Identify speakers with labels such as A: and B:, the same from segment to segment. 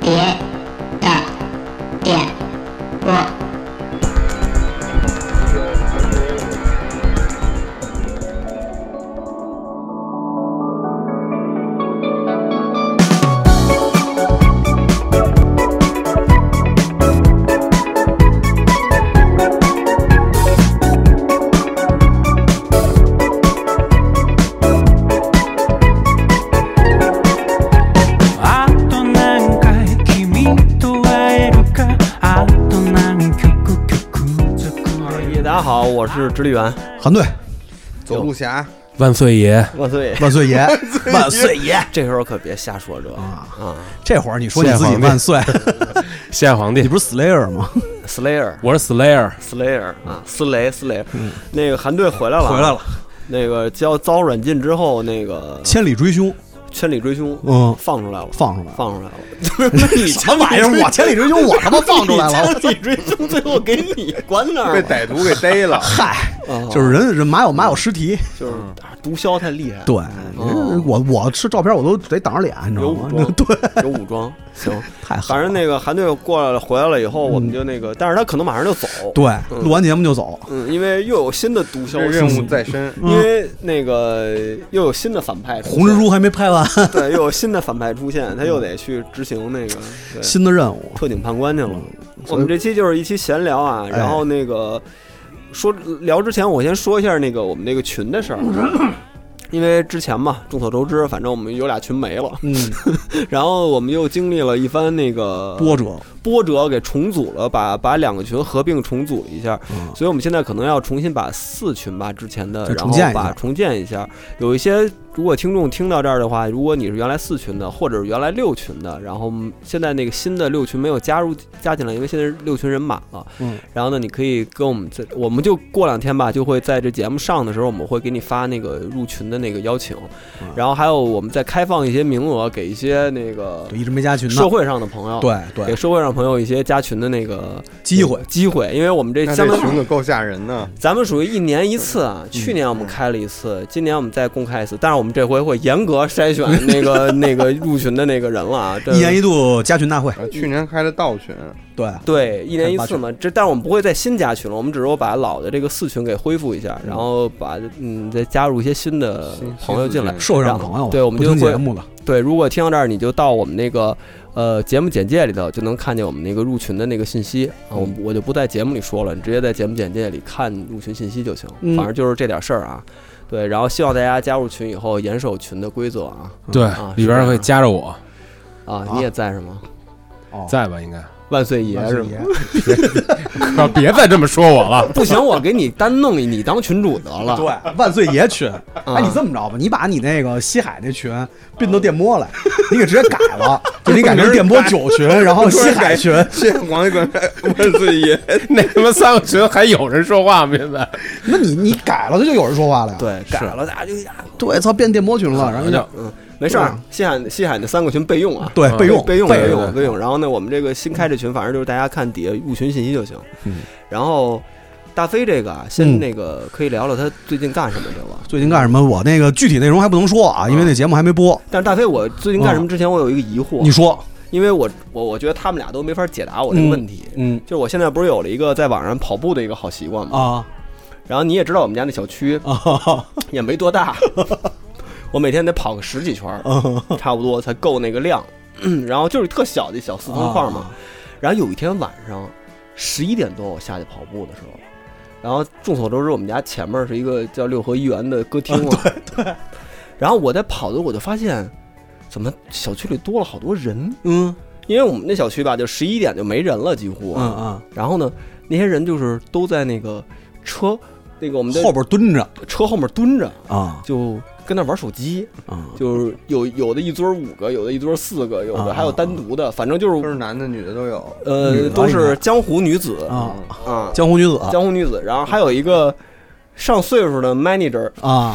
A: 别的点播。
B: あと何回君と会えるかあと何曲曲作れ
C: 耶，大家好，我是直立员
D: 韩队，
E: 走路侠，
F: 万岁爷，
C: 万岁。
D: 万岁爷， 万岁爷！
C: 这时候可别瞎说这个啊
D: 这会儿你说你自己万 岁，
F: 谢谢皇
D: 你
F: 帝，
D: 不是 Slayer 吗？
C: ，Slayer
F: 我是 Slayer，
C: Slayer 啊，斯雷斯雷，那个韩队回来了，啊
D: 嗯回来了，
C: 那个遭遭软禁之后，那个
D: 千里追凶，
C: 千里追凶，
D: 嗯
C: 放出来了，
D: 放出来了
C: 放出 来了。那你
D: 什么玩意 儿？我千里追凶，我他妈放出来了。。
C: 你 千里追凶，最后给你关那儿
E: 被
C: 了，
E: 歹徒给逮了
D: 嗨，
C: 啊
D: 就是人人马有马有尸体，
C: 就是啊毒枭太厉害了，
D: 嗯对，我我是照片我都得挡着脸，你知
C: 有
D: 道
C: 武
D: 吗？
C: 装，
D: 对，
C: 有武装，行。
D: 太狠
C: 反正
D: 了。嗯
C: 那个韩队过来了，回来了以后，我们就那个，但是他可能马上就走，
D: 对，录完节目就走，
C: 嗯，因为又有新的毒
E: 这
C: 枭
E: 任务
C: 出
E: 在身，
C: 现，因为那个又有新的反派出现，
D: 红蜘蛛还没拍完，
C: 对，又有新的反派出
E: 嗯
C: 现，他又得去执行那个对
D: 新的任务，
C: 特警判官去了。
E: 嗯
D: 所以
C: 我们这期就是一期闲聊啊，
E: 哎
C: 然后那个说聊之前，我先说一下那个我们那个群的事儿。啊 因为之前嘛，众所周知，反正我们有俩群没了，
D: 嗯，
C: 然后我们又经历了一番那个
D: 波折，
C: 波折给重组了，把把两个群合并重组了一下，
D: 嗯
C: 所以我们现在可能要重新把四群吧之前的，
D: 再
C: 然
D: 重
C: 后
D: 建一
C: 把
D: 下
C: 重建一下。有一些如果听众听到这儿的话，如果你是原来四群的，或者是原来六群的，然后现在那个新的六群没有加入加进来，因为现在六群人满了。
D: 嗯，
C: 然后呢，你可以跟我们这，我们就过两天吧，就会在这节目上的时候，我们会给你发那个入群的那个邀请，
D: 嗯
C: 然后还有我们再开放一些名额给一些那个
D: 对，一直没加群呢
C: 社，会上的朋友。
D: 对
C: 给
D: 对，
C: 社会上朋友一些加群的那个
D: 机会
C: 机会，因为我们这
E: 那
C: 哎相
E: 这
C: 当于
E: 裙子够吓人呢。
C: 咱们属于一年一次啊。去年我们开了一
D: 嗯
C: 次，今年我们再公开一次，但是我们这回会严格筛选那 个那个入群的那个人了啊。这
D: 一年一度加群大会，
E: 呃去年开的道 群，
D: 对，
C: 对一年一次嘛，这但是我们不会再新加群了，我们只是把老的这个四群给恢复一下，然后把嗯再加入一些新的
E: 新
C: 朋友进来
E: 新。
D: 社会上的朋友，
C: 对我们
D: 不
C: 就
D: 听
C: 会
D: 节目的，
C: 对，如果听到这儿，你就到我们那个呃节目简介里头就能看见我们那个入群的那个信息啊，我我就不在节目里说了，你直接在节目简介里看入群信息就行。
D: 嗯
C: 反正就是这点事儿啊。对，然后希望大家加入群以后严守群的规则啊
F: 对
C: 啊，
F: 里边会夹着我，
C: 啊！你也在是吗？
D: 哦
F: 在吧？应该，
C: 万岁爷是
D: 是
C: 吗？
F: 可别再这么说我了。
C: 不行，我给你单弄一，你当群主得了。
D: 对，万岁爷群。
C: 啊
D: 哎，你这么着吧，你把你那个西海那群并到电波来，你给直接改 了，就你改成电波九群，然后西海群。
E: 谢谢黄一官万岁爷。
F: 那他妈三个群还有人说话吗？现在
D: 那你你改了，这就有人说话了呀。啊
C: 对，改了大家就呀
D: 对，操，变电波群了，然后就
C: 嗯，没事儿。西海西海那三个群备用啊，
D: 对备用
C: 备用
D: 备
C: 备
D: 用
C: 用备用。然后呢，我们这个新开这群，反正就是大家看底下入群信息就行。然后大飞这个啊，先
D: 嗯
C: 那个可以聊聊他最近干什么去了。
D: 最近干什么？我那个具体内容还不能说啊，因为那节目还没播。
C: 但是大飞，我最近干什么之前，我有一个疑惑
D: 哦你，说，
C: 因为我我我觉得他们俩都没法解答我这个问题。
D: 嗯
C: 就是我现在不是有了一个在网上跑步的一个好习惯嘛，
D: 啊
C: 然后你也知道我们家那小区
D: 啊
C: 也没多大， 我每天得跑个十几 圈儿，
D: 啊！
C: 差不多才够那个量，然后就是特小的小四方块嘛，
D: 啊
C: 然后有一天晚上十一点多，我下去跑步的时候，然后众所周知，我们家前面是一个叫六合一园的歌厅
D: 啊
C: 嘛、对对。然后我在跑的，我就发现怎么小区里多了好多人，
D: 嗯
C: 因为我们那小区吧，就十一点就没人了，几乎。
D: 嗯嗯，
C: 然后呢，那些人就是都在那个车，那个我们的
D: 后边蹲着
C: 车后面蹲着，
D: 啊
C: 就跟那玩手机，
D: 啊
C: 就是有有的一桌五个，有的一桌四个，有的还有单独的，反正就
E: 都是
C: 是
E: 男的女的都有。
C: 呃，
D: 女的
C: 都
D: 应
C: 是
D: 该
C: 江湖女子
D: 啊！
C: 啊，
D: 江湖女子
C: 江湖女子，然后还有一个上岁数的 manager
D: 啊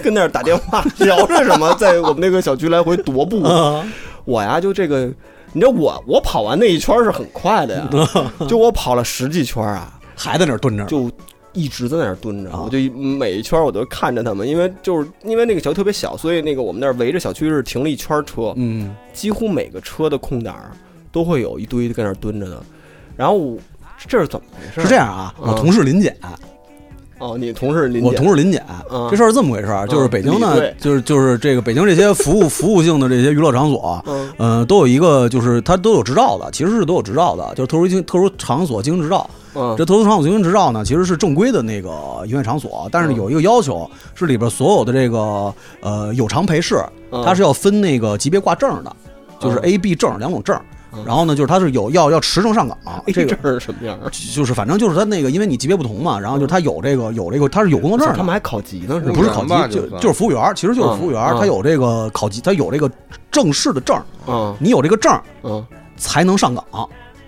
C: 跟那儿打电话聊着 什么，在我们那个小区来回踱步。
D: 啊
C: 我呀，就这个，你知道我我跑完那一圈是很快的呀，
D: 啊
C: 就我跑了十几圈啊，
D: 还在那儿蹲着，
C: 就。一直在那儿蹲着，
D: 啊
C: 我就每一圈我都看着他们，因为就是因为那个小区特别小，所以那个我们那儿围着小区是停了一圈车，
D: 嗯
C: 几乎每个车的空档儿都会有一堆在那儿蹲着的。然后我这是怎么回事？
D: 是这样啊，我
C: 嗯
D: 同事林检，
C: 哦，你同事林
D: 我
C: 姐
D: 同事林检
C: 嗯，
D: 这事儿是这么回事儿，就是北京
C: 嗯理
D: 呢
C: 对，
D: 就是就是这个北京这些服务服务性的这些娱乐场所，
C: 嗯
D: 嗯，都有一个就是它都有执照的，其实是都有执照的，就是特殊经特殊场所经营执照。
C: 嗯
D: 这特殊场所经营执照呢，其实是正规的那个营业场所，但是
C: 嗯
D: 有一个要求，是里边所有的这个呃有偿陪侍，
C: 嗯
D: 它是要分那个级别挂证的，就是 A、B 证两种证。
C: 嗯
D: 然后呢，就是它是有要要持证上岗，这个
C: 这是什么样儿？
D: 就是反正就是他那个，因为你级别不同嘛，然后就是他有这个有这个，他是有工作证
C: 他们
D: 的，
C: 还考级呢，是嗯
D: 不
C: 吗？
D: 是考级
E: 吧，
D: 就
E: 就算
D: 就是服务员，其实就是服务员
C: 嗯，嗯
D: 他有这个考级，他有这个正式的证，
C: 嗯
D: 你有这个证
C: 嗯
D: 才能上岗。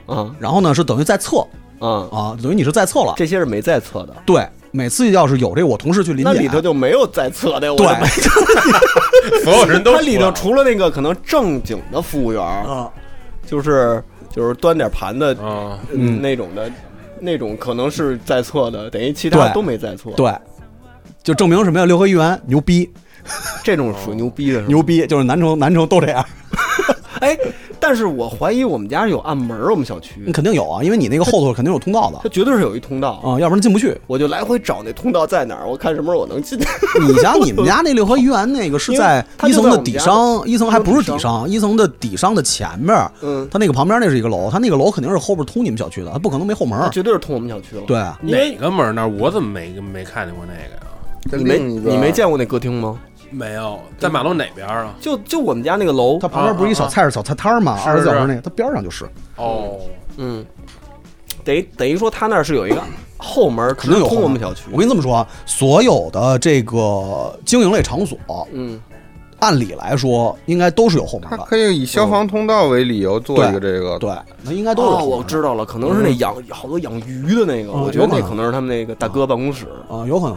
C: 嗯
D: 然后呢，是等于在册
C: 嗯，
D: 啊，等于你是在册了。
C: 这些是没在册的，
D: 对，每次要是有这个，我同事去临
C: 那里
D: 检，
C: 头就没有在册的。我的
D: 啊对
C: 妈呀
F: 所有 人都
C: 它里头
F: 出
C: 除了那个可能正经的服务员儿，
D: 啊，
C: 就是就是端点盘的
F: 来了啊，
E: 嗯
C: 那种的，那种可能是在册的，等于其他
D: 对
C: 都没在册。，
D: 对，就证明什么呀？六合一元牛逼，
C: 这种属于牛逼的是吧。
D: 牛逼，就是南城南城都这 样，
C: 哎，但是我怀疑我们家有暗门儿，我们小
D: 你
C: 区
D: 肯定有啊，因为你那个后头肯定有通道的
C: 它绝对是有一通道，
D: 啊，要不然进不去。
C: 我就来回找那通道在哪儿，我看什么时候我能进。
D: 你家你们家那六合医院那个是在一层的底商，一层还不是底商，一层的底商的前面儿，
C: 嗯，
D: 它那个旁边那是一个楼，它那个楼肯定是后边通你们小区的，它不可能没后门
C: 它
D: 儿。
C: 绝对是通我们小区了。
D: 对，
C: 因为
F: 哪个门儿那儿？我怎么没没看见过那个呀？啊
E: 这
C: 你没
E: 另一个
C: 你没见过那歌厅吗？
F: 没有，在马路哪边儿啊？
C: 就就我们家那个楼
D: 它，旁边不是一小菜市小菜摊儿嘛，
F: 是
D: 二十四小时那个，它边上就是，
F: 哦，
C: 嗯，等于等于说他那儿是有一个后门儿，
D: 肯定
C: 直
D: 有后
C: 通
D: 门
C: 我们小区。
D: 我跟你这么说啊，所有的这个经营类场所，
C: 嗯，
D: 按理来说应该都是有后门
E: 他
D: 的，
E: 可以以消防通道为理由做一个这个，
D: 对，那应该都是有
C: 哦，
D: 后
C: 我
D: 门的
C: 知道了，可能是那养好多养鱼的那个，
D: 嗯
C: 我觉得那
D: 有可
C: 可
D: 能
C: 能是他们那个大哥办公室
D: 啊，有可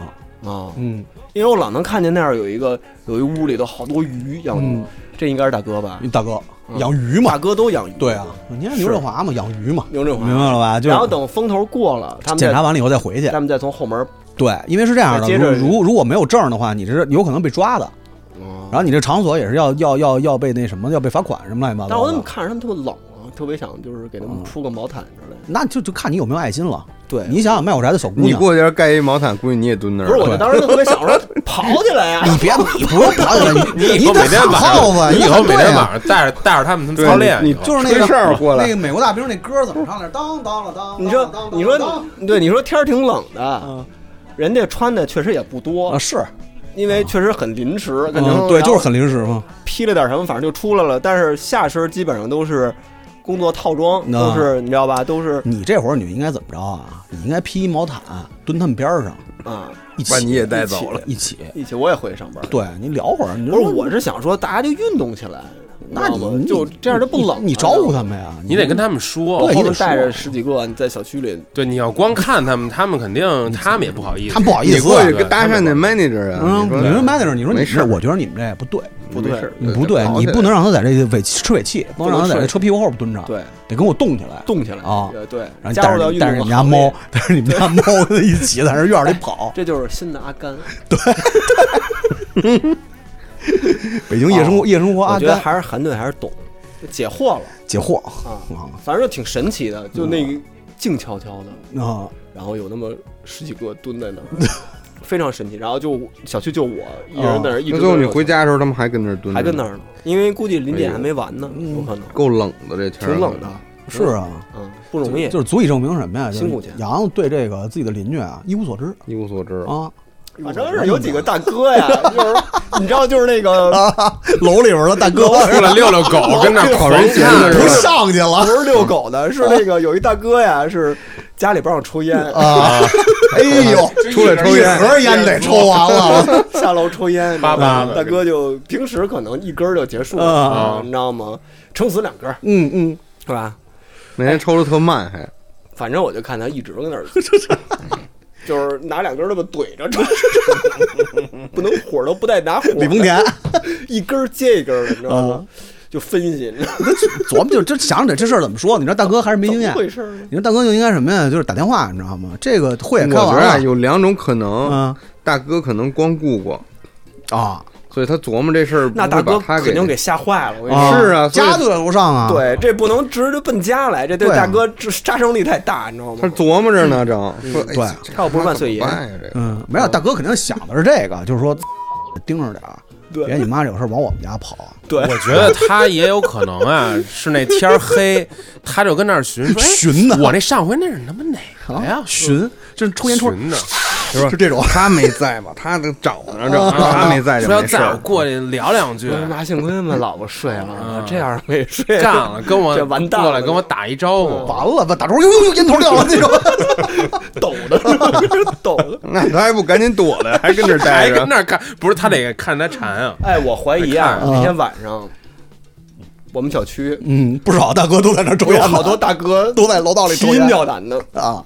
D: 能，
C: 啊，
D: 嗯，
C: 因为我老能看见那儿有一个有一屋里头好多鱼养鱼
D: 嗯，
C: 这应该是大哥吧？
D: 大哥
C: 嗯
D: 养鱼嘛
C: 大，哥都养鱼，
D: 对啊，，你看牛振华嘛，养鱼嘛，
C: 牛振华
D: 明白了吧？就是
C: 然后等风头过了，他们
D: 检
C: 再
D: 查完了以后再回去
C: 他，们再从后门，
D: 对，因为是这样
C: 再
D: 的，
C: 接着
D: 如如如果没有证儿的话，你这是有可能被抓的，然后你这场所也是要要要要被那什么，要被罚款什么乱七八
C: 但是我
D: 糟
C: 怎么
D: 的。
C: 看着他们特别冷啊，特别想就是给他
D: 嗯
C: 们出个毛毯之类的。
D: 那就就看你有没有爱心了。
C: 对
D: 你想想卖火柴的小姑
E: 你
D: 娘，
E: 过去要是盖一毛毯，估计你也蹲那儿。
C: 不是，我就当时就特别想说跑起来啊！
D: 你别你不用跑起来，你
F: 你以
D: 你
F: 后
D: 得
F: 每天
D: 喊耗
F: 晚上，
D: 子，啊
F: 你以后每天
D: 晚
F: 晚上带着带着他们他们
E: 对
F: 操练，
E: 你
F: 以后
D: 就是那个
E: 吹哨儿过来
D: 那个美国大兵那歌怎么上来？当当了当，
C: 你说
D: 当当
C: 你说
D: 当
C: 对，你说天儿挺冷的
D: 嗯，
C: 人家穿的确实也不
D: 啊
C: 多，
D: 是，
C: 因为确实很临时，可能
D: 嗯对，
C: 然后
D: 就是很临时嘛。
C: 披了点什么，反正就出来了。但是下身基本上都是工作套装，嗯
D: 那
C: 都是你知道吧？都是
D: 你这会儿你应该怎么着啊？你应该披一毛毯蹲他们边儿上
C: 啊，
D: 一起，
E: 把你也带走了。
D: 一起。
C: 一起我也会上班。
D: 对你聊会儿，你
C: 不是，我是想嗯说大家就运动起来，
D: 那
C: 知道吗
D: 你
C: 就这样就不冷了。
D: 你你招呼他们呀，
F: 你得跟他们说
C: 我
D: 对，
C: 后
D: 你
C: 头
D: 得说
C: 带着十几个，你在小区里
F: 对，你要光看他们，他们肯定他们也不好意思，
D: 他们不好意
E: 你
D: 思
E: 过去
F: 对
E: 跟搭讪那
F: 他们
E: manager 啊，
D: 嗯，
E: 说
D: 你说 manager，你说你
E: 没事
D: 这，
E: 儿
D: 我觉得你们这不对，
C: 不对
E: 没事儿
D: 你不对，
E: 跑
D: 你
E: 起来
D: 不能让他在这尾吃尾气，不能让他在这车屁股后边蹲着，
C: 对
D: 得跟我动起来，
C: 动起来
D: 啊
C: 对对，
D: 然后
C: 加入到
D: 带着
C: 运动的
D: 带着你们家
C: 行列
D: 猫，带着你们家猫 跟一起在那院里跑。
C: 这就是新的阿甘。
D: 北京夜生活，夜生活
C: 啊我
D: 阿
C: 觉得
D: 甘
C: 还是韩队还是懂，解惑了
D: 解惑
C: 啊，
D: 啊
C: 反正就挺神奇的，就那个静悄悄的，
D: 啊！
C: 然后有那么十几个蹲在那儿， 非常神奇。然后就小区就我一人在那儿，一
E: 那
C: 直
E: 最后
C: 蹲
E: 你
C: 着
E: 回家的时候，他们还跟那儿蹲着呢，
C: 还跟那儿呢，因为估计临
E: 哎
C: 检
E: 呦
C: 还没完呢，有可能
E: 够冷的这天，
C: 挺冷的，，
D: 是啊，
C: 嗯，不容易
D: 就。是足以证明什么呀？
C: 辛苦
D: 就是
C: 钱
D: 杨洋对这个自己的邻居啊一无所知
E: 一无所知。
D: 啊，
C: 反正是有几个大哥呀，就是你知道，就是那个
D: 楼里边的大哥
F: 出来遛遛狗，跟 那儿狂
E: 人闲
F: 看
E: 的是吧
D: 不上去了
C: 不是遛狗的，是那个有一大哥呀，是家里不让抽烟，
D: 啊！哎呦，
E: 出来抽烟
D: 一盒烟得抽啊完 了，
C: 下楼抽烟，
F: 巴巴的
C: 大哥就平时可能一根儿就结束
D: 啊
C: 了，你知道吗？撑死两根儿
D: 嗯嗯，
C: 是吧？
E: 那
C: 哎
E: 天抽的特慢，还
C: 反正我就看他一直跟那儿，就是拿两根儿那么怼着 抽，不能火都不带拿火的，
D: 李丰田。
C: 一根儿接一根儿的，你知道吗？就分析，你知道吗
D: 琢磨就这想着这事儿怎么说？你知道大哥还是没经 验
C: 怎么，回事儿呢？
D: 你说大哥就应该什么呀？就是打电话，你知道吗？这个会
E: 我
D: 开
E: 觉得啊
D: 完了，
E: 有两种可能，
D: 嗯
E: 大哥可能光顾过，
D: 啊，
E: 所以他琢磨这事儿不
C: 那
E: 会
C: 大哥
E: 把他
C: 肯定给吓坏了。我跟你
D: 哦
C: 说，
E: 啊是啊所以
D: 家就在楼上啊。，
C: 对，这不能直着奔家来，这对
D: 对啊
C: 大哥这杀伤力太大，你知道
E: 他
C: 吗？
E: 琢磨着呢，正
C: 嗯
E: 说
D: 对
E: 哎这
C: 他要不是万岁爷
E: 怎么办呀，这个
D: 嗯，没有，大哥肯定想的是这个，就是说盯着点儿，别
C: 对
D: 你妈有事儿往我们家跑。啊
C: 对，
F: 我觉得他也有可能啊，是那天儿黑，他就跟那儿寻说哎
D: 寻呢
F: 我那上回那是他妈哪个呀
D: 啊，？寻，就是抽烟抽，
F: 寻呢，
D: 就这种。
E: 他没在嘛，他得找呢，正
C: 啊
E: 他没
D: 哎
E: 在就
F: 说要
E: 没事
F: 再我
E: 儿。
F: 过去聊两句，
C: 妈幸亏们老婆睡了
F: 嗯，
C: 啊这样没睡
D: 哎
F: 干了，跟我
C: 这完蛋了
F: 过来跟我打一招 呼，
D: 完了吧，打住！呦呦呦，烟头掉了那种。
C: 抖的，抖的。
E: 那他还不赶紧躲 了，还跟这儿待
D: 哎
F: 还哎跟
E: 着？
F: 那儿看，不是他得看他馋啊，
D: 嗯
C: 哎，我怀疑啊，
D: 看
C: 那天晚上我们小区
D: 嗯，不少大哥都在那儿抽
C: 有
D: 烟呢，
C: 好多大哥
D: 都在楼道里
C: 提
D: 抽
C: 心
D: 烟
C: 吊胆的，
D: 啊。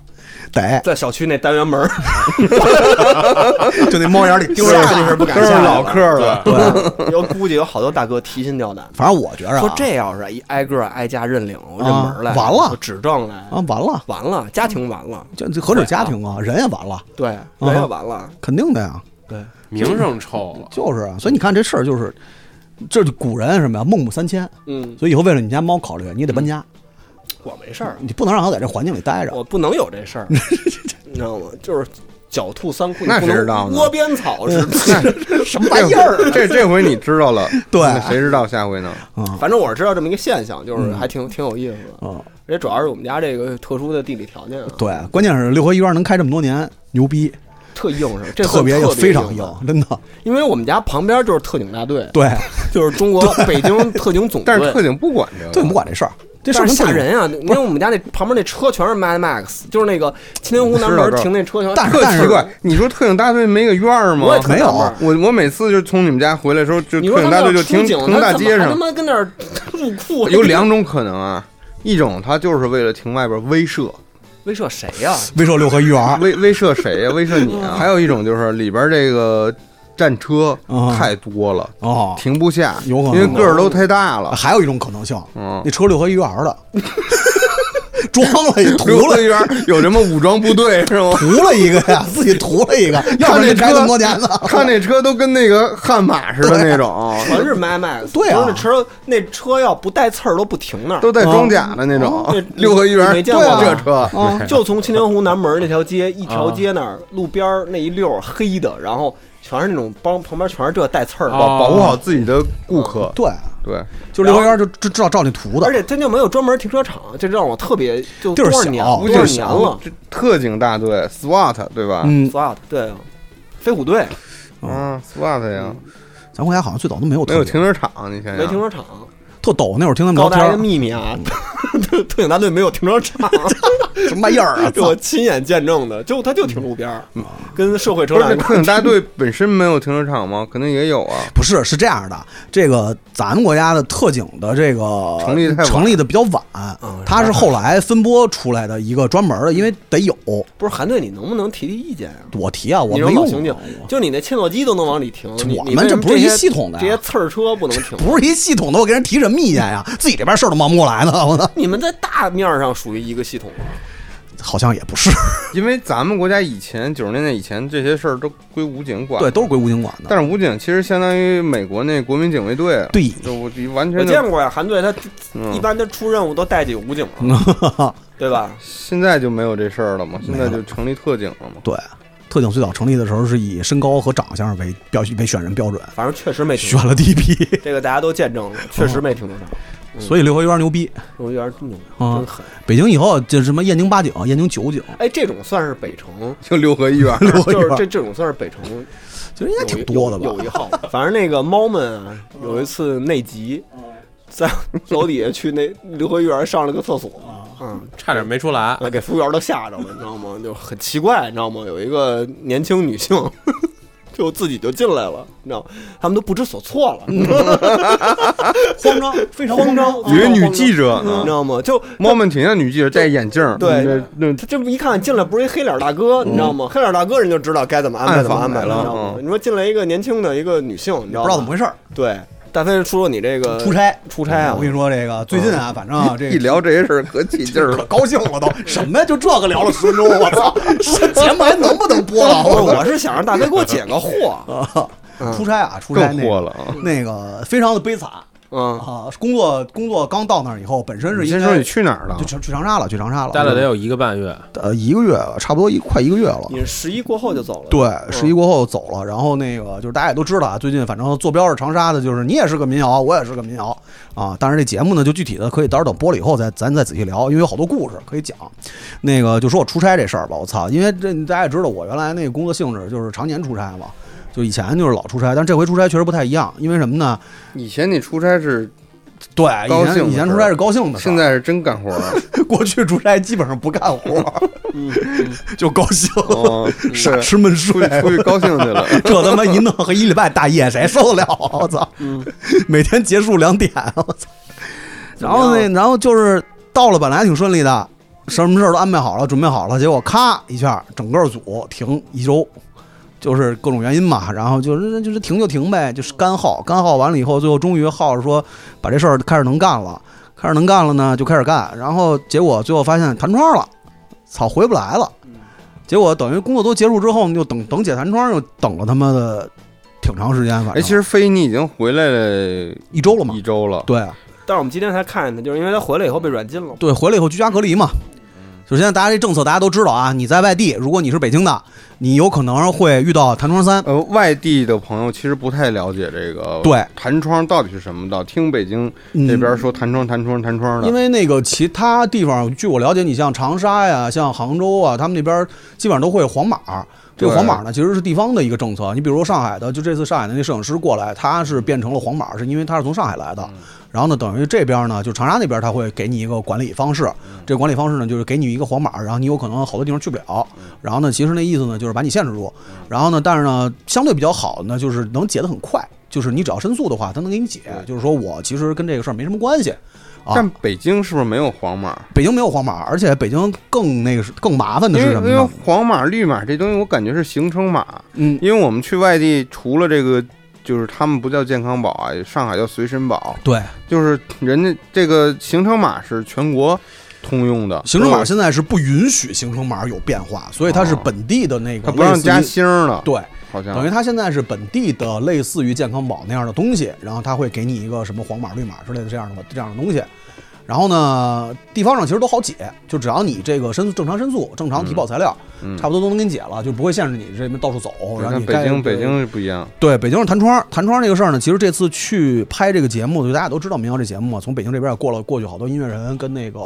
D: 得，
C: 在小区那单元门 儿
D: 就那猫眼里盯着
C: 下
D: 看
C: 意识不
E: 都
C: 敢
E: 是
C: 下来
E: 老客
C: 了。
E: 了，
C: 有估计有好多大哥提心吊胆，
D: 反正我觉着啊
C: 说这要是一挨个儿挨家认领认门儿来，
D: 啊完了
C: 我指证来
D: 啊，，完了，
C: 完了，家庭完了，
D: 就就何止家庭啊，人也完了，
C: 对，人
D: 啊
C: 也完了，
D: 肯定的呀，
C: 对，
F: 名声臭了。
D: 就是啊。所以你看这事儿就是，这就古人什么呀，孟母三迁。
C: 嗯，
D: 所以以后为了你家猫考虑，你也得搬家，
C: 我没事儿，
D: 你不能让它在这环境里待着。
C: 嗯我不能有这事 儿，你知道吗？就是狡兔三窟，
E: 那
C: 不
E: 谁
C: 能
E: 知道呢
C: 窝边草是，
D: 什么玩意儿？
E: 这这回你知道了，
D: 对
E: 那谁知道下回呢？
C: 反正我是知道这么一个现象，就是还挺挺有意思的。
D: 嗯，
C: 而且主要是我们家这个特殊的地理条件啊，
D: 对，关键是六合医院能开这么多年，牛逼，
C: 特硬是吧，这
D: 特
C: 特
D: 别
C: 硬，
D: 非常硬
C: 的，
D: 真的。
C: 因为我们家旁边就是特警大队，
D: 对，
C: 就是中国北京特警总
E: 但是
C: 队
E: 特。警不管这个，
D: 对，不管这事儿，这事
C: 但
D: 儿
C: 是
D: 跟特
C: 吓
D: 警。
C: 人啊！因为我们家那旁边那车全是 Mad Max，就是那个青年湖南
E: 知道
C: 门
E: 知道
C: 停那车全是。
D: 但是
E: 特
D: 但
E: 奇怪。你说特警大队没个院儿吗
C: 我也？特
D: 没有
C: 纳闷儿
E: 我我每次就从你们家回来的时候，就
C: 你
E: 特
C: 说
E: 警
C: 他
E: 大
C: 们
E: 队
C: 要
E: 就停
C: 出警，
E: 停大街
C: 他
E: 上
C: 怎，么还他妈跟那儿 入库？啊
E: 有两种可能啊，一种他就是为了停外边威慑，
C: 威慑谁呀、
D: 威慑六合医 院，
E: 威威慑谁呀、威慑你
C: 嗯
E: 啊！还有一种就是里边这个战车
C: 嗯
D: 啊
E: 太多了，
D: 哦，
E: 停不下，
D: 有可能啊
E: 因为个儿都太大 了。
D: 还有一种可能性，
E: 嗯
D: 那车六合医院的， 装了 一
E: 刘
D: 涂了？
E: 乐园有什么武装部队是吗
D: 涂了一个呀，自己涂 了一个，要不然
E: 看那
D: 就开这
E: 车
D: 么多年呢。
E: 看那车都跟那个悍马似的那种，
C: 全是 Mad Max，
D: 对啊
C: 就是那车那车要不带刺儿都不停那儿，
E: 都带装甲的那种
C: 啊对。
E: 六合医院
C: 没见
E: 对
C: 过哦
E: 啊
C: 吧
E: 这车，
C: 就从青年湖南门那条街一条街那儿路边儿那一溜儿黑的，然后全是那种帮旁边全是这带刺儿的，
E: 保保护好自己的顾客。
D: 对，
E: 对，
D: 就六合医院就就知道照那图的
C: 而，且它就没有专门停车场，这让我特别就
D: 地儿
C: 多少
D: 小
C: 年了多
D: 不
E: 就
C: 少
E: 是
C: 年了，
E: 这特警大队 SWAT 对吧？
D: 嗯，
C: 所有对啊，飞虎队
E: 啊，SWAT 呀，
D: 咱国家好像最早都没有
E: 没
D: 特
E: 有
D: 警
E: 停车场，你想
C: 没
E: 想
C: 停，车场，
D: 特逗。那会儿听他们
C: 告诉
D: 聊
C: 大家一个
D: 天，
C: 秘密啊，
E: 嗯
C: 特特警大队没有停车 场，
D: 什么玩意儿 啊？
C: 这我亲眼见证的，就它就停路边儿，跟社会车
E: 嗯不是
C: 辆
E: 这特警大队本身没有停车场吗？肯定也有啊。
D: 不是，是这样的，这个咱们国家的特警的这个
E: 成立得太晚
D: 成立的比较晚，
C: 啊
D: 它是后来分拨出来的一个专门的，因为得有。
C: 不是韩队，你能不能提提意见啊？
D: 我提啊，我
C: 你说
D: 没用
C: 老刑警
D: 过，
C: 就你那切诺基都能往里停，你
D: 我
C: 你为
D: 们这
C: 什么
D: 不是一
C: 些
D: 系统的呀
C: 这些刺儿车不能停。
D: 不是一系统的，我给人提什么意见呀？自己这边事儿都忙不过来呢，我操！
C: 你们在大面儿上属于一个系统吗，
D: 好像也不是，
E: 因为咱们国家以前九十年代以前这些事儿都归武警管，
D: 对，都是归武警管的。
E: 但是武警其实相当于美国那国民警卫队，啊
D: 对
E: 就我完
C: 我
E: 全
C: 见
E: 就
C: 过呀。韩队他
E: 嗯
C: 一般他出任务都带几个武警
D: 嗯
C: 嘛，对吧？
E: 现在就没有这事儿了嘛，现在就成立特警了嘛。
D: 对，特警最早成立的时候是以身高和长相为标为选人标准，
C: 反正确实没停
D: 选
C: 车
D: 嗯
C: 场，
D: 了第一批，
C: 这个大家都见证了，确实没停车场。
E: 嗯
D: 所以六合医院牛逼。
C: 我有点真牛，
D: 啊
C: 真狠。
D: 北京以后就是什么燕京八警、燕京九警，
C: 哎，这种算是北城，
E: 就六合医 院，
C: 就是这这种算是北城
D: 其实应该
C: 有
D: 挺
C: 一
D: 多的吧？
C: 有有一号。反正那个猫们啊，有一次内急，
D: 嗯
C: 在楼底下去那刘和园上了个厕所，嗯，
F: 差点没出来。
C: 啊给服务员都吓着了，你知道吗？就很奇怪，你知道吗？有一个年轻女性。 就自己就进来了，你知道吗，他们都不知所措了，你知道吗
D: 慌张，非常
C: 慌张，
E: 以为女记者
C: 你知
E: 呢。
C: 道吗？就
E: 猫们挺像女记者，戴眼镜儿，
C: 对
E: 那那
C: 他这么一看进来不是一黑脸大哥，你知道吗？黑脸大哥人就知道该怎么安排
E: 暗
C: 怎么
E: 访
C: 安排
E: 来
C: 了，
E: 了
C: 你知道吗？
E: 嗯
C: 你说进来一个年轻的一个女性，你知道
D: 不
E: 哦
D: 知道怎么
C: 吗
D: 回事儿，
C: 对，大飞叔叔，你这个
D: 出差
C: 出差啊
D: 我跟你说，这个最近啊，反正 啊这
E: 嗯一聊这些事儿可起劲儿
D: 可
E: 了。
D: 高兴了都，什么呀？就这个聊了十 分钟，我操，这节目还能不能播了？
C: 不是，我是想让大飞给我解个惑，嗯
D: 出差啊，出差
E: 更
D: 那个
E: 豁了啊！
D: 那个非常的悲惨
C: 嗯，
D: 啊！工作工作刚到那儿以后，本身是
E: 你
D: 应
E: 嗯先说
D: 该
E: 你去哪儿了
D: 就？去去长沙了，去长沙了，
F: 待了得有一个半月，
D: 呃一个月了，差不多一快一个月了。
C: 你是十一过后就走了，
D: 对，
C: 嗯
D: 十一过后走了，然后那个就是大家也都知道啊，最近反正坐标是长沙的，就是你也是个民谣，我也是个民谣啊。但是这节目呢，就具体的可以到时候等播了以后再咱再仔细聊，因为有好多故事可以讲。那个就说我出差这事儿吧，我操，因为这大家也知道我原来那个工作性质就是常年出差嘛，就以前就是老出差，但这回出差确实不太一样，因为什么呢？
E: 以前你出差是，
D: 对，
E: 高
D: 以
E: 兴的
D: 前以前
E: 事儿
D: 出差是高兴的事儿，
E: 现在是真干活儿。
D: 过去出差基本上不干活儿， 就高兴，
E: 哦，是
D: 傻哎吃闷睡
E: 出去，出去高兴 去了。
D: 这他妈一弄一礼拜大夜，谁受得了啊？我操！每天结束两点，我操！然后
C: 怎么
D: 那然后就是到了，本来挺顺利的，什么事儿都安排好了，准备好了，结果咔一下，整个组停一周，就是各种原因嘛。然后就是就是停就停呗，就是干耗，干耗完了以后，最后终于耗着说把这事儿开始能干了，开始能干了呢，就开始干。然后结果最后发现弹窗了，操，回不来了。
C: 嗯
D: 结果等于工作都结束之后，又等等解弹窗，又等了他妈的挺长时间，反正
E: 哎，其实飞你已经回来了
D: 一周了嘛
E: 一。周了，
D: 对
C: 但是我们今天才看见他，就是因为他回来以后被软禁了。
D: 对，回来以后居家隔离嘛。首先，大家这政策大家都知道啊，你在外地，如果你是北京的，你有可能会遇到弹窗三。
E: 呃，外地的朋友其实不太了解这个
D: 对
E: 弹窗到底是什么的，听北京
D: 嗯
E: 这边说弹窗、弹窗、弹窗的，
D: 因为那个其他地方，据我了解，你像长沙呀、像杭州啊，他们那边基本上都会有黄码儿。这个
E: 对
D: 黄码儿呢，其实是地方的一个政策。你比如说上海的，就这次上海的那摄影师过来，他是变成了黄码儿，是因为他是从上海来
E: 嗯
D: 的。然后呢，等于这边呢，就长沙那边他会给你一个管理方式，
E: 嗯
D: 这个管理方式呢，就是给你一个黄码儿，然后你有可能好多地方去不了。
E: 嗯
D: 然后呢，其实那意思呢，就是把你限制住。然后呢，但是呢，相对比较好的呢，就是能解得很快，就是你只要申诉的话，他能给你解。就是说我其实跟这个事儿没什么关系。啊
E: 但北京是不是没有黄码？
D: 北京没有黄码，而且北京更那个是更麻烦的
E: 因
D: 是
E: 为
D: 什
E: 因
D: 么
E: 为
D: 呢？
E: 黄码、绿码这东西，我感觉是行程码。
D: 嗯，
E: 因为我们去外地，除了这个，就是他们不叫健康宝啊，上海叫随身宝，
D: 对，
E: 就是人家这个行程码是全国通用的，
D: 行程码
E: 是吧
D: 现在是不允许行程码有变化，所以它是本地的那个
E: 它不让
D: 类似于
E: 加星儿了，
D: 对，
E: 好像
D: 等于它现在是本地的类似于健康宝那样的东西，然后它会给你一个什么黄码、绿码之类的这样的这样的东西。然后呢，地方上其实都好解，就只要你这个申正常申诉、正常提报材料，
E: 嗯
D: 差不多都能给你解了，就不会限制你这边到处走。然后
E: 但
D: 你
E: 北
D: 该
E: 京北
D: 对
E: 京是不一样，
D: 对，北京是弹窗，弹窗这个事儿呢，其实这次去拍这个节目，就大家都知道民谣这节目嘛，从北京这边也过了过去好多音乐人跟那个。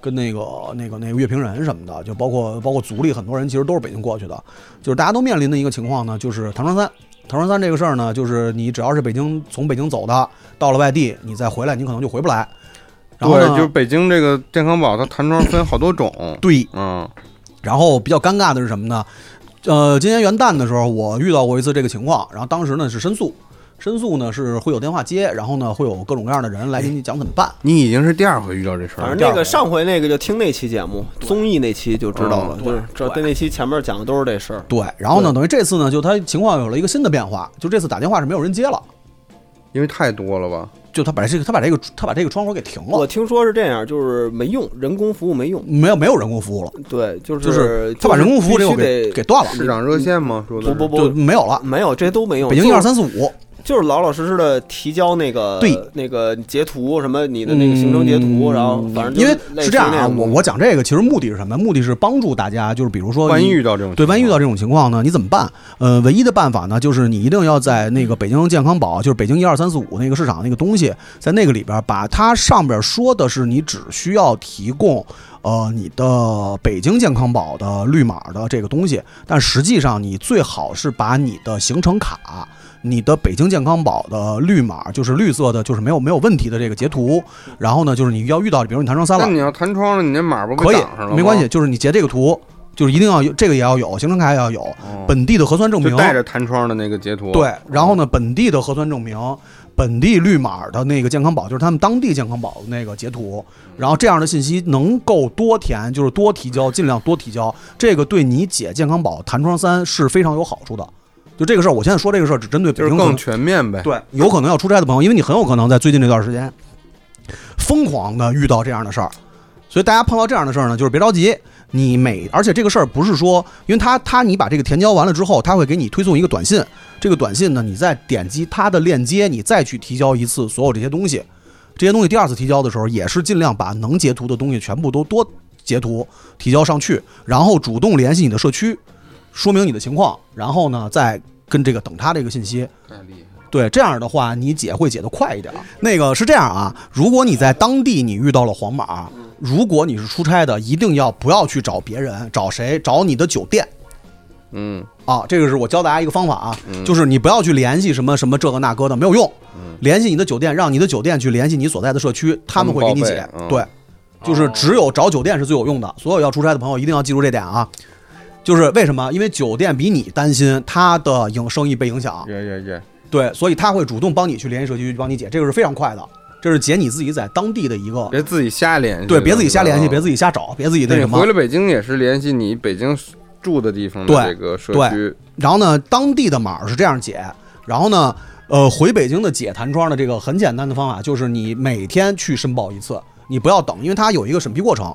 D: 跟那个、那个、那个乐评人什么的，就包括包括组里很多人，其实都是北京过去的。就是大家都面临的一个情况呢，就是唐川三。唐川三这个事儿呢，就是你只要是北京从北京走的，到了外地，你再回来，你可能就回不来。然后
E: 对，
D: 呢，，
E: 就是北京这个健康宝，它弹窗分好多种
D: 对
E: 嗯，
D: 然后比较尴尬的是什么呢？呃，今年元旦的时候，我遇到过一次这个情况，然后当时呢是申诉，申诉呢是会有电话接，然后呢会有各种各样的人来给你讲怎么办。
E: 你已经是第二回遇到这事
C: 反
E: 儿
C: 正
E: 了，
C: 那个上回那个就听那期节目，综艺那期就知道了，
E: 嗯
C: 就是这对那期前面讲的都是这事儿。
D: 对，然后呢，等于这次呢，就他情况有了一个新的变化，就这次打电话是没有人接了，
E: 因为太多了吧？
D: 就他把这个他把这个他把这个窗口给停
C: 我
D: 了，
C: 听说是这样，就是没用，人工服务没用。
D: 没有没有人工服务了，
C: 对，就
D: 就是
C: 是
D: 他把人工服务这
C: 必须
D: 个给
C: 得嗯
D: 给断了，
E: 市长热线吗？说的
C: 不
E: 是
C: 不
D: 就
C: 不，
D: 没有了。
C: 没有这些都没用。
D: 北京一
C: 就是
D: 二三四五，
C: 就是老老实实的提交那个
D: 对
C: 那个截图什么你的那个行程截图，然后反正就
D: 嗯因为
C: 类似于
D: 是这样
C: 那
D: 啊，
C: 种
D: 我我讲这个其实目的是什么？目的是帮助大家，就是比如说
E: 万一
D: 你
E: 遇到这种
D: 对，万一遇
E: 情
D: 到
E: 况
D: 这种情况呢，你怎么办？呃，唯一的办法呢，就是你一定要在那个北京健康宝，就是北京一二三四五那个市场那个东西，在那个里边儿，把它上边儿说的是你只需要提供。呃，你的北京健康宝的绿码的这个东西，但实际上你最好是把你的行程卡、你的北京健康宝的绿码，就是绿色的，就是没有没有问题的这个截图，然后呢，就是你要遇到，比如你弹窗三了
E: 那，你要弹窗了，你那码不被
D: 可以
E: 挡上了，吗
D: 没关系，，就是你截这个图，就是一定要有这个也要有，行程卡也要有，
E: 哦
D: 本地的核酸证明
E: 就，带着哦弹窗的那个截图。
D: 对，然后呢，本地的核酸证明，本地绿码的那个健康宝，就是他们当地健康宝的那个截图，
E: 嗯
D: 然后这样的信息能够多填，就是多提交，尽量多提交，这个对你解健康宝弹窗三是非常有好处的。就这个事儿，我现在说这个事儿只针对北
E: 就是
D: 京可能
E: 更全面呗。
D: 对有可能要出差的朋友，因为你很有可能在最近这段时间疯狂的遇到这样的事儿，所以大家碰到这样的事儿呢，就是别着急，你每而且这个事儿不是说，因为他他你把这个填交完了之后，他会给你推送一个短信，这个短信呢，你再点击它的链接，你再去提交一次所有这些东西。这些东西第二次提交的时候，也是尽量把能截图的东西全部都多截图提交上去，然后主动联系你的社区，说明你的情况，然后呢再跟这个等他这个信息。
E: 太厉害了，
D: 对，这样的话你解会解得快一点儿。那个是这样啊，如果你在当地你遇到了黄码，
E: 嗯
D: 如果你是出差的，一定要不要去找别人，找谁？找你的酒店。
E: 嗯，
D: 啊，这个是我教大家一个方法啊，就是你不要去联系什么什么这个那个的，没有用。
E: 嗯
D: 联系你的酒店，让你的酒店去联系你所在的社区，他们会给你解
E: 他。们报备嗯
D: 对，就是只有找酒店是最有用的。所有要出差的朋友一定要记住这点啊，就是为什么？因为酒店比你担心他的影生意被影响，
E: 耶耶耶，
D: 对，所以他会主动帮你去联系社区，帮你解，这个是非常快的。这是解你自己在当地的一个，
E: 别自己瞎联系，
D: 对，别自己瞎联系，
E: 嗯
D: 别自己瞎找，别自己那
E: 那你
D: 什么。
E: 回了北京也是联系你北京住的地方
D: 对
E: 的这个社区，
D: 然后呢，当地的码儿是这样解，然后呢，呃，回北京的解弹窗的这个很简单的方法就是你每天去申报一次，你不要等，因为它有一个审批过程。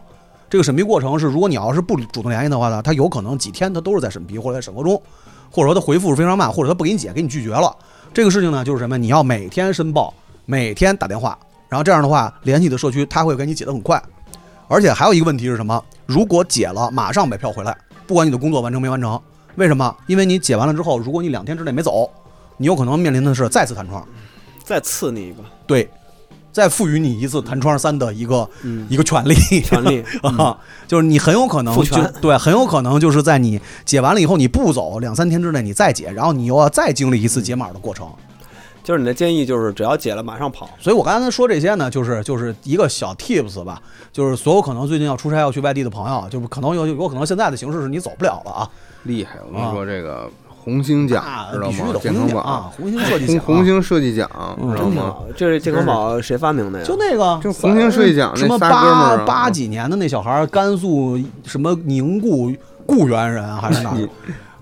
D: 这个审批过程是，如果你要是不主动联系的话呢，它有可能几天它都是在审批或者在审核中，或者说它回复是非常慢，或者它不给你解，给你拒绝了。这个事情呢，就是什么？你要每天申报，每天打电话，然后这样的话联系你的社区，他会给你解得很快。而且还有一个问题是什么？如果解了，马上买票回来，不管你的工作完成没完成，为什么？因为你解完了之后，如果你两天之内没走，你有可能面临的是再次弹窗，
C: 再刺你一个
D: 对，再赋予你一次弹窗三的一个、
E: 嗯
D: 一个权利，
C: 权 利，
D: 啊，就是你很有可能
C: 赋
D: 就
C: 权
D: 对，很有可能就是在你解完了以后你不走，两三天之内你再解，然后你又要再经历一次解码的过程。
E: 嗯
C: 就是你的建议就是只要解了马上跑，
D: 所以我刚才说这些呢，就是就是一个小 tips 吧，就是所有可能最近要出差要去外地的朋友，就是可能有有可能现在的形势是你走不了了啊，
E: 厉害！我跟
D: 啊
E: 你说，这个红星奖
D: 那
E: 知道
D: 必须
E: 吗
D: 的？
E: 健
D: 红星
E: 康
D: 奖
E: 宝
D: 啊，红星设计
E: 红
D: 奖、
E: 红星设计奖，
D: 嗯
E: 知道
C: 真挺
E: 吗？
C: 好。这是健康宝谁发明的呀？
D: 就那个
E: 就红星睡奖
D: 什么
E: 那仨哥们
D: 八
E: 儿啊
D: 八几年的那小孩儿，甘肃什么宁固固原人啊还是哪儿
E: 你？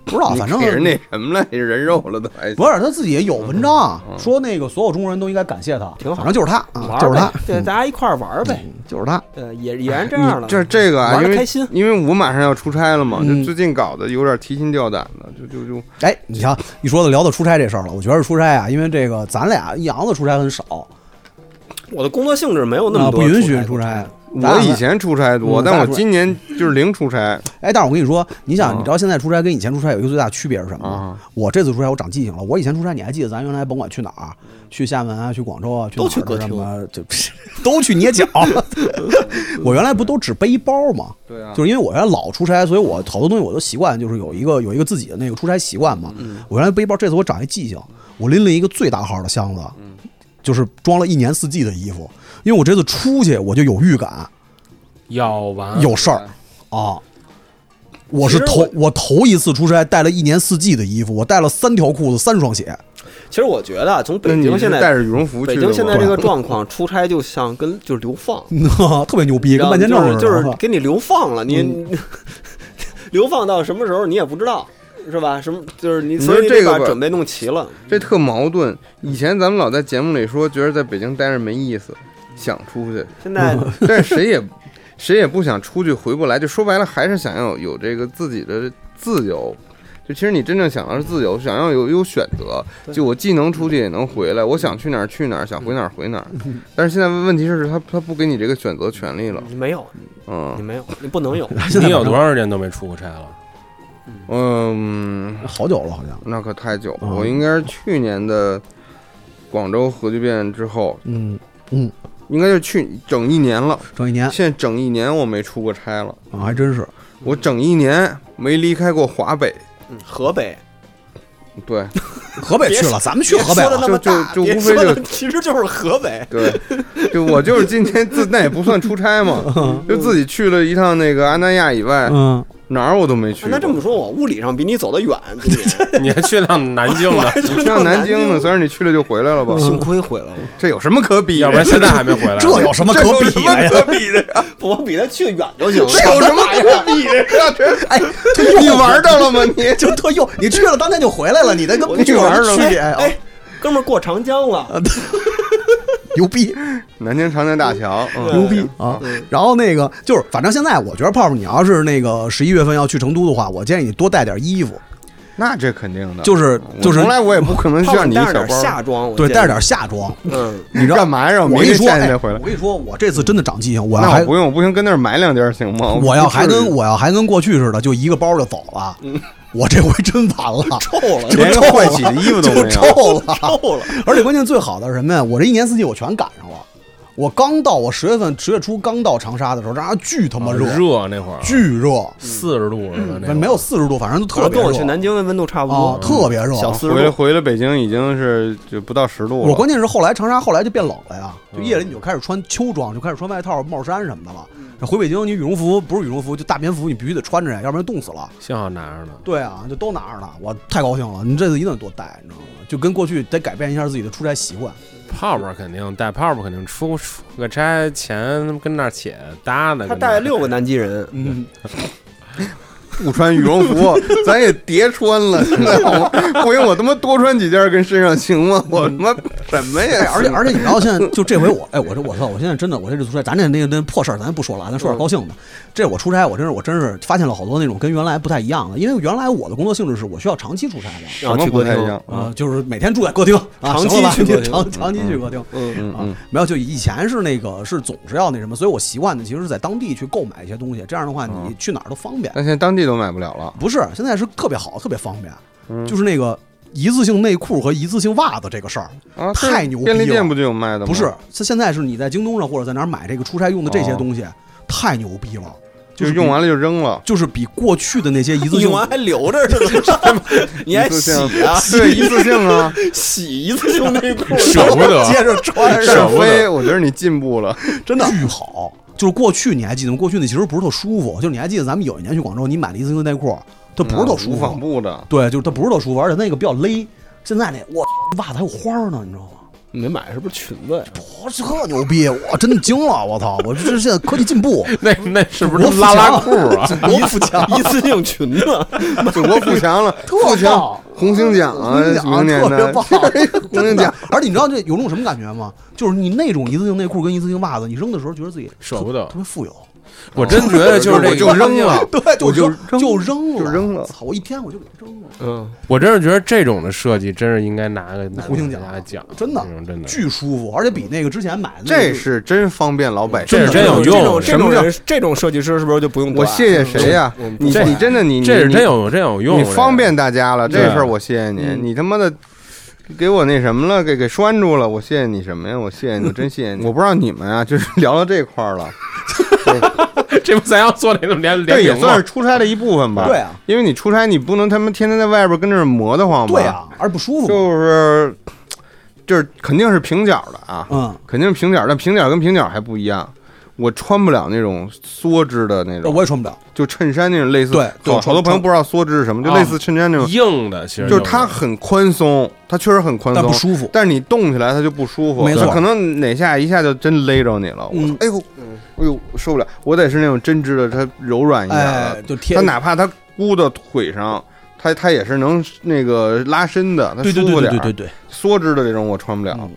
D: 不知道，
E: 你
D: 啊反正
E: 啊给人那什么了，给人肉了都还
D: 不是他自己也有文章啊说那个所有中国人都应该感谢他，
C: 挺好
D: 反正就是他啊，
C: 玩
D: 就是
C: 呗
D: 他，，嗯
C: 对，大家一块儿玩儿呗。
D: 就是他。
C: 呃，也也然这样嗯了，
E: 这这个啊，
C: 玩
E: 因
C: 得
E: 为
C: 开心
E: 因为我马上要出差了嘛，
D: 嗯
E: 就最近搞得有点提心吊胆的，就就就
D: 哎，你瞧，一说到聊到出差这事儿了，我觉得出差啊，因为这个咱俩杨子出差很少，
C: 我的工作性质没有那
D: 啊
C: 么多
D: 不
C: 出差，
D: 允许出差。咱
E: 我
D: 俩
E: 以前出差多，
D: 嗯
E: 但
D: 大
E: 我
D: 出差
E: 今年就是零出差
D: 哎，但是我跟你说，你想，
C: 嗯
E: 啊
D: 你知道现在出差跟以前出差有一个最大区别是什么吗？
C: 啊
D: 我这次出差我长记性了。我以前出差，你还记得咱原来甭管去哪儿，去厦门啊，去广州啊，去
C: 嗯
D: 哪
C: 都去
D: 儿
C: 歌
D: 什
C: 厅
D: 么，就都去捏脚。 我原来不都只背一包吗？
E: 对啊
D: 就是因为我原来老出差，所以我好多东西我都习惯，就是有一个有一个自己的那个出差习惯嘛。
C: 嗯
D: 我原来背包，这次我长一记性，我拎了一个最大号的箱子，
C: 嗯
D: 就是装了一年四季的衣服。因为我这次出去，我就有预感
F: 要完
D: 有事儿啊。我是
C: 其实
D: 头我头一次出差，带了一年四季的衣服，我带了三条裤子，三双鞋。
C: 其实我觉得啊，从
E: 那
C: 北
E: 你
C: 京
E: 是
C: 现
E: 带
C: 在
E: 着羽绒服去
C: 北
E: 的吗？
C: 京现在这个状况，出差就像跟就是流放，
D: 特别牛逼，跟办签证
C: 然后
D: 似的。嗯
C: 就是就是
D: 吧
C: 给你流放了，你、 流放到什么时候你也不知道，是吧？什么就是你，
E: 你
C: 所以
E: 说
C: 你得
E: 这个
C: 把
E: 吧
C: 准备弄齐了。
D: 嗯
E: 这特矛盾。以前咱们老在节目里说，觉得在北京待着没意思，想出去，
C: 现在
D: 嗯
E: 但是谁也谁也不想出去回不来，就说白了还是想要有这个自己的自由。就其实你真正想要是自由，想要有有选择，就我既能出去也能回来，我想去哪儿去哪儿，想回哪儿回哪儿。
D: 嗯
E: 但是现在问题是，他他不给你这个选择权利了，
C: 你没有，你
E: 嗯
C: 没有，你不能有。
F: 你有多长时间都没出过差了？
E: 嗯，
D: 好久了，好像。
E: 那可太久了，
D: 嗯
E: 我应该是去年的广州核聚变之后，
D: 嗯，啊
E: 应该就去整一年了，
D: 整一年
E: 现在整一年我没出过差了，
D: 啊，还真是。
E: 我整一年没离开过华北，
C: 嗯河北
E: 对。
D: 河哎北去了，咱们去河北
C: 别说的
D: 了。
C: 那么
E: 就
C: 大，
E: 就
C: 别
E: 无非
C: 说
E: 就
C: 的其实就是河北。
E: 对， 就我就是今天自那也不算出差嘛，就自己去了一趟那个安那亚以外，
D: 嗯，
E: 哪儿我都没去过。
C: 啊那这么说，我物理上比你走得远，比 你，
F: 你还去趟南京呢
E: 你
C: 上
E: 上南京呢，虽然你去了就回来了吧，嗯
C: 幸亏回来了，
E: 这有什么可比的？
F: 要不然现在还没回 来。
D: 这有什么可比
E: 这
D: 的
E: 有什么
D: 呀？
E: 可比的呀？
C: 我比他去远就 行
E: 这有
C: 了。
E: 什么
D: 哎
E: 可比的呀？这哎，
D: 这
E: 你玩到了吗？你
D: 就特幼，你去了当天就回来了，你那跟不
C: 哎
E: 我
D: 去
E: 去
D: 有
E: 玩儿
D: 什么
E: 了
D: 区别呀？
C: 哎，哥们儿过长江了，
D: 牛逼
E: 南京长江大桥，嗯
D: 牛逼啊！然后那个就是，反正现在我觉得泡泡，你要是那个十一月份要去成都的话，我建议你多带点衣服，
E: 那这肯定的，嗯
D: 就是
E: 我
D: 就是
E: 从来我也不可能
C: 泡泡
E: 像你一
C: 带着点
E: 小包，
C: 夏装，我
D: 对，
C: 建议
D: 带着点夏装。
C: 嗯，
D: 你知道
E: 干嘛呀？
D: 我跟
E: 明
D: 你
E: 天
D: 说，
E: 夏天
D: 哎
E: 再回来
D: 我。跟你说，我这次真的长记性，我要
E: 那
D: 还
E: 我不用，我不行，跟那儿买两件行吗？
D: 我要还
E: 不至于嗯
D: 跟我要还跟过去似的，就一个包就走了，我这回真完 了，
C: 臭了，
E: 连
D: 就
E: 个
D: 臭
E: 换
D: 了
E: 洗的衣服都没
D: 就
E: 有
D: 臭了。
C: 臭了，
D: 而且关键最好的是什么呀？我这一年四季我全赶上了。我刚到，我十月份十月初刚到长沙的时候，长沙巨
E: 啊
D: 他妈热，
F: 热那会儿，
D: 巨热，
F: 四十度
E: 嗯
F: 是吧？那会儿
D: 没有四十度，反正就特别
C: 跟
D: 热。
C: 我去南京的温度差不
D: 啊
C: 多，，嗯
D: 特别热。
C: 小四十
E: 回来
C: 度，
E: 回来北京已经是就不到十度了。
D: 我关键是后来长沙后来就变冷了呀，就夜里你就开始穿秋装，就开始穿外套、帽衫什么的了。回北京你羽绒服不是羽绒服就大棉服，你必须得穿着呀，要不然冻死了。
F: 幸好拿着呢。
D: 对啊，就都拿着呢，我太高兴了。你这次一定得多带，你知道吗？就跟过去得改变一下自己的出差习惯。
F: 泡泡肯定带泡泡肯定出出个差钱跟那儿且搭的，
C: 他
F: 跟那
C: 带
F: 儿
C: 六个南极人，
D: 嗯，
E: 不穿羽绒服， 咱也叠穿了，知道吗？不行，我他妈多穿几件跟身上行吗？我他妈什么呀？
D: 而且而且你知道现在就这回我哎，我这我操，我现在真的我这次出差，咱这那个那破事儿咱不说了，啊咱说点高兴的。这我出差，我真是我真是发现了好多那种跟原来不太一样的，因为原来我的工作性质是我需要长期出差的。
E: 什
C: 然
E: 么
C: 后去
E: 不
C: 歌
E: 太
C: 厅
E: 一，样？
D: 啊，就是每天住在歌厅，啊
C: 长期
D: 行了吧
C: 去歌厅
D: 长长期去歌厅，
C: 嗯，
D: 啊，没有，就以前是那个是总是要那什么，所以我习惯的其实是在当地去购买一些东西，这样的话你去哪儿都方便。
E: 但现在当地都买不了了。
D: 不是，现在是特别好，特别方便，就是那个一次性内裤和一次性袜子这个事儿，
E: 啊，
D: 太牛逼了
E: 便利店不就有卖的吗？
D: 不是，它现在是你在京东上或者在哪儿买这个出差用的这些
E: 哦
D: 东西，太牛逼了，
E: 就是是
D: 比
E: 用。完了就扔了。
D: 就是比过去的那些一次性
C: 用完还留着是吧？ 你还
E: 一次
C: 洗
E: 性
C: 啊？
E: 对，一次性 啊，
C: 洗一次性内裤，
F: 舍不 得
D: 接着穿
E: 是
D: 上，
E: 非，我觉得你进步了。
D: 真的巨好。就是过去你还记得吗？过去那其实不是特舒服，就是你还记得咱们有一年去广州，你买了一次性内裤，它不是特舒
E: 无纺
D: 服，
E: 布的，
D: 对，就是它不是特舒服，而且那个比较勒。现在那我袜子还有花儿呢，你知道吗？
C: 你没买是不是裙子呀？
D: 我特牛逼，我真的惊了，我操！我这是现在科技进 步，
F: 那那是不
D: 我
F: 是
D: 腹
F: 拉拉
D: 腔
F: 裤啊？
D: 我腹腔，
C: 一次性裙子，
E: 祖国富强了，富强
D: 棒，
E: 红星奖啊，明年
D: 特别
E: 的
D: 棒，
E: 红
D: 真的
E: 星奖。。
D: 而且你知道这有种什么感觉吗？就是你那种一次性内裤跟一次性袜子，你扔的时候觉得自己
F: 舍不得
D: 特别富有。
F: 我真觉得就是这
E: 我
F: 个
E: 就扔了，
D: 对，
E: 我就
D: 扔就扔了，
E: 就扔了
D: 操！我一天我就给扔了，
C: 嗯，
F: 我真是觉得这种的设计真是应该拿个拿
D: 红星
F: 奖
D: 奖
F: 奖，
D: 真的
F: 这种真的
D: 巨舒服，而且比那个之前买的那个
E: 嗯这是真方便老百姓
F: 这。是 真有用，
C: 这种这
F: 什么
C: 种
F: 叫
C: 人，这种设计师是不是就不用？
E: 我谢谢谁？呀
C: 嗯我们？不
E: 你
C: 管
E: 你真的你
F: 这是
E: 你
F: 真有真有用，
E: 你
F: 这个
E: 方便大家了，这
F: 对
E: 事儿我谢谢你。你他妈的给我那什么了，给给拴住了，我谢谢你什么呀？我谢谢你，我真谢谢你。 我不知道你们啊，就是聊到这块儿 了，
F: 这不咱要做那种连
E: 这
F: 连
E: 也
F: 屏
E: 算
F: 吗
E: 是出差的一部分吧？
D: 对啊，
E: 因为你出差，你不能他妈天天在外边跟这儿磨得慌吧？
D: 对，啊，而不舒服嘛。
E: 就是就是肯定是平角的啊，
D: 嗯，
E: 肯定是平角，但平角跟平角还不一样。我穿不了那种梭织的那种，
D: 我也穿不了，
E: 就衬衫那种类似，
D: 对对
E: 好好
D: 穿啊
E: 多朋友不知道梭织是什么，就类似衬衫那种，
F: 硬的，其实
E: 就是它很宽松，它确实很宽
D: 但不
E: 松，
D: 舒服。
E: 但是你动起来它就不舒服，
D: 没错
E: 它可能哪下一下就真勒着你了，我
D: 嗯
E: 哎呦，哎呦受不了，我得是那种针织的，它柔软一点
D: 哎
E: 的，，
D: 就贴
E: 它哪怕它箍到腿上，它它也是能那个拉伸的，它
D: 对对
E: 舒
D: 对
E: 服
D: 对
E: 点
D: 对
E: 儿
D: 对。对，
E: 梭织的这种我穿不了，
D: 嗯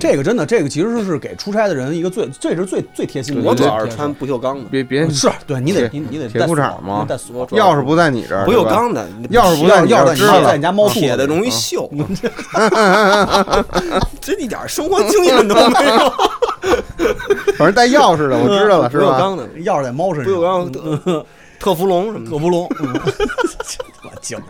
D: 这个真的，这个其实是给出差的人一个最，这是最最贴心的。
C: 我主要是穿不锈钢的，
E: 别别，
D: 是对你得
E: 铁
D: 你你得
E: 铁
D: 带
E: 裤
D: 锁
E: 衩吗
D: 你得带锁
C: 要
E: 钥匙不在你这儿，
C: 不锈
E: 对吧，
C: 钢的，你
E: 钥匙不在你这
D: 要
E: 儿，
D: 要
E: 知
D: 在
E: 道
D: 你在你
E: 了。
D: 家猫肚
C: 铁的
D: 子里
C: 容易锈，啊这一点生活经验都没有。
E: 反正带钥匙的我知道了，是
C: 不锈
E: 吧？
C: 钢的，
D: 钥匙在猫身
C: 不锈
D: 上，
C: 钢特特氟龙什么
D: 葛不隆， 嗯我惊了，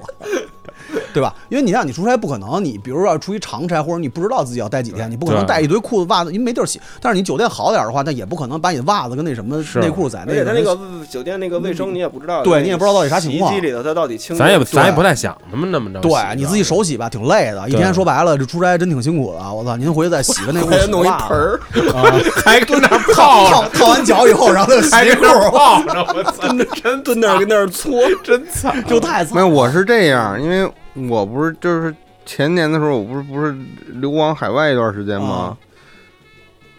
D: 对吧？因为你让你出差不可能，你比如说要出一长差，或者你不知道自己要待几天，你不可能
F: 对
D: 带一堆裤子袜子，因为没地儿洗。但是你酒店好点儿的话，那也不可能把你的袜子跟那什么
F: 是
D: 内裤在
C: 而且
D: 个
C: 他那个酒店那个卫生你也不知道，
D: 对你也不知道到底啥情况
C: 洗衣机里头它到底清洁，
F: 咱也不咱也
C: 对
F: 不太想那么那么着洗吧，
D: 对，你自己手洗吧，挺累的。一天说白了，这出差真挺辛苦的。啊我操，您回去再洗个内裤，
C: 还
D: 洗
C: 得
D: 个
C: 弄一
D: 袜子啊
C: 盆儿，
F: 还跟那儿
D: 套
F: 泡
D: 套
F: 着，
D: 套完脚以后，然后再
F: 还
D: 洗
F: 跟
D: 裤
F: 那
D: 儿，
F: 儿泡着，我操！
C: 真蹲那儿跟那儿搓，真惨。
D: 就太惨
E: 没有，我是这样，因为我不是就是前年的时候，我不是不是流亡海外一段时间吗？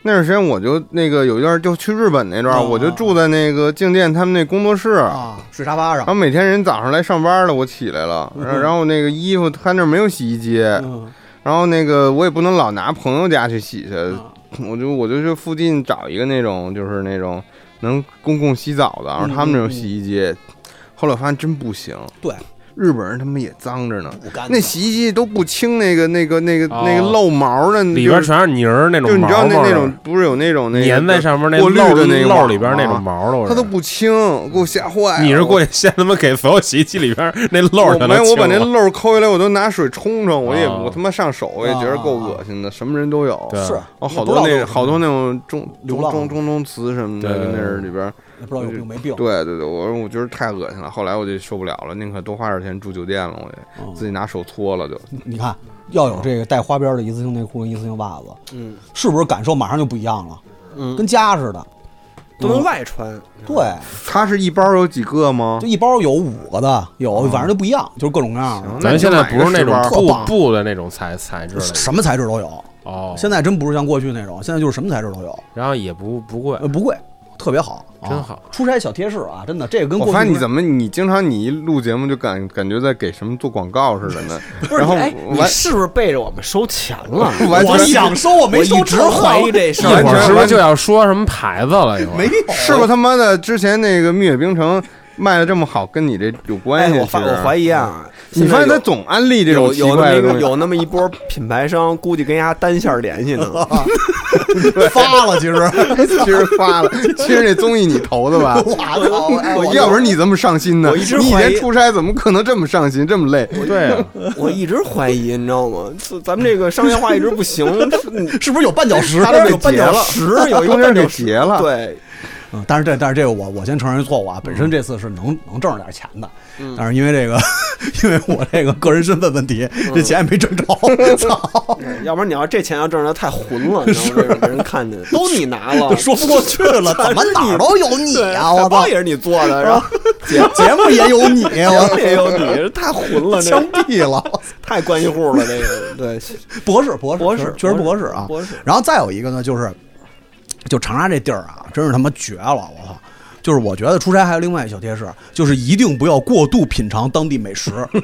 E: 那段时间我就那个有一段就去日本那段，
D: 啊
E: 我就住在那个静电他们那工作室，
D: 啊！睡沙发
E: 然
D: 上
E: 后，每天人早上来上班了，我起来了，然后
D: 嗯
E: 然后那个衣服他那儿没有洗衣机，
D: 嗯
E: 然后那个我也不能老拿朋友家去洗去，我就我就去附近找一个那种就是那种能公共洗澡的，然后他们那种洗衣机。后来我发现真不行，
D: 对，啊
E: 日本人他们也脏着呢，
D: 不干
E: 那洗衣机都不清那个那个那个那个
F: 哦
E: 漏毛的，
F: 里边全是泥儿那
E: 就
F: 种
E: 是就你
F: 毛
E: 知道那
F: 毛的
E: 那种不是有那种那个
F: 粘在上面那
E: 过滤
F: 漏
E: 的那个
F: 漏
E: 网
F: 里边那
E: 啊
F: 种毛的，我
E: 它
F: 说
E: 都不清，给我吓坏了。
F: 你是过去先他妈给所有洗衣机里边那漏
E: 我
F: 全
E: 没
F: 都
E: 有，我把
F: 清
E: 那
F: 了
E: 漏抠下来，我都拿水冲冲，我也
F: 啊
E: 我他妈上手，我也觉得够恶心的，什么人都有。
F: 对
D: 是
E: 哦，
D: 不知
E: 好多
D: 道
E: 那
D: 有
E: 好多那种中
D: 流
E: 中
D: 浪
E: 中中中词什么的，
F: 对
E: 跟那儿里边，
D: 也不知道有病没病，
E: 对对对，我说我觉得太恶心了，后来我就受不了了，宁可多花点钱住酒店了，我
D: 哦
E: 也自己拿手搓了就。
D: 你看要有这个带花边的一次性内裤、一次性袜子，
C: 嗯
D: 是不是感受马上就不一样了？
C: 嗯，
D: 跟家似的。嗯
C: 都能外穿，
D: 对，
E: 它是一包有几个吗
D: 就？一包有五个的，
C: 嗯
D: 有反正就不一样，就是各种各样的，
E: 行
F: 咱现在不是那种
E: 那你就买个
D: 十包
F: 布布的那种材材质的
D: 什么材质都有。
F: 哦，
D: 现在真不是像过去那种，现在就是什么材质都有，
F: 然后也不不贵
D: 呃，，不贵，特别好，啊
F: 真好
D: 出差小贴士啊，真的，这个跟
E: 我
D: 过
E: 发
D: 去
E: 现你怎么，你经常你一录节目就感感觉在给什么做广告似的呢？
C: 不是？
E: 然后
C: 哎，你
E: 完
C: 是不是背着我们收钱 了？
E: 完
D: 我
E: 全
D: 想收，我
C: 我
D: 没收
C: 一直
D: 成啊
C: 怀疑 这事
F: 一
C: 儿
E: 完
F: 会儿
E: 全
F: 是不是就要说什么牌子了？一会儿
D: 没
E: 是不是他妈的之前那个蜜雪冰城卖的这么好，跟你这有关系？
C: 哎，我发我怀
E: 疑，
C: 疑啊，
E: 你发现他总安利这种
C: 有
E: 奇
C: 有那
E: 怪
C: 么
E: 的
C: 一
E: 东
C: 个
E: 西，
C: 有那么一波品牌商，估计跟人家单线联系呢。
D: 发了，其实，
E: 其实发了，其实这综艺你投的吧？
D: 我操，哎
E: 我要不然你这么上心呢？
C: 我一直
E: 你以
C: 怀
E: 前
C: 疑
E: 出差怎么可能这么上心，这么累？
F: 对啊，
C: 我一直怀疑，你知道吗？这咱们这个商业化一直不行，是嗯 你
D: 是不是有绊脚石
C: 他？
E: 都
C: 这
E: 给
C: 有绊
E: 截
C: 脚
E: 了
C: 石，有一个
E: 中间
C: 绊脚
E: 给
C: 石
E: 截了
C: 对，
D: 嗯，但是这但是这个我我先承认错
C: 嗯
D: 误啊，本身这次是能能挣着点钱的，但是因为这个 因为我这个个人身份问题，
C: 嗯
D: 这钱也没挣 着，操，
C: 要不然你要这钱要挣着太混了，你知 道吗？被人看见都你拿了，
D: 说不过去 了，怎么哪儿都有你啊！我
C: 海
D: 操
C: 报，也是你做的， 然后
D: 节 节目也有你，
C: 奖也
D: 我
C: 有你，这太混了，
D: 枪
C: 这
D: 毙了，
C: 太关系户了，这个 对，
D: 博士博士
C: 博
D: 士
C: 士，
D: 确实博士啊，
C: 博士
D: 然后再有一个呢，就是就长沙这地儿啊，真是他妈绝了！我操！就是我觉得出差还有另外一小贴士，就是一定不要过度品尝当地美食，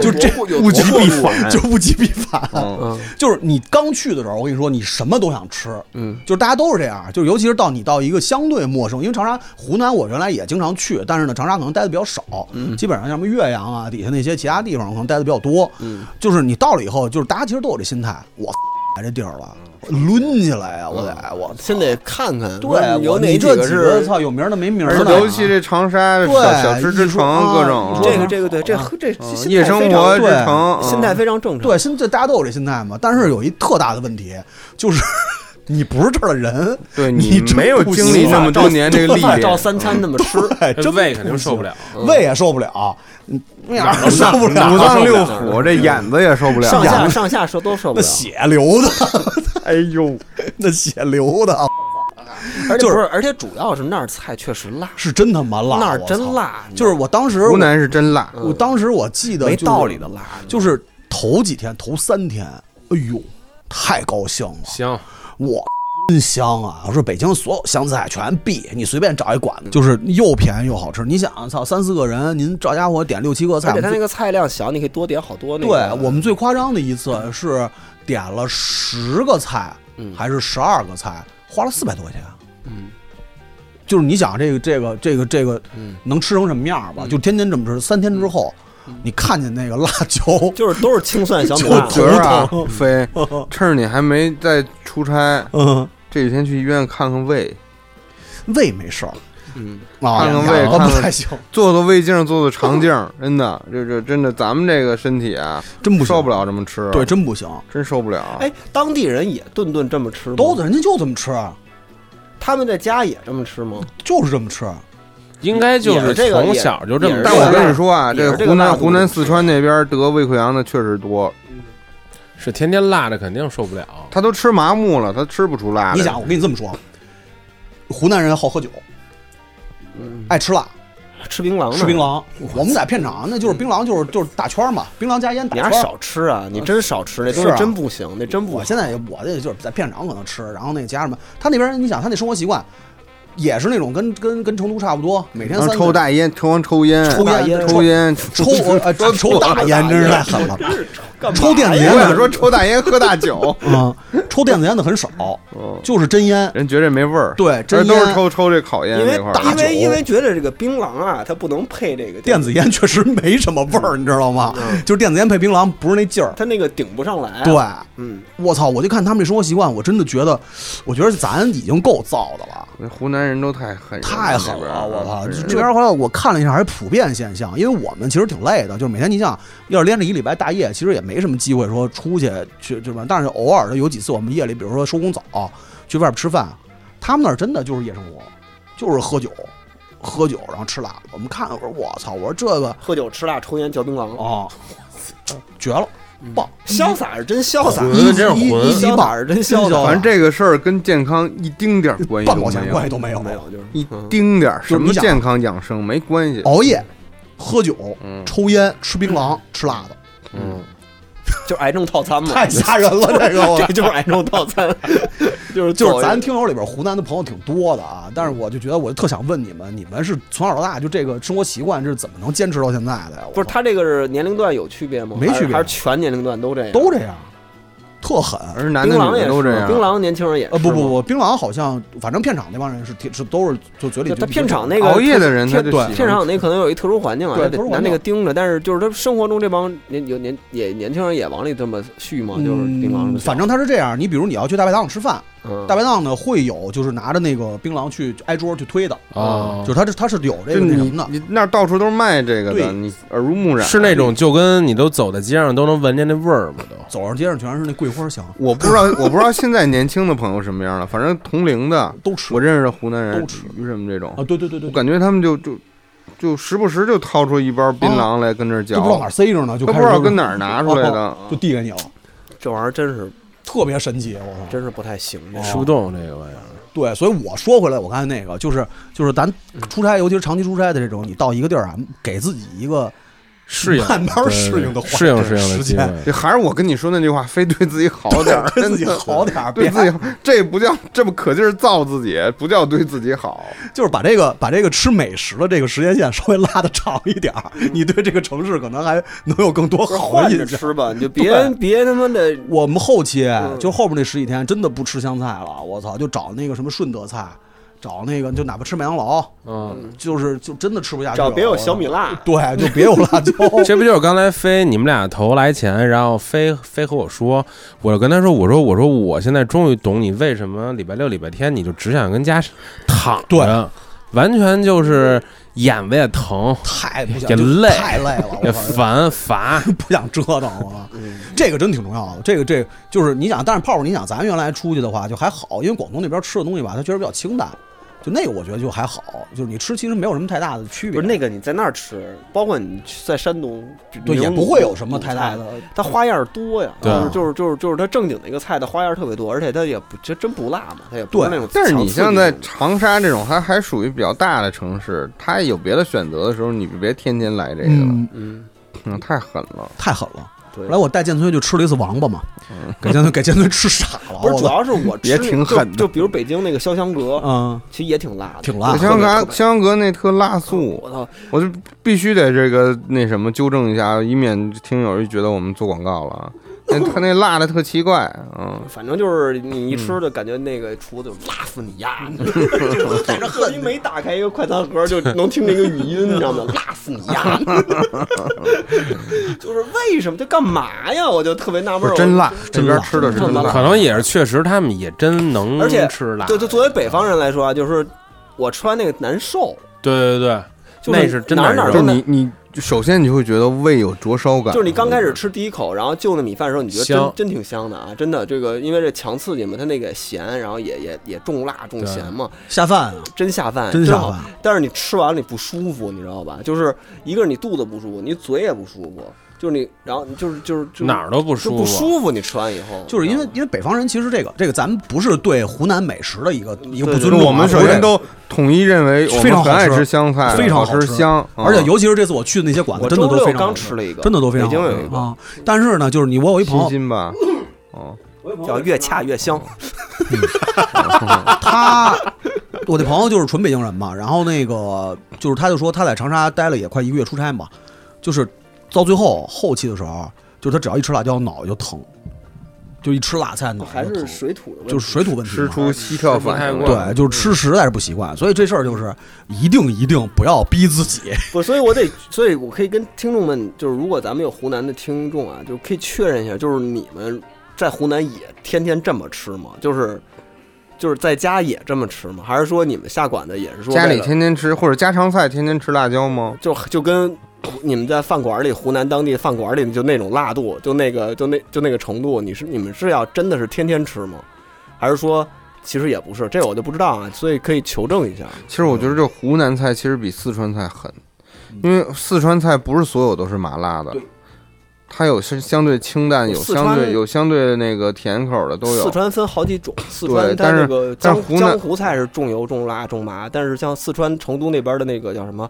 D: 就这
C: 物极必反
D: 就物极必反。
E: 嗯，
D: 就是你刚去的时候，我跟你说，你什么都想吃，
C: 嗯，
D: 就是大家都是这样，就是尤其是到你到一个相对陌生，因为长沙、湖南我原来也经常去，但是呢，长沙可能待的比较少，
C: 嗯
D: 基本上像什么岳阳啊底下那些其他地方可能待的比较多，嗯，就是你到了以后，就是大家其实都有这心态，我 来这地儿了，抡起来啊，我得我操
C: 先得看看，
D: 对，
C: 嗯有
D: 我
C: 哪
D: 你
C: 几
D: 这
C: 个
D: 几
C: 是
D: 操有名儿的啊没名
E: 而
D: 儿
E: 且
D: 的，
E: 尤其这长沙
D: 对
E: 小小吃之城
D: 啊
E: 各种
C: 这
D: 啊
C: 个这个对这这
E: 嗯
C: 心态
E: 夜生
C: 非常
E: 活之
D: 对
E: 城，
C: 心态非常正常，
D: 啊对，现在大家都有这心态嘛，但是有一特大的问题就是 你不是这儿的人，
E: 对
D: 你真
E: 没有
D: 不
E: 经
D: 行
E: 历
D: 啊
E: 那么多年这个历
C: 无法照
E: 练，
C: 三餐那么吃，
D: 哎，
F: 这
D: 真
F: 胃肯定受不了。
D: 行，胃也受不了，嗯哪儿都受不了，
E: 五脏六腑这眼子也受不
C: 上
E: 了。
C: 下上下说都受不
D: 那
C: 了，
D: 血流的，
E: 哎呦，
D: 那血流的啊，
C: 而且
D: 就是
C: 不是，而且主要是那儿菜确实辣，
D: 是真他妈辣，
C: 那儿
D: 我
C: 真
D: 操，
C: 辣，你知
D: 就
C: 道
D: 是
C: 吗
D: 我当时
E: 湖南是真辣，
D: 我当时我记得
C: 没
D: 就是
C: 道理的，辣，
D: 就是头几天头三天，哎呦，太高兴了，
F: 行，
D: 我真香啊！我说北京所有湘菜全必，你随便找一馆子，就是又便宜又好吃。你想，操，三四个人，您这家伙点六七个菜，
C: 而且它
D: 我们
C: 那个菜量小，你可以多点好多那
D: 最
C: 个。
D: 对我们最夸张的一次是点了十个菜，还是十二个菜，花了四百多块钱。啊
C: 嗯，
D: 就是你想这个这个这个这个
C: 嗯，
D: 能吃成什么样吧？就天天这么吃，三天之后，你看见那个辣椒，
C: 就是都是清蒜 小米
D: 就
E: 我
C: 辣
D: 头，
E: 觉着啊
D: 疼，
E: 飞，趁着你还没在出差，
D: 嗯，
E: 这几天去医院看看胃，
D: 胃没事儿
C: 嗯，
D: 啊，
E: 看看
D: 牙
E: 胃
D: 膏
E: 看
D: 不
E: 看
D: 太行，
E: 做做胃镜，做做肠镜，真的，这这真的，咱们这个身体啊，
D: 真不行
E: 受不，了这么吃，啊
D: 对，真不行，
E: 真受不了。
C: 哎，当地人也顿顿这么吃吗？
D: 都人家就这么吃，啊
C: 他们在家也这么吃吗？
D: 就是这么吃。啊
F: 应该就
C: 也是这个
F: 从
C: 也
F: 小就这
C: 也
F: 么
C: 是
E: 但
C: 这
E: 我
C: 个
E: 跟你说啊，
C: 也是
E: 这
C: 这个
E: 湖
C: 辣
E: 南
C: 度
E: 湖南四川那边得胃溃疡的确实多，
F: 是天天辣的肯定受不了。
E: 他都吃麻木了，他吃不出辣来。
D: 你想，我跟你这么说，湖南人好喝酒，
C: 嗯，
D: 爱吃辣，
C: 吃槟榔呢？
D: 吃槟。榔。我们在片场，那就是槟榔，就是就是大圈儿嘛，槟榔加烟
C: 你
D: 打
C: 还
D: 圈
C: 是
D: 儿。
C: 少吃啊！你真少吃，那东
D: 是啊
C: 西真不行，那真不
D: 我
C: 行。
D: 现在也我这就是在片场可能吃，然后那加什么，他那边你想他那生活习惯，也是那种跟跟跟成都差不多，每天
E: 然
D: 三
E: 后抽大烟，抽完抽烟，
D: 抽烟呃
E: 抽烟，
D: 抽呃抽大烟，真是太狠了。
C: 干嘛
D: 抽电子
E: 我
D: 烟
E: 想
D: 的
E: 说抽大烟喝大酒，
D: 啊，抽电子烟的很少，
E: 嗯，
D: 就是真烟。
E: 人觉着没味儿，
D: 对，
E: 而
D: 真
E: 都是
D: 烟。
E: 抽抽这烤烟
C: 因为
E: 这块儿
C: 因
E: 的。
C: 为因为觉得这个槟榔啊，它不能配这个
D: 电子，烟确实没什么味儿，你知道吗？就是电子烟配槟榔不是那劲儿。
C: 它那个顶不上来。
D: 对，，
C: 嗯，
D: 我操！我就看他们这生活习惯，我真的觉得，我觉得咱已经够燥的了。
E: 那湖南人都太狠，
D: 太狠
E: 那边
D: 了，
E: 儿
D: 我操！
E: 是
D: 这边后来我看了一下，还是普遍现象，因为我们其实挺累的，就是每天你想要是连着一礼拜大夜，其实也没什么机会说出去去对吧？但是偶尔的有几次我们夜里，比如说收工早去外边吃饭，他们那儿真的就是夜生活，就是喝酒，喝酒然后吃辣。我们看，我说我操，我说这个
C: 喝酒吃辣抽烟嚼槟榔，哦
D: 啊，绝了，棒！
C: 潇洒是真潇洒，
F: 嗯这样
D: 嗯一
F: 混
D: 一一
C: 潇洒
D: 把
C: 是真潇洒，
E: 反正这个事儿跟健康一丁点儿关系
D: 半
E: 都
D: 毛
E: 没
D: 钱
E: 有，
D: 关系都没有，
C: 没有就是
E: 一丁点儿
D: 就是
E: 什
D: 你
E: 么
D: 想
E: 健康养生没关系。
D: 熬夜、喝酒、
E: 嗯
D: 抽烟、吃槟榔、吃辣的。
E: 嗯，
C: 就是癌症套餐嘛，
D: 太吓人了， 这个我
C: 这就是癌症套餐， 就是
D: 就
C: 走
D: 是咱听友里边湖南的朋友挺多的啊，但是我就觉得我特想问你们，你们是从小到大就这个生活习惯，这是怎么能坚持到现在的呀？我
C: 不是
D: 操
C: 他这个是年龄段有区别吗？
D: 没区别
C: 还是还是全年龄段都这样？
D: 都这样，特狠。
E: 而是男
C: 槟
E: 的
C: 榔
E: 女
C: 也
E: 的
C: 是
E: 都这样。
C: 槟榔年轻人也
D: 呃，不不
C: 不，
D: 不，槟榔好像，反正片场那帮人是挺是都是就嘴里
C: 就
D: 就
C: 他片场那个
E: 熬夜的人他就
C: 片
E: 喜欢
C: 片场那可能有一特殊环境啊，
D: 对
C: 他得
D: 特殊
C: 拿
D: 环
C: 那
D: 境
C: 个盯着，但是就是他生活中这帮年有年也年轻人也往里这么续嘛，就是槟榔什么
D: 嗯，
C: 的，
D: 反正他是这样，你比如你要去大排档吃饭，
C: 嗯
D: 大排档呢会有就是拿着那个槟榔去挨桌去推的，
F: 啊
D: 就是他这他是有这
E: 哦
D: 个
E: 就
D: 那
E: 你
D: 什么的，
E: 你那儿到处都是卖这个
D: 对
E: 的，你耳濡目染哦
F: 是那种就跟你都走在街上都能闻见那味儿吗？都
D: 走上街上全是那桂花香，
E: 我不知道，我不知道现在年轻的朋友什么样了。反正同龄的，
D: 都吃
E: 我认识的湖南人
D: 都吃
E: 鱼什么这种
D: 啊，，对对对对
E: 我，感觉他们就就就时不时就掏出一包槟榔来跟这儿嚼
D: 都，不知道哪儿塞着啊呢，就
E: 都
D: 开
E: 不
D: 始
E: 知道
D: 就是
E: 跟哪儿拿出来的啊
D: 哦。就递给你了，
C: 这玩意儿真是
D: 特别神奇，我操！
C: 真是不太行，这
F: 吃不动这个玩意儿。
D: 对，所以我说回来，我刚才那个就是就是咱出差，尤其是长期出差的这种，你到一个地儿啊，给自己一个
F: 适应，
D: 慢慢
F: 对
D: 适应的环
F: 适应适应的
D: 时
F: 机
D: 间
F: 会。
E: 这还是我跟你说那句话，非对自己好点儿，
D: 对自己好点儿，
E: 对
D: 别
E: 自己好，这不叫这不可劲儿造自己，不叫对自己好。
D: 就是把这个把这个吃美食的这个时间线 稍微拉的长一点儿，你对这个城市可能还能有更多好
C: 换
D: 的
C: 着
D: 印象。
C: 吃吧，你就别
D: 对
C: 别他妈的
D: 我们后期
C: 嗯
D: 就后边那十几天真的不吃香菜了，我操，就找那个什么顺德菜，找那个就哪怕吃麦当劳，
F: 嗯，
D: 就是就真的吃不下去
C: 找
D: 了。
C: 别有
D: 我操
C: 小米辣，
D: 对， 就别有辣椒。
C: 哦
F: 这不就是刚才飞你们俩头来前，然后飞飞和我说，我就跟他说，我说我说我现在终于懂你为什么礼拜六礼拜天你就只想跟家躺着，完全就是眼子也疼
D: 太不想
F: 也
D: 就
F: 累
D: 太累了，
F: 也
D: 我操
F: 烦乏，
D: 不想折腾了。这个真挺重要的，这个这个就是你想，但是泡泡，你想咱原来出去的话就还好，因为广东那边吃的东西吧，它确实比较清淡，就那个我觉得就还好，就是你吃其实没有什么太大的区
C: 不
D: 别，
C: 是那个你在那儿吃，包括你去在山东，比
D: 对
C: 比
D: 也
C: 如
D: 不会有什么
C: 鲁
D: 太大
C: 菜
D: 的。
C: 它花样儿多呀，
F: 对
E: 啊
C: 就是就是就是就是它正经的一个菜，它花样儿特别多，而且它也不这真不辣嘛，它也不是
D: 对
C: 那种强
E: 但
C: 刺激
E: 是
C: 的那种。
E: 你像在长沙这种，还还属于比较大的城市，它有别的选择的时候，你别天天来这个了，
D: 嗯，
C: 嗯，
E: 嗯，太狠了。
D: 太狠了。
C: 对嗯
D: 后来我带建崔去吃了一次王八嘛，给建崔 给建崔吃傻 了，
C: 不是
D: 我
C: 主
D: 操
C: 要是我吃
E: 也挺狠的
C: 就就比如北京那个潇湘阁，
D: 嗯，
C: 其实也挺辣的，
D: 挺辣
E: 我
D: 的
E: 香
C: 啊特
E: 港
C: 别
E: 香格那特辣素，
C: 我操，
E: 我就必须得这个那什么纠正一下，以免听友就觉得我们做广告了啊。那他那辣的特奇怪，嗯，
C: 反正就是你一吃就感觉那个厨子就辣死你 呀，就是在这恨，你每打开一个快餐盒就能听那个语音，你知道吗？辣死你 呀！就是为什么？这干嘛呀？我就特别纳闷
E: 不
C: 儿，
E: 是
C: 我
E: 真辣，这
D: 真
E: 边
D: 辣
E: 吃的是真
C: 真辣
E: 辣，
F: 可能也是确实他们也真能
C: 而且
E: 嗯
F: 吃辣，
C: 对，就作为北方人来说啊，就是我吃完那个难受，
F: 对对对，
C: 就
F: 那是真
C: 哪儿哪
F: 难
C: 儿
F: 受
E: 就
C: 都
E: 是
C: 难
E: 你你就首先你就会觉得胃有灼烧感，
C: 就是你刚开始吃第一口，然后就那米饭的时候，你觉得
F: 香
C: 真真挺香的啊！真的，这个因为这强刺激嘛，它那个咸，然后也也也重辣重咸嘛，
D: 下饭啊，
C: 真下饭，
D: 真
C: 真
D: 下
C: 好
D: 饭。
C: 但是你吃完了你不舒服，你知道吧？就是一个是你肚子不舒服，你嘴也不舒服，就是你，然后你就是就是就是
F: 哪儿都不
C: 就
F: 舒
C: 不
F: 服。啊
C: 舒服。你吃完以后，
D: 就是因为
C: 你知
D: 因为北方人其实这个这个咱们不是对湖南美食的一个一个不
C: 对
E: 就
D: 尊
E: 是
D: 重啊，
E: 我们
D: 不是
E: 首
D: 这
E: 先
D: 个
E: 都统一认为我
D: 非
E: 们
D: 常
E: 很
D: 好
E: 爱
D: 吃
E: 吃香
C: 哎
E: 菜，
D: 非常
E: 好
D: 好吃
E: 香，嗯
D: 而且尤其是这次我去那些馆
C: 道
D: 子，
C: 吗
D: 真的
C: 我
D: 都
C: 周
D: 非
C: 六
D: 常好
C: 刚
D: 吃
C: 吃了一个，
D: 真的都非常
C: 北京
D: 好
C: 有一
D: 吃
C: 个
D: 啊。但是呢，就是你我有一朋
E: 清
D: 友，
E: 新吧，
C: 嗯
E: 哦，
C: 叫越恰越香，
D: 他我那朋友就是纯北京人嘛，然后那个就是他就说他在长沙待了也快一个月出差嘛，就是到最后后期的时候，就是他只要一吃辣椒，脑就疼，就一吃辣菜脑
C: 还
D: 就疼
C: 是，水土的问题，
D: 嗯就是水土问题嘛。
E: 吃出膝跳反
F: 吃
E: 应
F: 不太
E: 了
D: 对，
F: 惯。
D: 就是吃实在是不习惯，所以这事儿就是一定一定不要逼自己。
C: 不，所以我得，所以我可以跟听众们，就是如果咱们有湖南的听众啊，就可以确认一下，就是你们在湖南也天天这么吃吗？就是就是在家也这么吃吗？还是说你们下馆子也是说
E: 家里
C: 为了
E: 天天吃或者家常菜天天吃辣椒吗？
C: 就就跟你们在饭馆里湖南当地饭馆里就那种辣度，就那个就那就那个程度，你是你们是要真的是天天吃吗？还是说其实也不是？这我就不知道啊，所以可以求证一下。
E: 其实我觉得这湖南菜其实比四川菜狠，
C: 嗯
E: 因为四川菜不是所有都是麻辣的，它有是相对清淡，有
C: 四川
E: 相对有相对那个甜口的都
C: 四
E: 有。
C: 川分好几种，四川它
E: 但是
C: 那个江
E: 但是湖南
C: 江湖菜是重油、重辣、重麻，但是像四川成都那边的那个叫什么，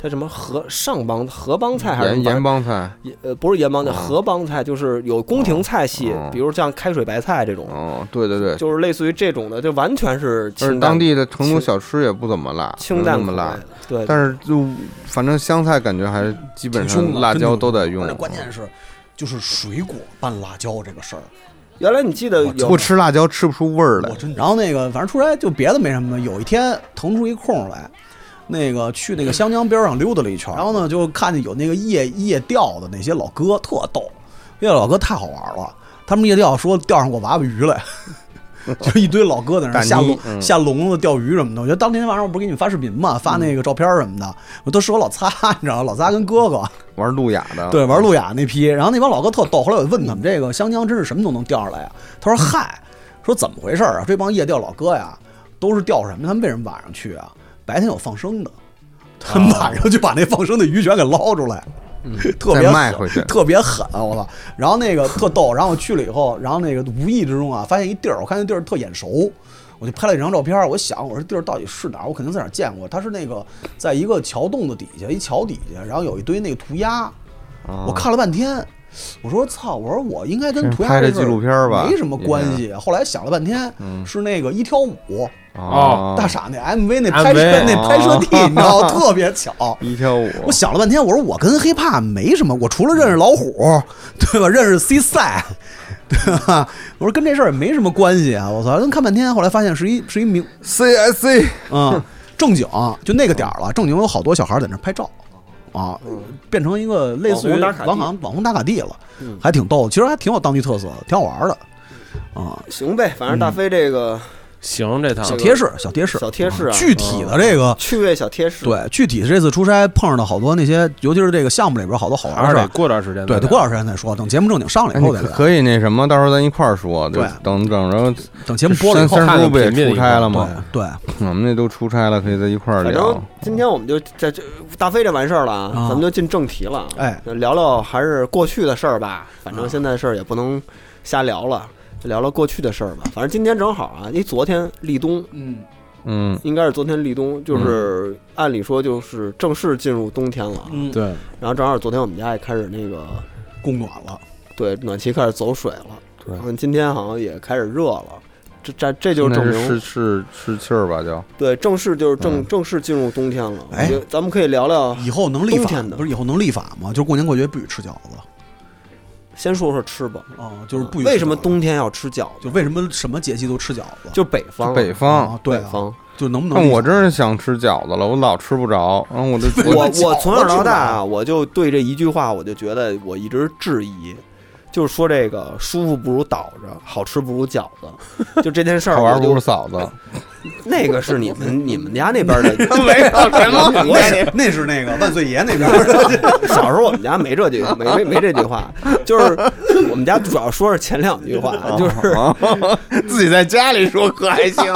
C: 它什么河上帮河帮菜还是什
E: 盐
C: 么
E: 盐帮菜
C: 也呃不是盐帮菜，
E: 哦
C: 河帮菜就是有宫廷菜系，
E: 哦
C: 比如像开水白菜这种，
E: 哦，对对对，
C: 就是类似于这种的，就完全是
E: 而
C: 清
E: 且
C: 淡
E: 当地的成都小吃也不怎么辣，
C: 清
E: 没
C: 淡
E: 那么
C: 口
E: 辣
C: 味，的，对，
E: 但是就反正湘菜感觉还是基本
D: 挺凶
E: 上
D: 的
E: 辣
D: 真
E: 椒
D: 的
E: 都得用啊
D: 而且，关键是，就是水果拌辣椒这个事儿，
C: 原来你记得
D: 我
C: 有
E: 啊不吃辣椒吃不出味儿来
D: 我。真。然后那个，反正出来就别的没什么。有一天腾出一空来，那个去那个湘江边上溜达了一
E: 嗯
D: 圈，然后呢就看见有那个夜夜钓的那些老哥，特逗。夜老哥太好玩了，他们夜钓说钓上过娃娃鱼来。 就一堆老哥在那儿
E: 干
D: 下
E: 泥
D: 笼、
E: 嗯
D: 下笼子钓鱼什么的，我觉得当天晚上我不是给你们发视频嘛，发那个照片什么的，我都是我老擦， 你知道吗？老擦跟哥哥，
E: 玩路亚的，嗯
D: 对，玩路亚那批，然后那帮老哥特逗。后来我问他们，这个湘江真是什么都能钓上来呀、他说：“ 嗨，说怎么回事儿啊？这帮夜钓老哥呀，都是钓什么？他们为什么晚上去啊？白天有放生的，他
E: 哦
D: 们晚上就把那放生的鱼全给捞出来， 特别
E: 嗯再
D: 狠
E: 卖回去
D: 特别狠啊，我操！然后那个特逗，然后我去了以后，然后那个无意之中啊，发现一地儿，我看那地儿特眼熟。”我就拍了一张照片儿，我想我这地儿到底是哪儿？我肯定在哪儿见过。它是那个在一个桥洞的底下，一桥底下，然后有一堆那个涂鸦，
E: 啊
D: 我看了半天，我说操，我说我应该跟
E: 这
D: 涂鸦
E: 拍
D: 这
E: 这
D: 事儿
E: 纪录片儿吧嗯
D: 没什么关
E: 应
D: 系。后来想了半天，是那个一挑五
E: 哦
D: 啊大傻那 MV 那拍摄
F: MV
D: 那拍摄地，你知 道吗特别巧。
E: 一跳舞，
D: 我想了半天，我说我跟 hiphop 没什么，我除了认识老虎，对吧？认识 C 赛，对吧？我说跟这事儿也没什么关系啊！我操，跟看半天，后来发现是一是一名
E: CSC
D: 嗯，正经就那个点儿了，正经有好多小孩儿在那儿拍照，啊，变成一个类似于
C: 网红打卡地嗯
D: 网红网红打卡地了，还挺逗，其实还挺有当地特色的，挺好玩儿的，啊，
C: 行呗，反正
E: 嗯
C: 大飞这个
F: 行，这趟
D: 小贴士，小贴士，
C: 小贴士啊
D: 具体的这个。
C: 趣味小贴士，，
D: 对，具体这次出差碰上的好多那些，尤其是这个项目里边好多好玩
F: 还
D: 儿
F: 是
D: 事
F: 得
D: 儿，
F: 过段时间再
D: 对，
F: 聊。
D: 得过段时间再说。等节目正经上了
E: 哎，
D: 以
E: 你
D: 后再
E: 可
D: 聊，
E: 可以那什么，到时候咱一块儿说，就
D: 对
E: 等等着
D: 等节目 播了以后
E: 三
F: 看
E: 叔
F: 看
E: 不也
F: 频率以
E: 出
F: 后
E: 差
D: 对啊
E: 了吗？
D: 对，
E: 我们那都出差了，可以在一块儿
C: 反
E: 聊
C: 正。今天我们就在这大飞这完事儿了，啊
D: 啊，
C: 咱们就进正题了，
D: 哎，
C: 聊聊还是过去的事儿吧，反
E: 啊
C: 正现在事儿也不能瞎聊了。就聊聊过去的事儿吧，反正今天正好啊，因为昨天立冬，
D: 嗯，
E: 嗯，
C: 应该是昨天立冬，就是按理说就是正式进入冬天了啊，
D: 嗯
F: 对，
C: 然后正好昨天我们家也开始那个
D: 供暖了，
C: 对，暖气开始走水了。
F: 对
C: 嗯，今天好像也开始热了，这这这就
E: 那
C: 证
E: 是
C: 明
E: 是是是气儿吧？就
C: 对正式就是正、
E: 嗯
C: 正式进入冬天了。
D: 哎
C: 我觉得咱们可以聊聊，
D: 以后能立
C: 冬
D: 法
C: 天的
D: 不是以后能立法吗？就是过年过节不许吃饺子
C: 先说说吃吧，
D: 啊，就是不许吃
C: 为什么
D: 饺子
C: 冬天要吃饺子？
D: 就为什么什么节气都吃饺子？
C: 就北方，
E: 北方，
D: 啊，对
C: 北
D: 啊，
C: 方。
D: 就能不
E: 但
D: 能？
E: 我真是想吃饺子了，我老吃不着。然后 我这
C: 我
D: 饺
C: 我
D: 子
C: 从小到大
D: 吃
C: 啊，我就对这一句话，我就觉得我一直质疑。就是说这个舒服不如倒着，好吃不如饺子，就这件事儿
E: 好
C: 我
E: 玩不
C: 就。
E: 是嫂子，
C: 那个是你们你们家那边的，
E: 没有什么。
D: 我也那是那个万岁爷那边儿
C: 小时候我们家没这句，没没没这句话，就是我们家主要说是前两句话， 就是
E: 哦自己在家里说可还行，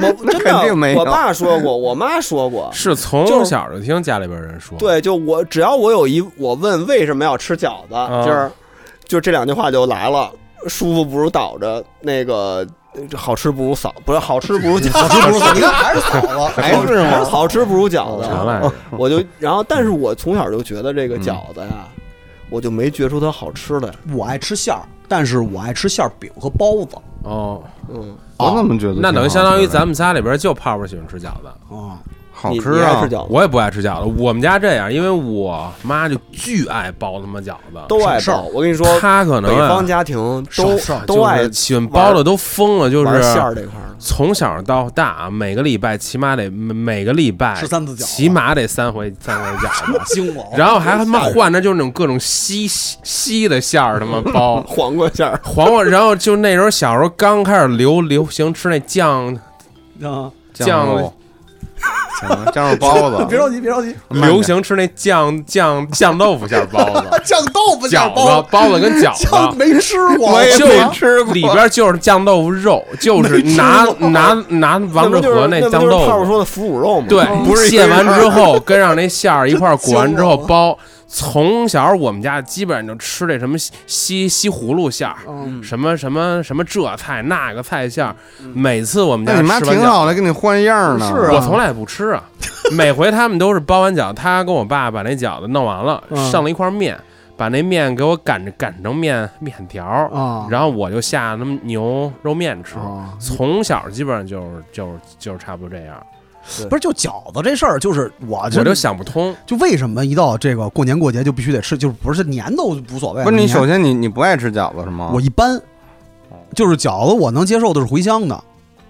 C: 我真
E: 肯定没
C: 的，
E: 有
C: 我爸说过，我妈说过，
F: 是
C: 就是
F: 从小就听家里边人说，，
C: 对，就我只要我有一我问为什么要吃饺子，就是就这两句话就来了，舒服不如倒着，那个呃好吃不如嫂，不是好吃不如饺
D: 好吃不是？你看哎还是嫂子，
E: 还哦是
C: 子，
E: 吗？
C: 好吃不如饺
F: 啥
C: 子，啊
F: 玩意儿？
C: 我就然后，但是我从小就觉得
F: 嗯
C: 这个饺子呀，我就没觉出它好吃来，
D: 我爱吃馅儿，但是我爱吃馅儿饼和包子
F: 哦，
C: 嗯，
E: 我怎么觉得？
F: 那等于相当于咱们仨里边就泡泡喜欢吃饺子，
D: 啊。
E: 好
C: 你
E: 吃
C: 你爱
E: 啊
C: 吃！饺子，
F: 我也不爱吃饺子，我们家这样，因为我妈就巨爱包他妈饺子，
C: 都爱
D: 省事儿
C: 包。我跟你说，
F: 她可能
C: 北
F: 啊
C: 方家庭
D: 省
C: 都
D: 事儿
C: 都爱
F: 就是喜欢包的都疯了，就
C: 玩馅儿
F: 是
C: 这块儿。
F: 从小到大，啊每个礼拜起码得每每个礼拜
D: 吃三次饺子。
F: 起码得三回三回饺子
D: 惊我
F: 然后还他妈换着就是那种各种稀稀稀的馅儿，他妈包
C: 黄瓜馅儿，
F: 黄瓜，然后就那时候小时候刚开始流流行吃那酱
D: 啊！
F: 酱
E: 肉，行酱肉包子，
D: 别着急，别着急，，
E: 慢点
F: 流行吃那酱酱酱豆腐馅儿包子
D: 酱豆腐
F: 饺
D: 酱包
F: 子包子跟饺子，
D: 酱没吃过，
E: 我也
F: 就
E: 没吃过
F: 里边就是酱豆腐肉，就是拿拿拿王致和
C: 那
F: 那酱
C: 泡
F: 豆
C: 泡
F: 腐，
C: 说的腐乳肉嘛，
F: 对，
D: 哦
E: 不是一
F: 卸
E: 个
F: 完
E: 人
F: 之后跟上那馅儿一块儿裹完之后
D: 真香啊
F: 包。从小我们家基本上就吃这什么西西西葫芦馅儿，
C: 嗯
F: 什么什么什么这菜那个菜馅儿，每次我们家
E: 那你妈
F: 吃完
E: 挺
F: 饺
E: 好的，给你换样呢。
D: 是啊
F: 我从来也不吃啊， 每回他们都是包完饺，他跟我爸把那饺子弄完了，
D: 嗯
F: 剩了一块面，把那面给我擀着擀成面面条儿，
D: 啊
F: 然后我就下那么牛肉面吃。
D: 啊
F: 从小基本上就是就是就是差不多这样，
D: 不是就饺子这事儿，啊就是我
F: 我就想不通，
D: 就为什么一到这个过年过节就必须得吃，就是不是年都无所谓。啊
E: 不是你
D: 年
E: 首先你你不爱吃饺子是吗？
D: 我一般就是饺子我能接受的是茴香的，
C: 哦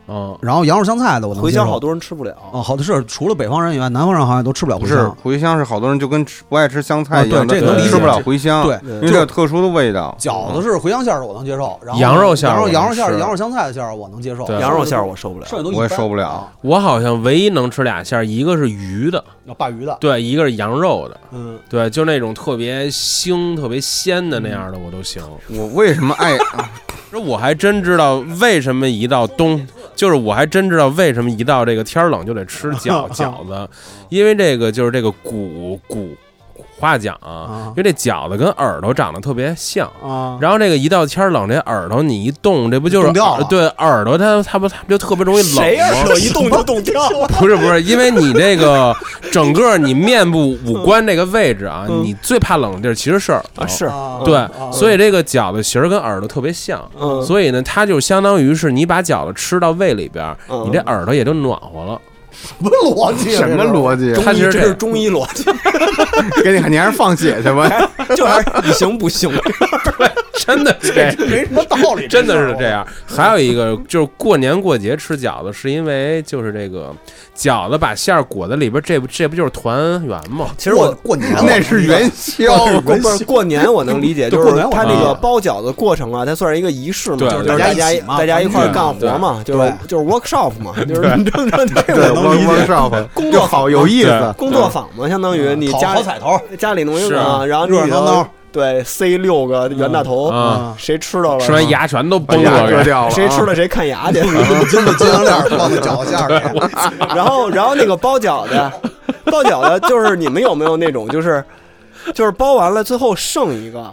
F: 嗯，
D: 然后羊肉香菜的我能
C: 茴
D: 接受。
C: 香好多人吃不了，
D: 啊，好的是除了北方人以外，南方人好像也都吃不了
E: 不
D: 茴
E: 是
D: 香。
E: 茴香是好多人就跟吃不爱吃香菜一
D: 啊
E: 样，
D: 对
F: 这能理解
E: 吃不了茴香，
D: 对，
E: 因为它有特殊的味道。嗯
D: 饺子是茴香馅儿的我能接受，然后
F: 羊肉馅儿
D: 羊肉
F: 我能
D: 羊肉馅儿、
F: 吃
D: 羊肉香菜的馅儿我能接受，
F: 对
C: 羊肉馅儿我受不了。
D: 剩下都一
E: 我也
D: 般
E: 受不了
D: 啊
F: 我好像唯一能吃俩馅儿，一个是鱼的，
C: 嗯
D: 要啊鲅鱼的，
F: 对，一个是羊肉的，
D: 嗯，
F: 对，就那种特别腥、特别鲜的那样的我都行。
E: 我为什么爱？
F: 这我还真知道为什么一到冬，就是我还真知道为什么一到这个天儿冷就得吃饺饺子，因为这个就是这个古古古话讲啊，因为这饺子跟耳朵长得特别像。
D: 啊，
F: 然后这个一到天儿冷，这耳朵你一动，这不就是
D: 冻掉
F: 耳
D: 了
F: 对耳朵它它不它不就特别容易冷
C: 谁呀？
F: 吗
C: 手？一动就动掉，
F: 不是不是，因为你这个整个你面部五官这个位置啊，你最怕冷的地儿其实是耳朵。
C: 是
D: 啊
E: 嗯
F: 对
D: 啊，
F: 所以这个饺子形儿跟耳朵特别像，
C: 嗯
F: 所以呢，它就相当于是你把饺子吃到胃里边儿，
C: 嗯
F: 你这耳朵也就暖和 了。
D: 什么逻辑啊？
E: 什么逻辑？
F: 它
C: 中医
F: 其
C: 这
F: 实
C: 是中医 逻辑，
E: 给你，你还是放血去吧。
C: 就还是以形补形。
F: 真的是这样，
D: 辑没什么 道理，
F: 真的是
D: 事儿
F: 这。样。还有一个就是过年过节吃饺子，是因为就是这个饺子把馅儿裹在里边儿，这不这不就是团圆吗？
C: 其实
D: 过
C: 我
D: 过年了
E: 那是元宵，
C: 过不是过年我能理 解，
D: 对
C: 就
D: 过
C: 是
D: 年我
C: 他
F: 能
C: 那
F: 理
C: 个
F: 解
C: 包饺子过程啊，它算是一个仪式嘛，
F: 对
C: 就是
F: 对
C: 大
D: 大
C: 家
D: 家一起嘛
C: 大家一块儿干
F: 对
C: 活嘛，就是
D: 对
C: 就是 workshop 嘛，就是正正
E: 对
C: 这
D: 我
C: 种
D: 能理解
E: workshop 就好有意
F: 对
E: 思。
C: 工作坊嘛，相当于你
D: 烤
C: 家
D: 烤彩头，
C: 家里弄一
F: 是
C: 个
F: 啊
C: 嘛，然后
D: 热
C: 你
D: 热闹闹嗯
C: 对塞六个圆大头，
F: 啊，
C: 谁吃到了
F: 吃完牙全都
E: 嗯把
F: 崩
E: 牙
F: 了
E: 割
F: 给。
E: 掉了啊，
C: 谁 吃了谁看牙 去。
D: 你金的金项链放在脚下 边儿，
C: 然后，然后那个包饺子，包饺子就是你们有没有那种就是，就是包完了最后剩一个，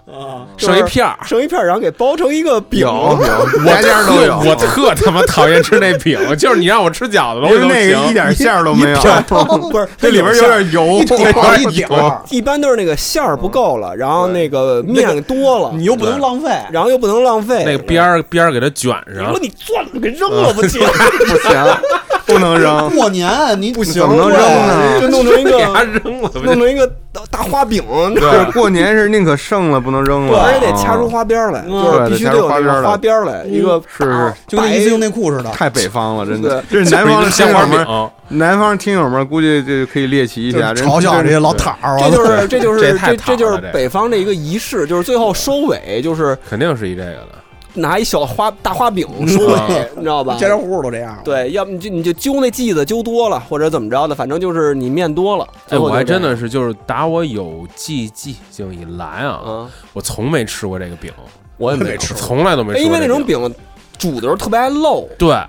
C: 就是
F: 剩一 片儿
C: 剩一片儿，然后给包成一个饼，
E: 有 有，家家都有。
F: 我特 他妈讨厌吃那饼，就是你让我吃饺子，我
E: 因为
F: 都
E: 那个一
F: 行。
E: 点馅儿都没有，
C: 不是
E: 这里边有点油，
D: 一点 儿一点儿，
C: 一般都是那个馅儿不够了，然后那个面多了，
D: 你又不能浪费。
C: 然后又不能浪费
F: 那个边儿啊边儿给它卷
C: 你
F: 上
C: 说，你攥了给扔了不行，
E: 不行，不能
C: 嗯
E: 扔，
D: 过年你不
E: 怎么能扔
D: 啊
E: 呢？
C: 就弄成一
F: 给它
C: 个
F: 扔了不就
C: 弄成一个大大花饼，
E: 就是过年是宁可剩了不能扔了，啊
C: 而且得掐出花边儿来，就是必须得有那个花边儿来，一个啊
E: 是是
D: 就跟那一次性内裤似的，
E: 太北方了，真的
C: 的。
E: 这是南方的听
F: 鲜
E: 友
F: 花
E: 们，
F: 饼。
E: 南方听友们估计就可以猎奇一
D: 就是
E: 下，
D: 嘲笑这些老
E: 塔。
D: 塔儿啊，
C: 这就是这就是
F: 这
C: 这
F: 太讨
C: 这
F: 了
C: 就是
F: 这个
C: 北方的一个仪式，就是最后收尾，就是
F: 肯定是一这个的。
C: 拿一小花大花饼收尾
F: 嗯，
C: 你知道吧？
D: 家家户户都这样。，
C: 对，要么你就你就揪那剂子揪多了，或者怎么着的，反正就是你面多了。
F: 哎，
C: 最后
F: 我
C: 就
F: 还
C: 这
F: 真
C: 样
F: 的是，就是打我有记记性以来啊，
C: 啊，
F: 我从没吃过这个饼，
C: 我也没
F: 吃，从来都没
C: 哎
F: 吃过。
C: 因为那种，饼煮的时候特别爱漏，
F: 对，
C: 而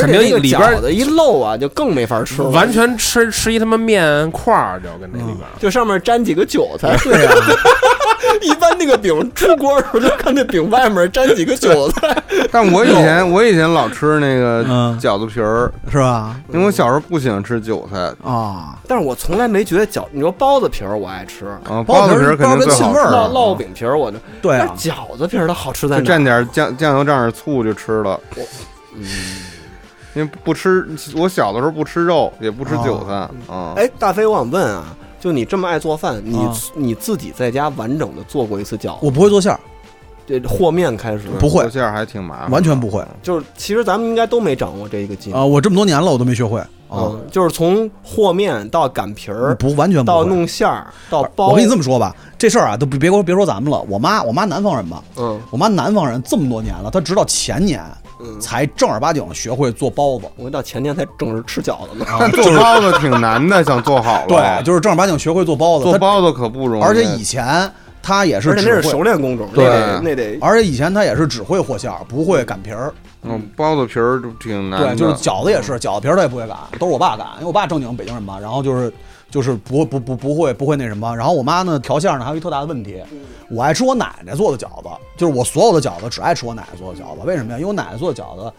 F: 肯
C: 且那
F: 定
C: 个
F: 里
C: 饺
F: 边
C: 子一漏啊，就更没法吃了，
F: 完全吃吃一他妈面块儿，就跟那里边。
C: 就上面沾几个韭菜。对
F: 啊
C: 呀、 一般那个饼出锅的时候，就看那饼外面沾几个韭菜。
E: 但我以前我以前老吃那个
D: 嗯
E: 饺子皮儿，
D: 是吧？
E: 因为我小时候不喜欢吃韭菜
D: 啊，
C: 但是我从来没觉得饺，你说包子皮儿我爱吃，
E: 啊，
D: 包
E: 包
D: 子
E: 子
D: 皮
E: 皮
D: 儿
E: 儿肯定最
D: 包子皮儿沁
E: 好
D: 味儿
E: 吃
C: 烙
D: 了
C: 烙饼皮儿我就，
D: 对
C: 但
D: 啊，
C: 是饺子皮儿它好吃在
E: 就
C: 哪儿？
E: 蘸点酱酱油，蘸点醋就吃了。因为不吃，我小的时候不吃肉，也不
C: 哦
E: 吃韭菜
D: 嗯
E: 啊。
C: 哎，大飞，我想问啊，就你这么爱做饭，你、
D: 啊
C: 你自己在家完整的做过一次饺子？
D: 我不会做馅儿，
C: 这和面开始，
D: 不会
E: 做馅儿还挺麻烦，
D: 完全不会
E: 嗯
C: 就是其实咱们应该都没掌握这一个技能。
D: 啊！我这么多年了，我都没学会啊，
C: 嗯，就是从和面到擀皮儿，
D: 不完全不
C: 到
D: 会。
C: 弄馅儿，到哦包。
D: 我跟你这么说吧，这事儿啊，都别别说别说咱们了。我妈，我妈南方人嘛，
C: 嗯
D: 我妈南方人这么多年了，她直到前年
C: 嗯，哦
D: 才正儿八经学会做包子。
C: 我到前天才正式吃饺子呢。
D: 啊
E: 但做包子挺难的，想做好了。
D: 对，就是正儿八经学会做包子。
E: 做
D: 她
E: 包子可不容易，
D: 而且以前她也是
C: 而且
D: 只
C: 那是
D: 会
C: 熟练工种，
E: 对
C: 那得那得
D: 而且以前他也是只会和馅儿，不会擀皮儿。
E: 嗯，包子皮儿就挺难
D: 对，
E: 的。
D: 就是饺子也是，饺子皮儿他也不会擀，都是我爸擀，因为我爸正经北京人嘛。然后就是就是不不不不会不会那什么。然后我妈呢调馅儿呢还有一特大的问题，我爱吃我奶奶做的饺子，就是我所有的饺子只爱吃我奶奶做的饺子。为什么呀？因为我奶奶做的饺子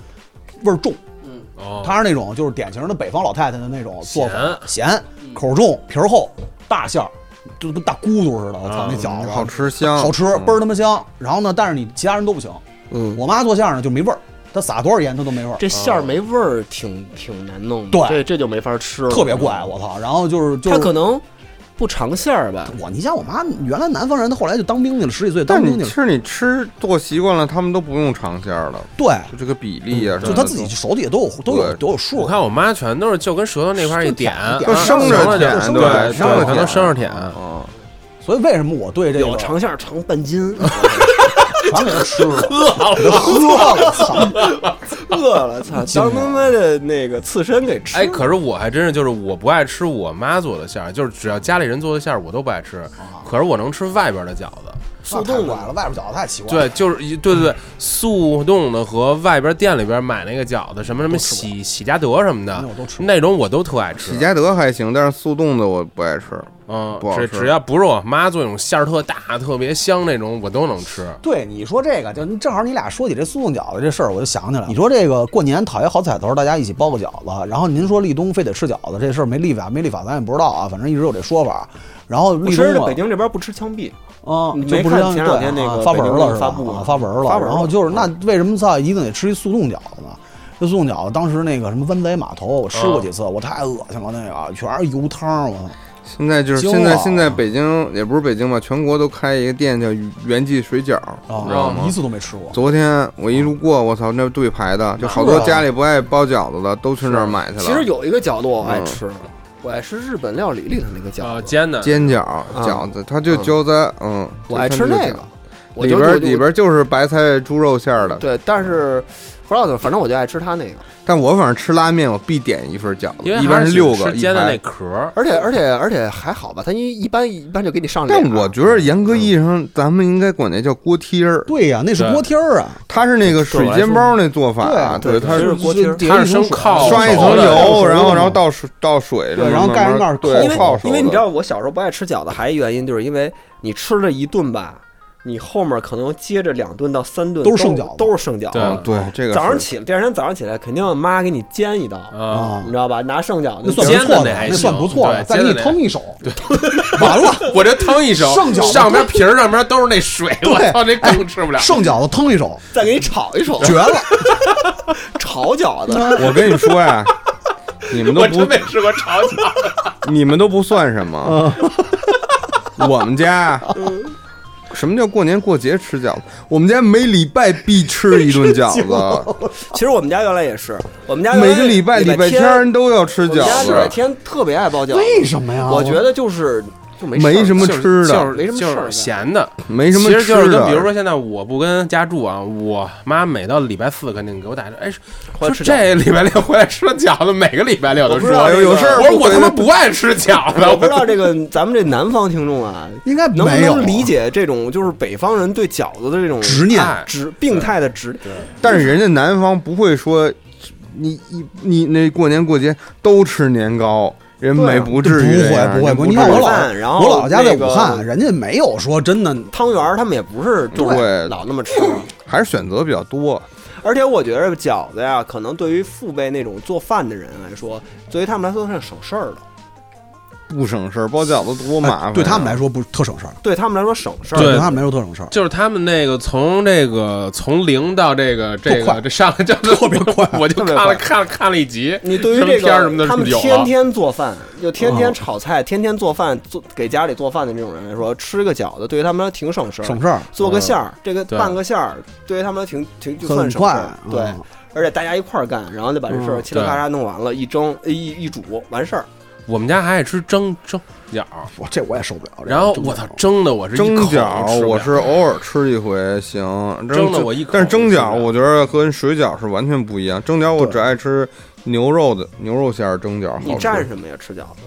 D: 味儿重，
F: 哦
D: 她是那种就是典型的北方老太太的那种做法，咸
C: 嗯
D: 口重皮儿厚大馅儿，就跟大咕嘟似的。我操，那
F: 嗯
D: 饺子
E: 啊好吃香，
D: 好吃
E: 嗯
D: 倍儿他妈香。然后呢，但是你其他人都不行。
C: 嗯，
D: 我妈做馅儿呢就没味儿，她撒多少盐她都没味儿，
G: 这
E: 哦
G: 馅儿没味儿，挺挺难弄的，
D: 对
G: 这这就没法吃了，
D: 特别怪，我操！然后就是就
G: 他
D: 是
G: 可能不尝馅儿吧，
D: 我，你像我妈原来南方人，她后来就当兵去了，十几岁当
E: 但
D: 兵去
E: 你
D: 了，
E: 吃你吃做习惯了，他们都不用尝馅儿了，
D: 对，
E: 就这个比例啊
D: 嗯
E: 什么的，
D: 就她自己手底下都有都有
E: 对
D: 都有数。
F: 我看我妈全都是就跟舌头那块儿一点，
D: 就
F: 啊
E: 生着
F: 着
E: 舔，
F: 对
E: 对，
F: 对，
E: 生着
F: 可能生着舔。
E: 嗯，
D: 所以为什么我对这个
G: 有尝馅儿尝半 斤，
D: 全给她吃了，给她喝了，操！
C: 饿了， 操，当他妈的那个刺身给吃。
F: 哎，可是我还真是就是我不爱吃我妈做的馅儿，就是只要家里人做的馅儿我都不爱吃，
C: 哦
F: 可是我能吃外边的饺子。
D: 速冻拐了，外边饺子太奇怪。
F: 对，，就是一对对对，速冻的和外边店里边买那个饺子，什么什么喜喜家德什么的
D: 那我都吃，
F: 那种我都特爱吃
E: 喜。家德还行，但是速冻的我不爱吃。
F: 嗯
E: 不，好
F: 只
E: 吃
F: 只要不是我妈做那种馅儿特大、特别香那种，我都能吃。
D: 对，你说这个，就正好你俩说起这速冻饺子这事儿，我就想起来了。你说这个过年讨一好彩头，大家一起包个饺子，然后您说立冬非得吃饺子这事儿没立法没立法，咱也不知道啊，反正一直有这说法。然后
C: 我
D: 立冬
C: 是
D: 啊
C: 北，京这边不吃枪毙，
D: 啊，
C: 你
D: 就
C: 没
D: 不
C: 看
D: 是
C: 前两天那个
D: 发文
C: 北京
D: 了是吧
C: 发布
D: 啊
C: 了
D: 发文了，
C: 发文了
D: 然后就是
C: 嗯
D: 那为什么操一定得吃一速冻饺子呢？这速冻饺子当时那个什么湾仔码头，我吃过几
C: 嗯
D: 次，我太恶心了，那个全是油汤儿，我操。
E: 现在就是
D: 惊
E: 现在
D: 了
E: 现在北京也不是北京吧，全国都开一个店叫元记水饺，你知道
D: 啊，
E: 吗
D: 一？次都没吃过。
E: 昨天我一路过，我操，那队排的，就好多家里不爱包饺子的都去那儿买去了。嗯
G: 其实有一个饺子我爱吃，我爱吃日本料理里的那个
F: 啊，
G: 饺子，
F: 煎的
E: 煎饺、饺子，它就浇在嗯，
G: 我爱吃
E: 就它
G: 那
E: 就
G: 个，我
E: 里
G: 就
E: 边
G: 我就
E: 里边就是白菜猪肉馅儿的。
G: 对，但是不知道怎么，反正我就爱吃他那个，
E: 但我反正吃拉面，我必点一份饺
F: 因为
E: 子，一般
F: 是
E: 六个
F: 吃
E: 一
F: 煎的那
E: 排。
F: 壳儿。
G: 而且而且而且还好吧，他一一般一般就给你上脸啊
E: 但
G: 儿，
E: 我觉得严格意义上，咱们应该管那叫锅贴儿，
D: 对呀、那是
F: 对
D: 锅贴儿啊，
E: 它是那个水煎包那做法啊，
D: 对
E: 对，它
C: 是
E: 是
C: 锅贴儿
D: 叠
F: 它是
D: 一层
F: 生
D: 水啊
F: 靠
E: 刷一层
F: 熟的
E: 油，
D: 熟的
E: 然后
D: 嘛
E: 然后倒水倒水，
D: 对然后盖上盖儿
E: 对
C: 因为
E: 泡熟
C: 因为你
E: 的
C: 知道，我小时候不爱吃饺子，还一原因就是因为你吃了一顿吧，你后面可能接着两顿到三顿
D: 都是剩饺子
C: 都是剩饺
F: 对
E: 嗯
C: 子。
E: 对这个
C: 早上
E: 是
C: 起来，第二天早上起来，肯定妈给你煎一道，
F: 啊，
D: 啊
C: 你知，道吧？拿剩饺子，
D: 那算
F: 煎
D: 不
F: 的
D: 错
F: 那还
D: 那算
F: 行
D: 不错
F: 对
D: 的，再给
F: 煎
D: 你
F: 的那
D: 腾一手， 完了，
F: 我这腾一手，
D: 剩饺子
F: 上边皮儿上边都是那水，我
D: 对
F: 操，这更吃不了。
D: 剩饺子腾一手，
C: 再给你炒一炒，
D: 绝了！
C: 炒饺 子。
E: 我跟你说 呀，你们都
F: 我真
E: 不
F: 没吃过炒饺子，
E: 你们都不算什么，
D: 嗯
E: 我们家。什么叫过年过节吃饺子？我们家每礼拜必吃一顿 饺子，
C: 其实我们家原来也是，我们家原来
E: 每个礼拜
C: 礼
E: 拜
C: 天
E: 天儿都要吃
C: 我们
E: 饺
C: 家礼拜
E: 子，
C: 天特别爱包饺子，
D: 为什么呀？
C: 我觉得就是就没事儿
E: 没什么
F: 就是
E: 吃
F: 就
E: 的，
F: 是
C: 没什么
F: 就
C: 事儿
F: 是
C: 干
F: 咸的。
E: 没什么
F: 其实
E: 吃
F: 就是跟
E: 的。
F: 比如说现在我不跟家住啊，我妈每到礼拜四肯定给我打说，哎，
C: 回
F: 说
C: 来吃饺子
F: 这礼拜六回来吃饺子，每个礼拜六都
C: 我不
F: 说
C: 知道
E: 我
C: 这
E: 哎有
C: 个
E: 有事儿
F: 我说我他妈不爱吃饺子，
C: 我不知道这个咱们这南方听众啊，
D: 应该
C: 能不
D: 没有
C: 能理解这种就是北方人对饺子的这种
D: 执念。
F: 哎
C: 执病态的执？
E: 但是人家南方不会说，你一你那过年过节都吃年糕，人没不 至于这样
D: 啊不会
E: 人
D: 不会，
E: 不
D: 你看我老
C: 饭然后
D: 我老家在
C: 那
D: 武
C: 个
D: 汉，人家没有说真的
C: 汤圆儿他们也不是就是
E: 对
C: 老那么吃，
E: 还是选择比较多。
C: 而且我觉得饺子呀，可能对于父辈那种做饭的人来说，对于他们来说是省事儿的。
E: 不省事儿，包饺子多麻烦、
D: 哎对他们来，说不是特省事儿，
C: 对他们来说省事儿。
F: 对
D: 对他们来说特省事儿。
F: 就是他们那个从这个从零到这个这
D: 快
F: 个这上来就特
D: 别快
F: 我就
C: 特别
F: 看
C: 快
F: 了看了看了一集。
C: 你对于
F: 什么
C: 这
F: 片儿什么
C: 个
F: 的
C: 他们
F: 是有啊
C: 天天做饭，又天
D: 啊
C: 天炒菜，天天做饭，做给家里做饭的这种人来说，吃个饺子对于他们来说挺省事儿。
D: 省事儿，
C: 做个馅儿，这个
F: 对
C: 拌个馅儿，对于他们来说挺挺就
D: 很
C: 算省事
D: 快
C: 儿。，对，
D: 嗯
C: 而且大家一块儿干，然后就把这事儿
D: 嗯
C: 嘁哩咔
F: 对
C: 嚓弄完了，一蒸一一煮完事儿。
F: 我们家还爱吃蒸蒸饺儿，
D: 我这我也受不了。这个
F: 然后
D: 真的
F: 我操，蒸的我是一
E: 蒸
F: 口
E: 饺
F: 吃不
E: 我
F: 了
E: 是偶尔吃一回行，
F: 蒸的我一口
E: 但是蒸
F: 吃
E: 饺
F: 不了
E: 我觉得和水饺是完全不一样，蒸饺我
D: 对
E: 只爱吃牛肉的牛肉馅儿蒸饺好吃。
C: 你蘸什么呀？吃饺子，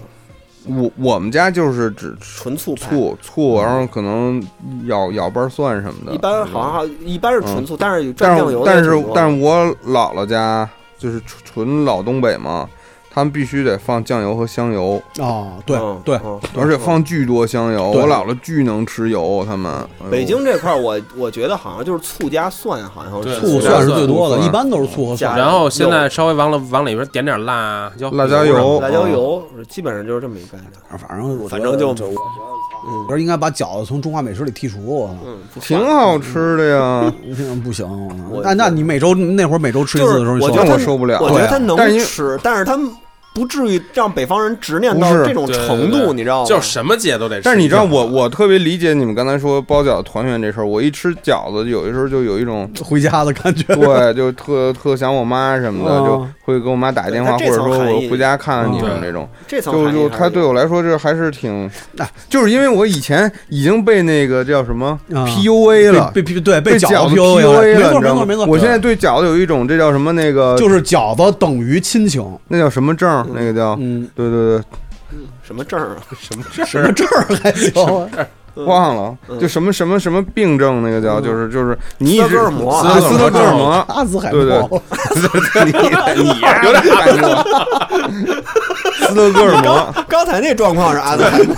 E: 我我们家就是只吃
C: 纯醋派。
E: 醋醋，然后可能咬咬瓣蒜什么的。
C: 哎一般好像一般是纯醋，但是有蘸
E: 但
C: 酱
E: 是
C: 油的
E: 但
C: 也
E: 是
C: 挺多
E: 但是我姥姥家就是纯纯老东北嘛，他们必须得放酱油和香油，
D: 哦，对
C: 嗯
D: 对，
C: 嗯
E: 而且放巨多香油。
D: 对
E: 我姥姥巨能吃油，他们哎呦
C: 嗯北京这块儿，我我觉得好像就是醋加蒜，好像
F: 对
C: 嗯是
D: 醋
F: 醋
D: 蒜
F: 加
D: 是
F: 蒜
D: 最多的，
E: 醋
D: 一般都是醋和蒜
C: 加。
F: 然后现在稍微往了往里边点点辣椒、
E: 辣椒油
C: 辣椒油，基本上就是这么一概念。
D: 反正我觉得
C: 反正就
D: 这我
C: 嗯
D: 觉得应该把饺子从中华美食里剔除。我操
C: 嗯，不
E: 挺
C: 算
E: 好吃的呀。
D: 嗯不行，我
C: 我
D: 操那那你每周那会儿每周吃一
C: 就是
D: 次的时候，你
C: 我
D: 受
C: 觉
D: 不
C: 得
D: 了
E: 那
C: 他
E: 我受不了
C: 我觉得他
E: 对
C: 能
E: 但是因为
C: 吃，但是他不至于让北方人执念到
E: 不是
C: 这种
F: 对对
C: 程
F: 对
C: 度，你知道吗？
F: 就是什么节都得吃。
E: 但是你知道我，我特别理解你们刚才说包饺子团圆这事儿。我一吃饺子，有的时候就有 一种
D: 回家的感觉。
E: 对，就特特想我妈什么的，
D: 嗯
E: 就会给我妈打一电话，或
C: 对它
E: 者
C: 这层
E: 说
C: 含义
E: 我回家看看你们
F: 嗯
E: 这种。
C: 这层
E: 就
C: 含义
E: 就
C: 还是
E: 他对
C: 有
E: 我来说，这还是挺
D: 哎，
E: 就是因为我以前已经被那个叫什么
D: 啊
E: PUA 了。
D: 被被对
E: 被
D: 饺
E: 子
D: 子 PUA 了，没
E: PUA 了，
D: 错
E: 你知
D: 没
E: 道
D: 错
E: 吗
D: 没错。？
E: 我现在对饺子有一种这叫什么那个，
D: 就是饺子等于亲情，
E: 那叫什么证儿，那个叫，
D: 嗯，
E: 对对对，
C: 什么证儿啊？
D: 什么证儿还行啊？
E: 忘了，就什么什么什么病症，那个叫，就是就是你一
C: 斯
E: 直
C: 德哥尔摩啊
E: 啊斯德哥尔摩，
D: 阿兹海
E: 对对
D: 默，
E: 你你有点太多。斯德哥尔摩，
C: 刚才那状况是阿兹海默，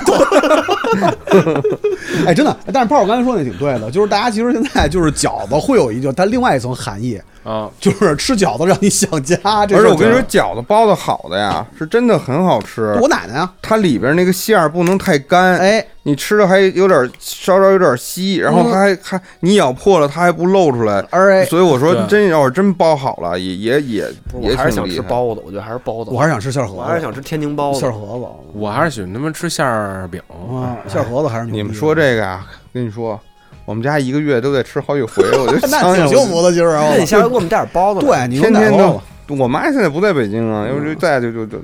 D: 哎，真的。但是炮儿刚才说那挺对的，就是大家其实现在就是饺子会有一个它另外一层含义，
F: 啊，
D: 就是吃饺子让你想家。这
E: 而
D: 事
E: 且
D: 儿
E: 我跟你说，饺子包的好的呀，是真的很好吃。
D: 我奶奶啊，
E: 它里边那个馅儿不能太干，
D: 哎，
E: 你吃的还有点稍稍有点稀，然后它还还你咬破了，它还不露出来。
D: 二 A，
E: 所以我说
F: 对，
E: 真要是真包好了，也也也也
C: 我还是
E: 挺
C: 想
E: 厉
C: 吃
E: 害。
C: 包子，我觉得还是包子，
D: 我还是想吃馅儿
C: 我还
D: 盒
C: 是
D: 子，
C: 想吃天津包
D: 馅儿
C: 子。
D: 盒子
F: 我还是喜欢他们吃馅儿饼。
D: 啊，馅儿盒子还是牛逼
E: 你们说这个呀，跟你说，我们家一个月都得吃好几回，我就
D: 那
E: 想
D: 挺
E: 想
D: 幸福的，其实啊
C: 那你下回给我们带点包子来。
D: 对，你
E: 天天
D: 奶
E: 都。我妈现在不在北京啊，要不就在就就就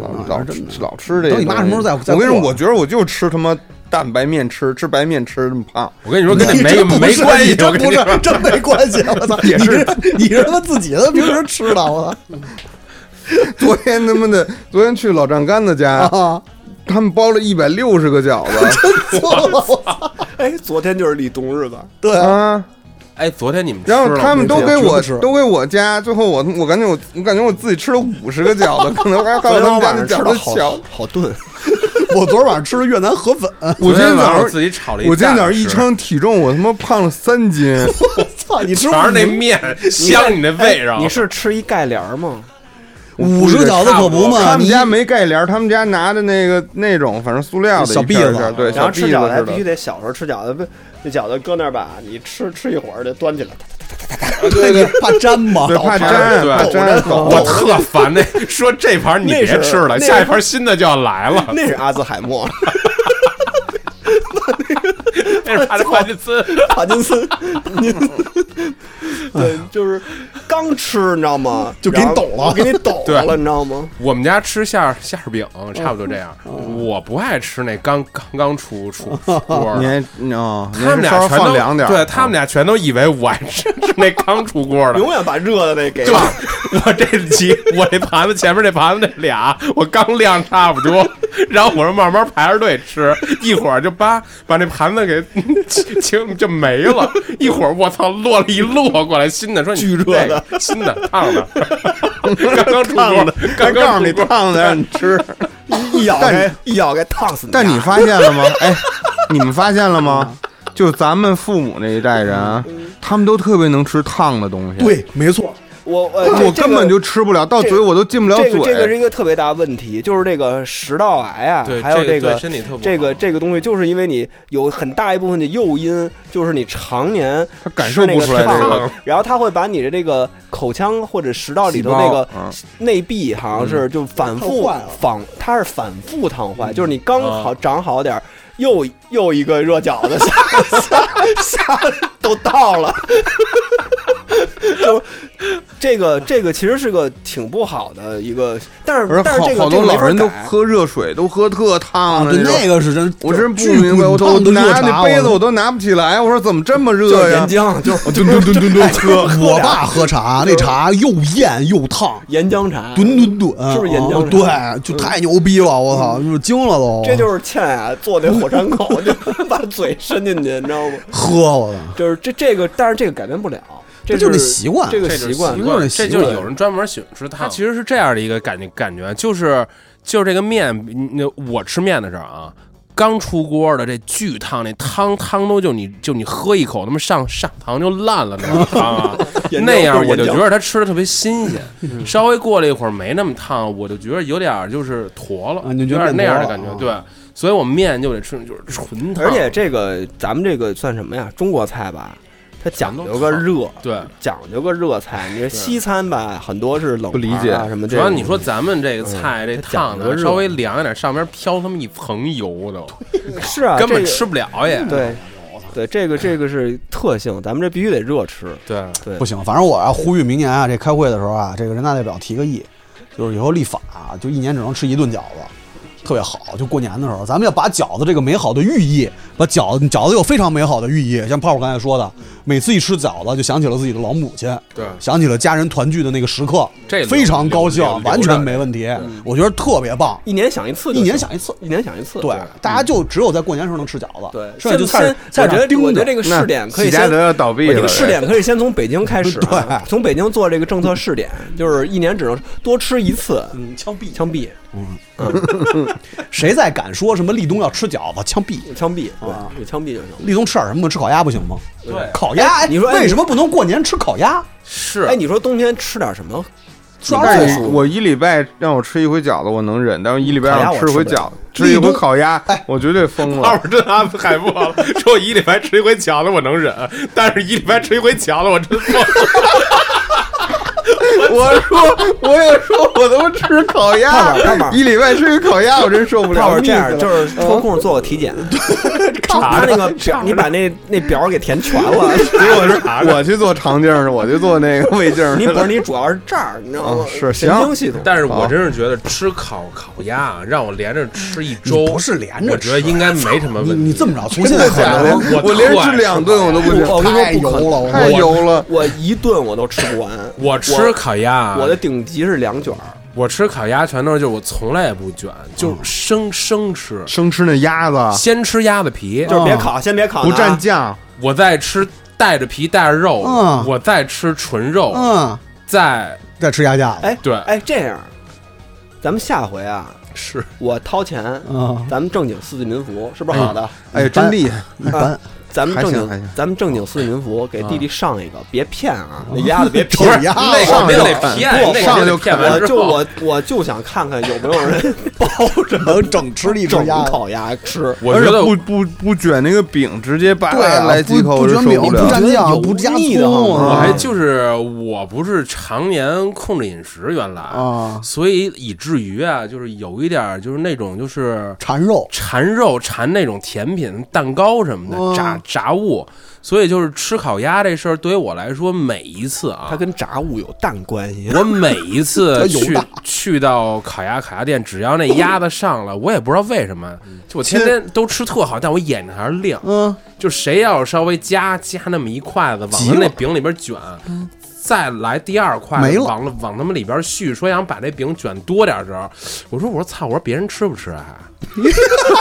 E: 老
D: 嗯
E: 老
D: 是真的
E: 吃老吃这个东
D: 等你
E: 西。
D: 妈什么时候再再
E: 我跟你说，
D: 过
E: 我觉得我就吃他妈蛋白面吃，吃白面吃这么胖。
F: 我跟你说，跟
D: 你
F: 没
D: 这不
F: 没
D: 是
F: 关
D: 你
F: 系，
D: 这
F: 我跟
D: 不
F: 你
D: 是真没关系。我操，
E: 也
D: 你
E: 是
D: 是你是他妈自己的平时吃的，我
E: 昨天他妈的，昨天去老丈杆子家，
D: 操啊！
E: 他们包了一百六十个饺子
D: 错了，我操
C: 哎，昨天就是立冬日子，
D: 对啊，
E: 啊，
F: 哎，昨天你们吃
E: 然后
F: 了
E: 他们都给我
D: 我吃
E: 都给我家，最后我我感觉我我感觉我自己吃了五十个饺子，可能还还有
C: 昨天
E: 他们家
C: 晚
E: 的
C: 上吃
E: 饺
C: 的
E: 子
C: 好
E: 小。
C: 好炖，
D: 我昨儿晚上吃的越南河粉，
E: 我今天
F: 昨晚
E: 早
F: 上自
E: 上。
F: 己炒了一，
E: 我今天早上一，称体重，我他妈胖了三 斤，
D: 操你吃
F: 全是那面镶你那胃上。
C: 哎你是吃一盖帘儿吗？
D: 五十个饺子可不嘛？
E: 他们
D: 你
E: 家没盖帘儿，他们家拿的那个那种，反正塑料的
D: 小
E: 一片
D: 篦子
E: 儿一片儿对，
C: 然
E: 小
C: 后
E: 篦
C: 吃饺子还
E: 子
C: 必须
E: 似的。
C: 得小时候吃饺子，不那饺子搁那儿吧，你吃吃一会儿得端起来，
D: 对你怕粘吗？
E: 对，怕
D: 倒盘
E: 粘，
F: 对
E: 怕粘。
F: 我特烦那说这盘你别吃了，
C: 那是
F: 下一盘新的就要来了。
C: 那是阿兹海默，
F: 那是帕帕金森，
C: 帕金 森，您对，就是刚吃，你知道吗？
D: 就给你
C: 然后
D: 抖了
C: 我给你抖
F: 对
C: 了，你知道吗？
F: 我们家吃馅儿馅儿饼差不多这样。
C: 嗯
F: 我不爱吃那刚刚刚出 出出锅
E: 你
F: 的。
E: 还哦，你
F: 他们俩全
E: 还稍微放
F: 都
E: 凉点儿，啊
F: 对他 们俩全都以为我爱 吃吃那刚出锅的，
C: 永远把热的那给
F: 对吧？ 我这几，我这盘子前面这盘子这俩，我刚晾差不多， 然后我说慢慢排着队吃，一会儿就把把那盘子给清清就没了，一会儿我操落了一摞过来新的，说你
C: 巨热的
F: 这个新的烫 的，刚刚出锅，
E: 还
F: 刚
E: 告
F: 刚
E: 诉你
F: 出锅，
E: 烫的让你吃。
C: 一咬
E: 但
C: 开，一咬开烫死你！ 啊
E: 但你发现了吗？哎，你们发现了吗？就咱们父母那一代人啊，他们都特别能吃烫的东西。，
D: 对，没错，
C: 我呃，这
E: 我根本就吃不了，到嘴我都进不了
C: 这
E: 嘴。
C: 个这个这个是一个特别大的问题，就是这个食道癌啊，
F: 对，
C: 还有
F: 这
C: 这个
F: 对身体特不好
C: 这个这个东西，就是因为你有很大一部分的诱因，就是你常年
E: 他感受不出来
C: 吃
E: 这
C: 那
E: 个
C: 个，然后它会把你的这个口腔或者食道里头
E: 细胞
C: 那个
E: 嗯
C: 内壁好像是就反复
D: 烫坏了
C: 反，它是反复烫坏，就是你刚好长好点儿，又又一个热饺子 下下下都到了。 就这个这个其实是个挺不好的一个，但是
E: 而
C: 但是
E: 好
C: 这个
E: 好多
C: 这个没
E: 老
C: 法
E: 人都
C: 改
E: 喝热水，都喝特烫的
D: 啊对，
E: 种。
D: 那个是真，
E: 哎我真不
D: 巨
E: 明白，我都
D: 滚烫的热茶，
E: 拿那杯子我都拿不起来，我说怎么这么热呀？
C: 浆，就
E: 我吨吨吨吨吨喝，
D: 我爸喝茶，那茶又艳又烫，
C: 岩浆 茶，
D: 吨吨吨，
C: 哎是不是岩浆
D: 啊对，就太牛逼了，我操，就是惊了都。
C: 这就是倩啊坐那火山口 就把嘴伸进去，你知道吗？
D: 喝我操，
C: 就是这这个，但是这个改变不了，这
D: 就是是习惯
C: 这个
F: 这
C: 习
F: 就是
C: 惯
F: 习。
D: 惯这
F: 这就
D: 就是是
F: 有人专门喜欢吃
H: 它
F: 它其实是这样的一个感觉感觉，就是就是这个面，嗯那我吃面的时候啊，刚出锅的这巨烫，那汤汤都就你就你喝一口，他妈上上糖就烂了那个汤 啊，那样我就觉得它吃的特别新 鲜，稍微过了一会儿没那么烫，我就觉得有点儿就是坨了，
D: 啊你
F: 有
D: 就觉
F: 点
D: 得
F: 儿那样的
D: 变
F: 感
D: 坨
F: 觉
D: 了，
F: 对。所以我面就得吃，就是纯烫，
C: 而且这个咱们这个算什么呀？中国菜吧，它讲究个热，
F: 对，
C: 讲究个热菜。你说西餐吧，很多是冷
E: 不理
C: 盘啊
E: 解
C: 什么这
F: 主
C: 种。
F: 要你说咱们这个嗯菜这
C: 它讲
F: 烫
C: 究
F: 的
C: 热
F: 稍微凉一点，上边飘他妈一层油都，
C: 是啊，
F: 根本
C: 这个
F: 吃不了
D: 嗯
F: 也。
C: 对。对，这个这个是特性，咱们这必须得热吃。
F: 对，
C: 对
D: 不，行，反正我要呼吁明年啊，这开会的时候啊，这个人大代表提个议，就是以后立法、啊就一年只能吃一顿饺子，特别好。就过年的时候，咱们要把饺子这个美好的寓意，把饺子饺子有非常美好的寓意，像泡泡刚才说的，每次一吃饺子就想起了自己的老母亲，
F: 对
D: 想起了家人团聚的那个时刻，
F: 这留
D: 非常高兴
F: 留留，
D: 完
F: 留
D: 全
F: 着
D: 没问题，我觉得特别棒。
C: 一年想一次就
D: 一
C: 行，
D: 年想一次，
C: 一年想一次。
D: 对，大家就只有在过年时候能吃饺子，
C: 对，
D: 剩下
C: 先
D: 就菜市
C: 先，
D: 菜
C: 我
D: 市
C: 觉
D: 场
C: 得我
D: 盯
C: 觉得
D: 着。
C: 这个
E: 那
C: 试点可以
E: 喜家
C: 先
E: 德要倒闭
C: 我这
E: 了
C: 个。试点可以先从北京开始啊，
D: 对
C: 从北京做这个政策试点，就是一年只能多吃一次，
D: 嗯，枪毙！
C: 枪毙，
D: 谁再敢说什么立冬要吃饺子，枪毙！
C: 枪毙，
D: 啊
C: 对，就枪毙就行。
D: 立冬吃点什么？吃烤鸭不行吗？
F: 对
D: 烤鸭，哎
C: 你说哎
D: 为什么不能过年吃烤鸭？
F: 是
C: 哎，你说冬天吃点什么？
D: 刷
E: 但
D: 肉
E: 是你我一礼拜让我吃一回饺子，我能忍；但是一礼拜让吃回饺
D: 烤
E: 子，
D: 鸭我吃不了
E: 吃一回烤鸭，我绝对疯
F: 泡
E: 了。
F: 泡真安排海不好了，说我一礼拜吃一回饺子我能忍，但是一礼拜吃一回饺子我真不
E: 我 说，我也说，我他妈吃烤鸭
C: 胖点胖，点
E: 一礼拜吃一烤鸭，我真受不
C: 泡
E: 了
C: 泡。这样
E: 腻死了
C: 就是抽空做个体 检，他那个表，你把那那表给填全 了，
E: 结果是我去做肠镜儿，我去做那个胃镜儿
C: 你
E: 去
C: 不是
E: 了。
C: 你主要是这儿，你知道吗
E: 啊？是
C: 神
E: 行
C: 经系统。
F: 但是我真是觉得吃烤烤鸭啊让我连着吃一周，
D: 你不是连着吃啊
F: 我觉得应该没什么问
D: 你
F: 题。
D: 你这么着，从现在
E: 真的假
D: 开
E: 的
D: 始
E: 呀
F: 我
E: 我连
F: 特爱
E: 吃两顿我都不行，
C: 我跟
D: 太
C: 你
D: 油
C: 说不可
D: 了，我
E: 太油了。
C: 我一顿我都吃不完，
F: 我吃烤鸭啊，
C: 我的顶级是两卷
E: 哦
C: 儿，
F: 我吃烤鸭全都是就是我从来也不卷，就是生生吃，
E: 生吃那鸭子
F: 先吃鸭子皮，
C: 就是别烤，先别烤，啊
E: 不蘸。酱，
F: 我再吃带着皮带着肉，
D: 嗯
F: 我再吃纯肉，
D: 嗯，
F: 再
D: 再吃 鸭架子，
C: 哎，
F: 对
C: 哎，这样，咱们下回啊，
F: 是
C: 我掏钱，
E: 哦
D: 嗯，
C: 咱们正经四季民福，是不是好的？
E: 哎呀，真厉害！
D: 一般
C: 啊咱们
E: 还
C: 正
E: 行还
C: 经
E: 行，
C: 咱们正经四季民福，给
F: 啊
C: 弟弟上一个，别骗啊，那鸭子别
D: 臭
C: 骗。
D: 鸭
F: 那
D: 子，
E: 上
F: 个没
E: 来就
F: 得
E: 啃
F: 骗，那
E: 不
F: 个
E: 上来
F: 得
E: 就
F: 骗
E: 啃
F: 完
C: 我
F: 之
C: 就
F: 后，
C: 我我就想看看有没有人抱着
D: 能整吃一只
C: 整
D: 鸭子。
C: 烤鸭吃。
F: 我
E: 而
F: 觉
E: 且
F: 得
E: 不不不卷那个饼，直接扒
D: 对啊
E: 来几口
D: 不
E: 我就
D: 不卷
E: 受
D: 饼，
E: 不
D: 不
E: 了。
C: 我
D: 蘸酱，
C: 觉得
D: 不加
C: 油腻得
D: 葱，
C: 慌
F: 我还
D: 啊
F: 就是我不是常年控制饮食，原来，
D: 啊，
F: 所以以至于啊，就是有一点儿就是那种就是
D: 馋肉，
F: 馋肉馋那种甜品、蛋糕什么的
D: 哦
F: 炸炸物，所以就是吃烤鸭这事儿对于我来说，每一次啊，
C: 它跟炸物有蛋关系。
F: 我每一
D: 它
F: 次
D: 油
F: 去
D: 大
F: 去到烤鸭烤鸭店，只要那鸭子上了，我也不知道为什么，就我天
D: 亲
F: 天都吃特好，但我眼睛还是亮。
D: 嗯，
F: 就谁要是稍微加加那么一筷子，往
D: 急
F: 他那
D: 了嗯
F: 饼里边卷，再来第二筷
D: 没
F: 子，
D: 了
F: 往往他们里边续，说想把这饼卷多点儿时候，我说我说操，我说别人吃不吃啊？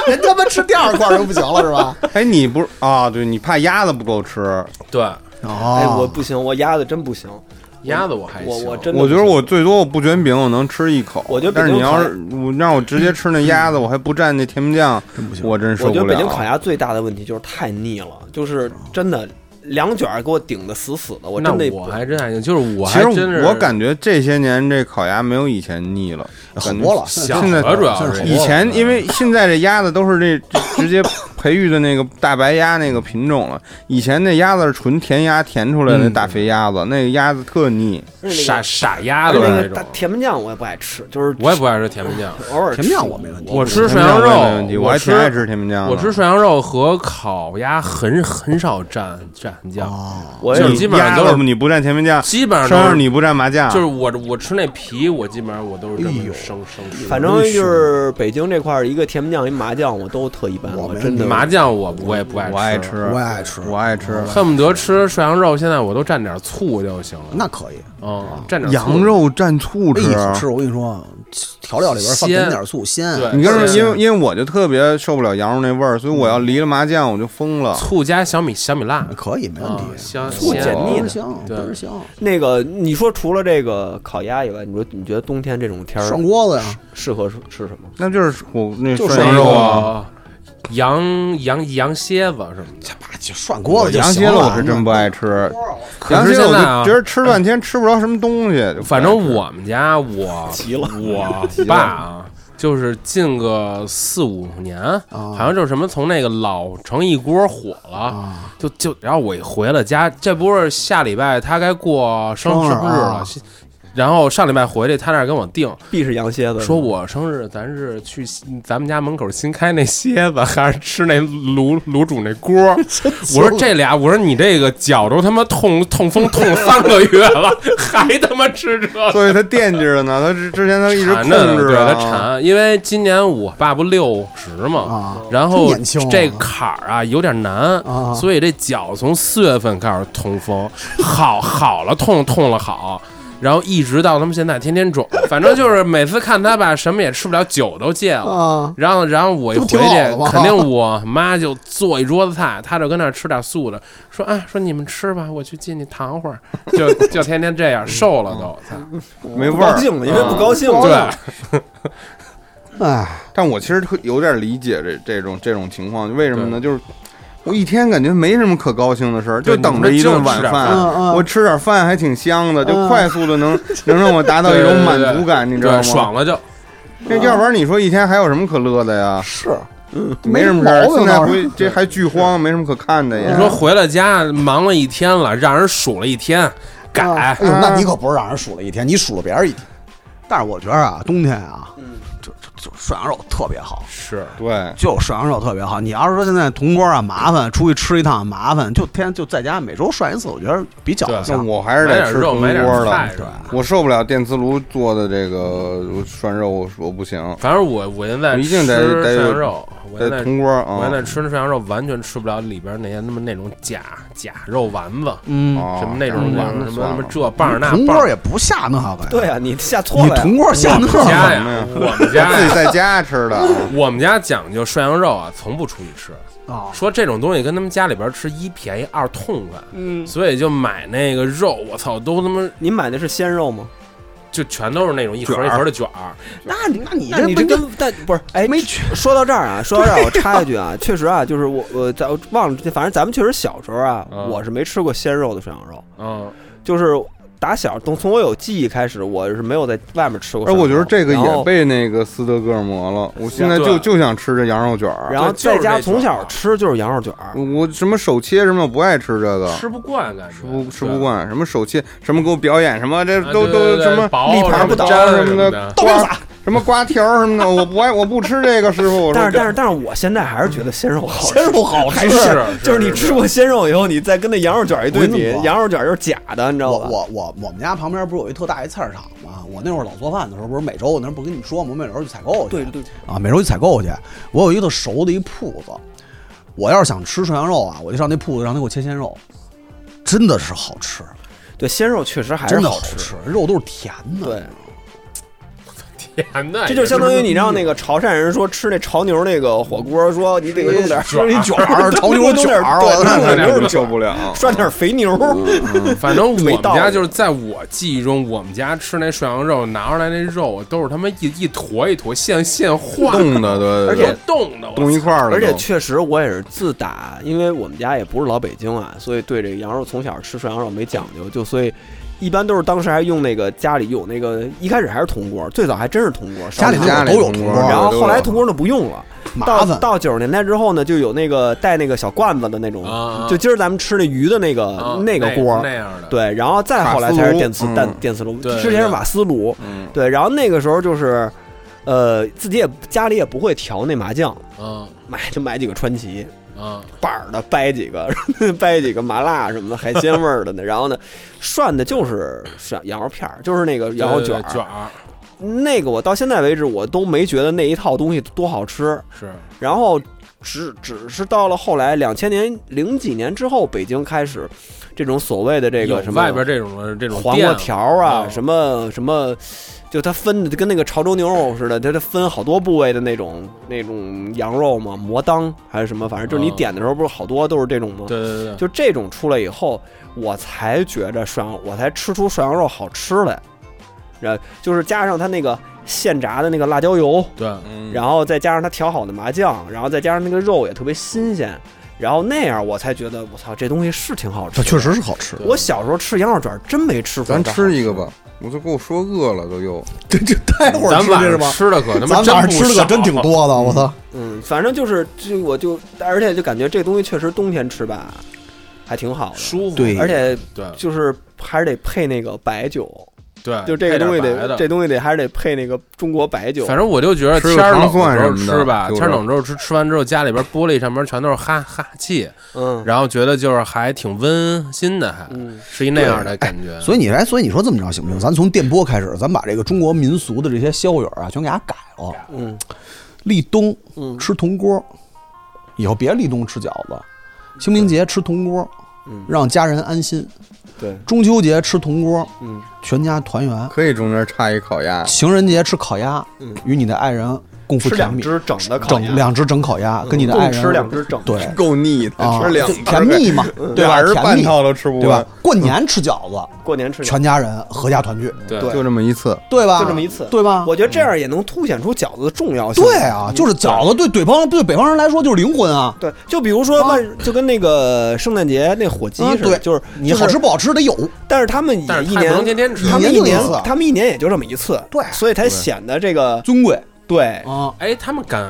D: 人他妈吃第二块就不行了是 吧？
E: 哎，你不是啊？对你怕鸭子不够吃，
F: 对，
C: 哎，
D: 哦
C: 我不行，我鸭子真不行，
F: 鸭子我还
C: 我
F: 哎行，
C: 我真的
E: 我
C: 不
E: 觉
C: 行
E: 得我最多我不卷饼，我能吃一口。
C: 我觉得北
E: 但
C: 京
E: 是你要是我让我直接吃那鸭子，我还不蘸那甜面酱，我真受
C: 我觉
E: 不
C: 得北京
E: 了
C: 烤。鸭最大的问题就是太腻了，就是真的
G: 两卷儿给我顶的死死的，我真
F: 那
G: 的
F: 我还真还行，就是我
E: 其
F: 还
E: 实
F: 真是
E: 我感觉这些年这烤鸭没有以前腻了，
D: 好多了。
F: 想
E: 现在
F: 了，主要
D: 现
F: 是
D: 在
E: 以前因为现在这鸭子都是这这直接培育的那个大白鸭那个品种了，以前那鸭子是纯填鸭填出
D: 嗯
E: 来的大肥鸭子，那个鸭子特腻。
G: 是那个
F: 傻傻鸭
G: 而
F: 子
G: 且那
F: 那
G: 个大
F: 种，
G: 甜面酱我也不爱吃，就是
F: 我也不爱吃甜面酱。
G: 偶尔
D: 甜面酱我没问题，
F: 我吃
E: 甜
F: 涮
E: 面
F: 羊
E: 酱
F: 肉
E: 没问题，，我还
F: 吃
E: 挺爱吃甜面酱的。
F: 我吃涮羊肉和烤鸭很很少蘸蘸酱，
D: 啊，
G: 我
F: 就
G: 也
F: 是基本上
E: 鸭
F: 都是
E: 子你不蘸甜面酱，
F: 基本上
E: 涮
F: 都
E: 肉
F: 是
E: 你不蘸麻酱，
F: 就是我我吃那皮，我基本上我都是这
D: 哎
F: 么
D: 呦
F: 生生吃。
G: 反正就是北京这块儿一个甜面酱一麻酱我都特一般，
D: 我
G: 我
D: 没
G: 真的
F: 麻酱我我也不爱
E: 我爱吃，
D: 我也爱吃，
E: 我爱吃。
F: 恨不得吃涮羊肉，现在我都蘸点醋就行了。
D: 那可以。
F: 嗯，蘸点醋
E: 羊肉蘸醋
D: 哎
E: 吃，
D: 呦，吃我跟你说，调料里边放点点醋，鲜。
F: 对
E: 你跟说，
F: 是
E: 因为因为我就特别受不了羊肉那味儿，所以我要离了麻酱我就疯了。
F: 醋加小米小米辣，
D: 可以，没问
F: 啊，
D: 题。
F: 香
G: 醋
F: 鲜
G: 解腻
D: 倍
G: 的
D: 儿香，倍
F: 对
D: 儿啊香。
G: 那个你说除了这个烤鸭以外，你说你觉得冬天这种天
D: 涮
G: 儿
D: 锅子啊呀，
G: 适合吃吃什么？
E: 那就是我那
D: 就
E: 涮
D: 涮
E: 羊肉啊，
F: 啊，羊羊羊蝎子什么的，
D: 这把就涮锅子就
E: 羊
D: 行
E: 蝎
D: 了。
E: 子我是真不爱吃，羊
F: 可
E: 蝎
F: 是
E: 子
F: 现
E: 我
F: 在
E: 就
F: 啊
E: 觉，得吃半天吃不着什么东西。就不爱吃
F: 反
D: 哎
F: 正我们家 我我爸啊。就是近个四五年，
D: 哦
F: 好像就是什么从那个老城一锅火了，就就然后我一回了家，这不是下礼拜他该过生
D: 生日
F: 生日
D: 啊
F: 了，然后上礼拜回去他那儿跟我定，
G: 必是羊蝎子，
F: 说我生日，咱是去新咱们家门口新开那蝎子，还是吃那卤卤煮那锅 儿？我说这俩，我说你这个脚都他妈痛痛风痛了三个月了， 还他妈吃这个？
E: 所以他惦记着呢，他之之前他一直
F: 馋
E: 控
F: 着呢
E: 制
F: 对
E: 啊
F: 他馋，因为今年我爸不六十嘛，
D: 啊，
F: 然后
D: 真年轻啊
F: 这坎儿啊有点难
D: 啊，
F: 所以这脚从四月份开始痛风，好好了痛，痛了好。然后一直到他们现在天天肿，反正就是每次看他吧，什么也吃不了，酒都戒了，
D: 啊，
F: 然后，然后我一回
D: 这不挺好的
F: 去
D: 吗，
F: 肯定我妈就做一桌子菜，她就跟那儿吃点素的，说啊，说你们吃吧，我去进去躺会儿，就就天天这样，瘦了都。
D: 嗯
F: 操
E: 没
G: 不
E: 味
G: 高
E: 儿。
G: 兴了，因为不高兴了。
F: 对，
D: 哎，
E: 但我其实特有点理解这这种这种情况，为什么呢？就是我一天感觉没什么可高兴的事儿，
F: 对
E: 就等着一顿晚
D: 们就吃
F: 你
E: 饭
D: 点饭嗯，嗯
E: 我吃点饭还挺香的，就
D: 嗯
E: 快速的能能让我达到一种满足感，你知道
F: 对
E: 吗？
F: 爽了就
E: 那要不然你说一天还有什么可乐的呀？
D: 是
E: 没什么
D: 没
E: 事儿，
D: 毛病
E: 现在
D: 倒是
E: 回这还剧荒，没什么可看的
F: 你
E: 也。
F: 说回了家忙了一天了，让人数了一天，
D: 啊
F: 改
D: 哎呦，那你可不是让人数了一天，你数了别人一天。但是我觉得啊，冬天啊，就就就涮羊肉特别好，
F: 是
E: 对，
D: 就涮羊肉特别好。你要是说现在铜锅啊麻烦，出去吃一趟麻烦，就天就在家每周涮一次，我觉得比饺子
F: 对
E: 那
D: 香。
E: 我还是
F: 买
E: 得
F: 点
E: 吃
F: 肉，
E: 铜
F: 买点
E: 锅的
F: 菜。什么的。
E: 我受不了电磁炉做的这个涮肉，我我不行，
F: 反正我我现在
E: 我一
F: 吃
E: 定得
F: 涮
E: 得
F: 羊肉，我现
E: 得
F: 在
E: 铜锅
F: 我现在
E: 啊。
F: 吃涮羊肉完全吃不了里边那些那么那种假假肉丸子，
D: 嗯，
E: 哦
F: 什么那种
E: 完
F: 丸
E: 了
F: 子，什么
E: 算
F: 什
E: 了
F: 么这棒儿那
D: 铜
F: 棒儿
D: 锅也不下那个呀。
G: 对啊，你下错
D: 你
G: 了呀。
D: 铜锅 下那
F: 我们
D: 个，
F: 家呀，我们家
E: 自己
F: 哎呀，
E: 在家吃的啊，
F: 我们家讲究涮羊肉啊，从不出去吃。
D: 啊
F: 说这种东西跟他们家里边吃，一便宜，二痛快。嗯，所以就买那个肉，我操，都他妈
G: 您买的是鲜肉吗？
F: 就全都是那种一盒一盒的卷儿。
D: 那你那你
G: 那你
D: 不
G: 这跟但不是哎，没说到这儿啊，说到这儿我插一句啊， 确实啊，就是我我咱我忘了，反正咱们确实小时候啊，
F: 嗯
G: 我是没吃过鲜肉的涮羊肉，
F: 嗯，
G: 就是打小从从我有记忆开始，我是没有在外面吃过
E: 哎，
G: 涮羊肉。
E: 我觉得这个
G: 然后
E: 也被那个斯德哥尔摩了。我现在
F: 对
E: 就就想吃这羊肉卷儿，
G: 然后
F: 对就是
G: 在家
F: 这
G: 从
F: 卷儿
D: 啊
G: 小吃就是羊肉卷儿，
D: 嗯
E: 我什么手切什么，我不爱吃这个，
F: 吃不惯，感觉
E: 啊吃不吃不。惯。什么手切，什么给我表演什么，这
F: 对
E: 都
F: 啊对对
E: 都
F: 对
E: 什么
F: 薄
E: 立牌
F: 什
E: 不
F: 么
E: 倒
F: 粘
E: 么
F: 什么
E: 的
F: 的，，
E: 瓜什么瓜条什么的，我不爱，我不吃这个，师傅。我说
G: 但是但是但是我现在还是觉得鲜肉好吃。
D: 肉好
G: 还
F: 是
G: 是就是你
F: 是是
G: 吃过鲜肉以后，你再跟那羊肉卷儿一对
D: 我跟你
G: 比
D: 说，啊
G: 羊肉卷儿就是假的，你知道
D: 我
G: 吧？
D: 我我我们家旁边不是有一特大一菜市场吗？我那会儿老做饭的时候，不是每周我那不是跟你说吗？我每周去采购去，
G: 对对
D: 啊，每周去采购去。我有一个特熟的一铺子，我要是想吃涮羊肉啊，我就上那铺子让他给我切鲜肉，真的是好吃，
G: 对，鲜肉确实还是
D: 真的
G: 好
D: 吃，肉都是甜的。
G: 对，
F: 甜的，
C: 这就相当于你让那个潮汕人说吃那潮牛那个火锅，说你得弄点儿
D: 吃一卷 儿，
C: 对
D: 炒牛肉卷儿，
C: 对
D: 我
C: 对
D: 操！
C: 对
E: 那就是受不了。
C: 涮点儿肥牛，
F: 嗯反正我
C: 没
F: 们
C: 道理
F: 家就是在我记忆中，我们家吃那涮羊肉，拿出来那肉都是他妈一一坨一坨现现化
E: 冻的，对，
C: 而
E: 对
C: 且
F: 冻的，我
E: 冻一块儿了
C: 而
E: 都，
C: 且确实，我也是自打，因为我们家也不是老北京啊，所以对这个羊肉从小吃涮羊肉没讲究，就所以一般都是当时还用那个家里有那个，一开始还是铜锅，最早还真是铜锅，烧
D: 家里
C: 的
D: 那
E: 家
D: 种
E: 里
D: 都有
E: 铜
D: 铜
E: 锅
D: 锅，
C: 然后
E: 都有
C: 后来铜锅就不用了，
D: 麻
C: 到
D: 烦。
C: 到九十年代之后呢，就有那个呃带那个小罐子的那种，
F: 啊
C: 就今儿咱们吃那鱼的那个、
F: 啊
C: 那个锅，
F: 那样的，
C: 对，然后再后来才是电磁
E: 瓦斯炉
C: 但
E: 嗯
C: 电磁炉，
F: 对
C: 之前是瓦斯炉，
E: 嗯，
C: 对，然后那个时候就是，呃，自己也家里也不会调那麻酱，
F: 嗯
C: 买就买几个川崎
F: 嗯
C: 板儿的，掰几个， 掰几个麻辣什么的，海鲜味儿的呢，然后呢，涮的就是涮羊肉片儿，就是那个羊肉卷
F: 卷
C: 儿，
F: 卷儿
C: 那个我到现在为止我都没觉得那一套东西多好吃，
F: 是
C: 然后只只是到了后来两千年零几年之后，北京开始这种所谓的这
F: 有
C: 个什么
F: 外边这种的这种
C: 黄
F: 店
C: 瓜
F: 啊
C: 条啊，
F: 嗯
C: 什么什么，就它分的跟那个潮州牛肉似的，它它分好多部位的那种那种羊肉嘛，魔当还是什么，反正就是你
F: 嗯
C: 点的时候不是好多都是这种吗？
F: 对对对，
C: 就这种出来以后，我才觉着涮羊，我才吃出涮羊肉好吃来。然后就是加上它那个现炸的那个辣椒油，
F: 对
E: 嗯
C: 然后再加上他调好的麻酱，然后再加上那个肉也特别新鲜，然后那样我才觉得我操，这东西是挺好吃
D: 它
C: 的。
D: 啊确实是好吃，
C: 我小时候吃羊肉卷儿真没吃过这好
E: 咱
C: 吃。
E: 吃一个吧，我都给我说饿了都又。
D: 这这待会儿
F: 咱
D: 吃
F: 晚
D: 这是
F: 上
D: 吧？
F: 吃的可他妈
D: 咱晚上
F: 不
D: 吃的
F: 少
D: 可真挺多的，我操！
C: 嗯，反正就是这，我就而且就感觉这东西确实冬天吃吧，还挺好的，
F: 舒服，
D: 对
C: 而且
F: 对
C: 就是还是得配那个白酒，
F: 对，
C: 就这个东西
F: 配点白
C: 得
F: 的
C: 这东西得还是得配那个中国白酒。
F: 反正我就觉得
E: 吃
F: 天
E: 个
F: 儿冷
E: 糖蒜
F: 的时候
E: 什么的
F: 吃吧，
E: 就是
F: 天儿冷之后吃，吃完之后家里边玻璃上面全都是哈哈气，
C: 嗯
F: 然后觉得就是还挺温馨的，还
C: 嗯，
F: 是一那样的感觉。
D: 所以你哎，所以你说这么着行不行？咱从电波开始，咱把这个中国民俗的这些宵夜啊，全给它改了。
C: 嗯，
D: 立冬
C: 嗯
D: 吃铜锅，以后别立冬吃饺子。清明节吃铜锅，
C: 嗯
D: 让家人安心。
C: 对，
D: 中秋节吃铜锅，
C: 嗯
D: 全家团圆。
E: 可以中间插一烤鸭，
D: 情人节吃烤鸭，与你的爱人共赴
C: 嗯吃
D: 甜
C: 两
D: 蜜。
C: 只整的烤鸭嗯
D: 整两只整烤鸭，跟你的爱
C: 共
D: 人
C: 吃嗯两只整的
D: 对
E: 够腻的，
D: 啊
E: 吃两
D: 甜蜜嘛，对吧？
E: 俩人
D: 甜
E: 半
D: 蜜
E: 套都吃不
D: 对吧
C: 嗯
E: 完，？
D: 过年吃饺子，
C: 过年吃两
D: 全家人合家团聚，
F: 对
C: 对
E: 就这么一次。
D: 对吧？
C: 就这么一次
D: 对吧？
C: 我觉得这样也能凸显出饺子的重要性。
D: 啊对啊，就是饺子对北方对北方人来说就是灵魂啊。
C: 嗯对，就比如说
D: 啊
C: 万，就跟那个圣诞节那火鸡
D: 嗯
C: 似的，
D: 对
C: 就是
D: 你
C: 就是
D: 好吃不好吃得有，
C: 但是他们也
F: 但是
C: 一
F: 他也不能
C: 年，
F: 天天吃。
C: 他们
D: 一
C: 一
D: 年
C: 年
D: 就一次，
C: 他们一年也就这么一次，
D: 对
C: 所以才显得这个
D: 尊贵
C: 对，
D: 啊
F: 哎，他们感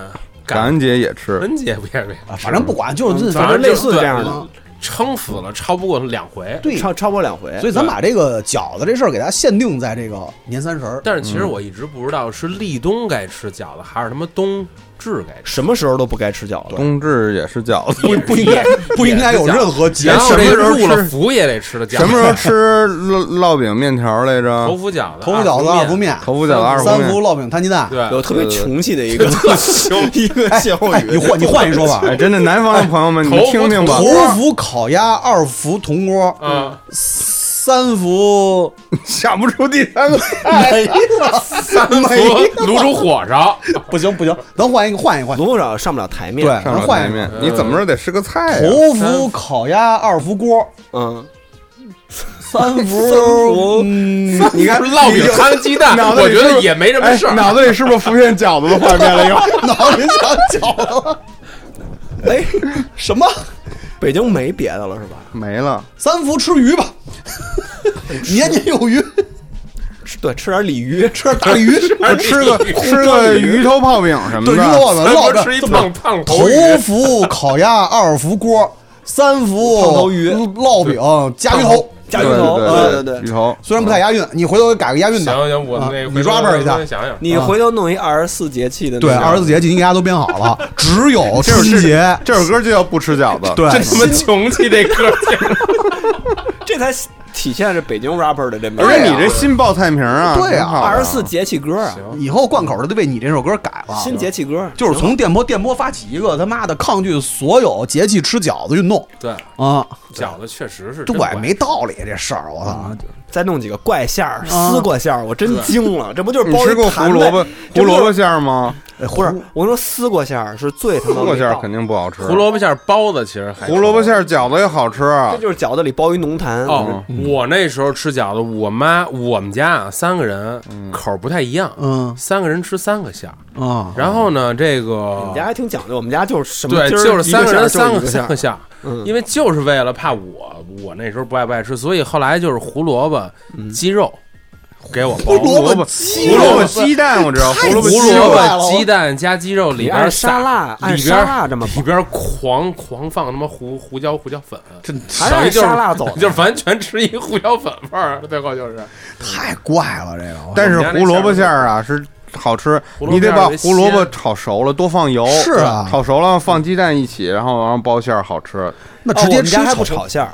E: 感
F: 感
E: 恩节也吃，
F: 恩节不也没？
D: 啊，反正不管就是
C: 反正
F: 就
C: 类似
F: 对
C: 这样的
F: 嗯撑死了，超不过两回。
D: 对。
C: 超超过两回，
D: 所以咱把这个饺子这事儿给大家限定在这个年三十儿，
F: 但是其实我一直不知道是立冬该吃饺子，还是他妈冬至该吃。
C: 什么时候都不该吃饺子。
E: 冬至也是饺子。
F: 不
D: 不应该不应该有任何节
F: 然后
D: 什么
F: 这
D: 时
F: 个
D: 候
F: 入
D: 吃
F: 了伏也得吃的饺子。
E: 什么时候吃烙烙饼面条来着
F: 头？伏饺子？啊
D: 头伏饺子、啊二伏面、
E: 头啊伏饺子、二伏
D: 三
E: 面
D: 伏。烙饼、摊鸡蛋。
F: 对，
C: 有特别穷气的一个 一个歇后
D: 哎，
C: 语，
D: 你换你换一说法，
E: 哎，真的，南方的朋友们，你们
F: 头伏
E: 听听吧
F: 头，
D: 头伏烤鸭，二伏铜锅，
F: 嗯，
D: 三哎伏
E: 想不出第三个。
D: 没了，
F: 三伏卤煮火烧，
D: 不行不行，咱换一个换一个 换一个。
C: 卢凤少上不了台面。
D: 对，，
E: 上
D: 咱
E: 了
D: 换
E: 台
D: 一个。
F: 呃
E: 面，你怎么着得是个菜呀？
D: 头伏烤鸭，二伏锅，
C: 嗯，
D: 三 伏嗯
E: 你看
F: 烙饼摊鸡蛋，
E: 脑袋
F: 我
E: 里
F: 觉
E: 是不
F: 得
E: 是
F: 也没什么
E: 哎
F: 事，儿。
E: 脑子里是不是浮现饺子的画面了？又
D: 脑袋想饺子了。
C: 哎，
D: 什么？
C: 北京没别的了是吧？
E: 没 了。
D: 三伏吃鱼吧，年年有余，
C: 吃对，吃点鲤鱼，吃
D: 大鲤鱼。
E: 吃个吃个鱼头泡饼什么
D: 对，鱼烙
E: 的，
D: 饼，
F: 咱
D: 烙
F: 们
D: 饼
F: 啊吃一胖 胖
D: 头
F: 头鱼，
D: 伏烤鸭，二伏锅，三伏
C: 胖头鱼
D: 烙饼，加鱼头。
C: 加鱼头，嗯
E: 对
C: 对
E: 鱼。头。
D: 虽然不太押韵，你回头改个押韵
F: 行
D: 的。
F: 行，我那
D: 啊
F: 个
D: 你抓本儿一下
F: 想想，
E: 啊
C: 你回头弄一二十四节气的那
D: 对，
C: 个
D: 二十四节气应该大家都编好了，只有
E: 这首
D: 春节。
E: 这首歌就叫不吃饺子。
D: 对，
F: 这他 妈穷气这歌儿，
C: 这才体现着北京 rapper 的这美。
E: 而且你这新报菜名啊，
D: 对啊
E: 挺好的
C: 二十四节气歌啊，
D: 以后贯口的都为你这首歌改了。
C: 新节气歌
D: 就是从电波电波发起一个他妈的抗拒所有节气吃饺子运动
F: 对，
D: 啊！
F: 饺子确实是真
D: 对，
F: 管
D: 啊没道理这事儿，我操！
C: 再弄几个怪馅儿、丝瓜馅儿，我真惊了，这不就是
E: 啊你
C: 包
E: 吃过
C: 一
E: 胡
C: 坛
E: 萝卜
C: 呗？
E: 胡萝卜馅儿吗？
D: 哎
C: 不是，我说丝瓜馅儿是最他
E: 胡
C: 妈
E: 萝卜馅
C: 没
E: 儿
C: 道
E: 肯定不好吃。
F: 胡萝卜馅儿包子其实还
E: 胡萝卜馅儿饺子也好吃。
C: 这就是饺子里包一浓痰。
F: 哦，我那时候吃饺子，我妈我们家啊三个人口儿不太一样，
D: 嗯
F: 三个人吃三个馅儿。
D: 啊，
F: 然后呢，这
C: 我
F: 个
C: 们家还挺讲究，我们家就是什么
F: 对，
C: 今儿
F: 就是
C: 一
F: 三
C: 个
F: 人
C: 馅儿嗯就
F: 三个
C: 是一
F: 三个
C: 个
F: 馅儿，因为就是为了怕我我那时候不爱不爱吃，所以后来就是胡萝卜
C: 嗯
F: 鸡肉给我包。
E: 胡萝卜，胡萝卜鸡蛋我知道，胡萝卜
F: 胡
E: 鸡
F: 萝
E: 肉
F: 卜鸡蛋加鸡肉
C: 你
F: 里边
C: 按沙拉
F: 撒里
C: 按
F: 边
C: 沙拉这么包
F: 里边狂狂放他妈胡胡椒胡椒粉，
D: 这
C: 还是
F: 等于
C: 按
F: 就是
C: 沙拉走的，
F: 就是完全吃一胡椒粉味儿，最后就是
D: 太怪了，这个
E: 但是胡萝卜馅儿啊是好吃，
F: 胡萝
E: 你
F: 卜馅
E: 得
F: 儿
E: 把
F: 得
E: 胡萝卜炒熟了，多放油。
D: 是啊
E: 炒熟了放鸡蛋一起，然后然后包馅儿好吃。
D: 那
C: 哦
D: 直
C: 我
D: 接
C: 们
D: 吃
C: 家还不
D: 炒
C: 炒馅儿，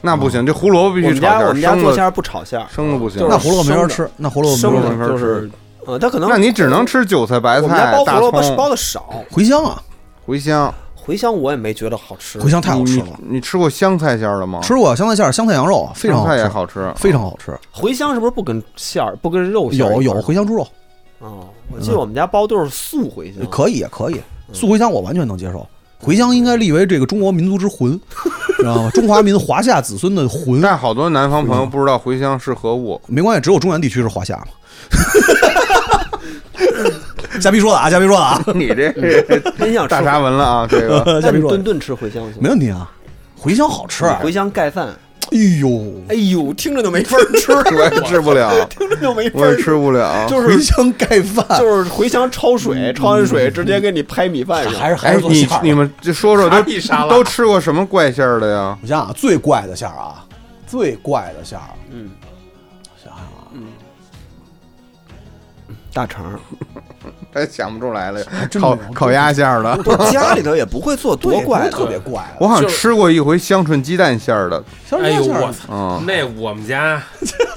E: 那不行，这胡萝卜必
C: 我
E: 须
C: 们家
E: 炒馅
C: 我
E: 儿，
C: 们家做
E: 生
C: 馅
E: 的
C: 儿不炒馅儿，
E: 生的不行
C: 就。
D: 那胡萝卜没法
C: 生的
D: 吃，那胡萝卜
C: 生
D: 没
C: 的
D: 法
E: 就
C: 就是是呃，它可能
E: 那你只能吃韭菜、白
C: 我们家
E: 菜、
C: 包
E: 大
C: 胡萝卜是包
E: 葱、
C: 的少，
D: 茴香啊，
E: 茴香。
C: 茴香我也没觉得好吃。
D: 茴香太好吃
E: 你
D: 了，
E: 你吃过香菜馅儿的吗？
D: 吃过香菜馅儿、香菜羊肉，啊非常
E: 香
D: 好
E: 菜也
D: 吃，
E: 好吃。
D: 非常好吃。
C: 茴香是不是不跟馅儿不跟肉馅儿
D: 有
C: 一
D: 有
C: 块儿
D: 茴香猪肉
C: 哦，我记得我们家包都是素茴香，
D: 可以，啊可以，素茴香我完全能接受。茴香应该立为这个中国民族之魂， 知道吗？中华民华夏子孙的魂。
E: 但好多南方朋友不知道茴香是何物，
D: 没关系，只有中原地区是华夏嘛。 瞎逼说的啊，瞎逼说的啊，
E: 你这
C: 真想吃
E: 大沙文了啊！这个
C: 那
D: 瞎逼
C: 你
D: 说
C: 顿
D: 的，
C: 顿吃茴香行吗？
D: 没问题啊。茴香好吃，哎
C: 茴香盖饭，
D: 呦，
C: 啊哎呦，听着就没法儿吃，
E: 我也吃不了，
C: 听着就没 法
E: 我
C: 儿
E: 也
C: 吃，
E: 吃不了。
C: 就是
D: 茴香盖饭
C: 就是茴香焯水，焯完水直接给你拍米饭上。
D: 还是还
E: 哎
D: 是，做
E: 你
D: 馅儿啊
E: 你
D: 吧。
E: 们就说说都
F: 啥意思啊
E: 都吃过什么怪馅儿的呀？
D: 我想想啊，最怪的馅儿啊，最怪的馅儿，啊
C: 嗯，
D: 想想啊，
C: 大肠，
E: 真哎想不出来了呀，
D: 真没
E: 烤
D: 有
E: 烤鸭馅儿的。
C: 家里头也不会做多
D: 对
C: 怪
D: 不是特
C: 的。
D: 别怪的。
E: 我好像
F: 就是
E: 吃过一回香椿鸡蛋馅儿的，
D: 香
F: 哎
D: 椿
F: 呦
D: 馅
F: 我
D: 儿，
F: 操
C: 哦
E: 嗯！
F: 那我们家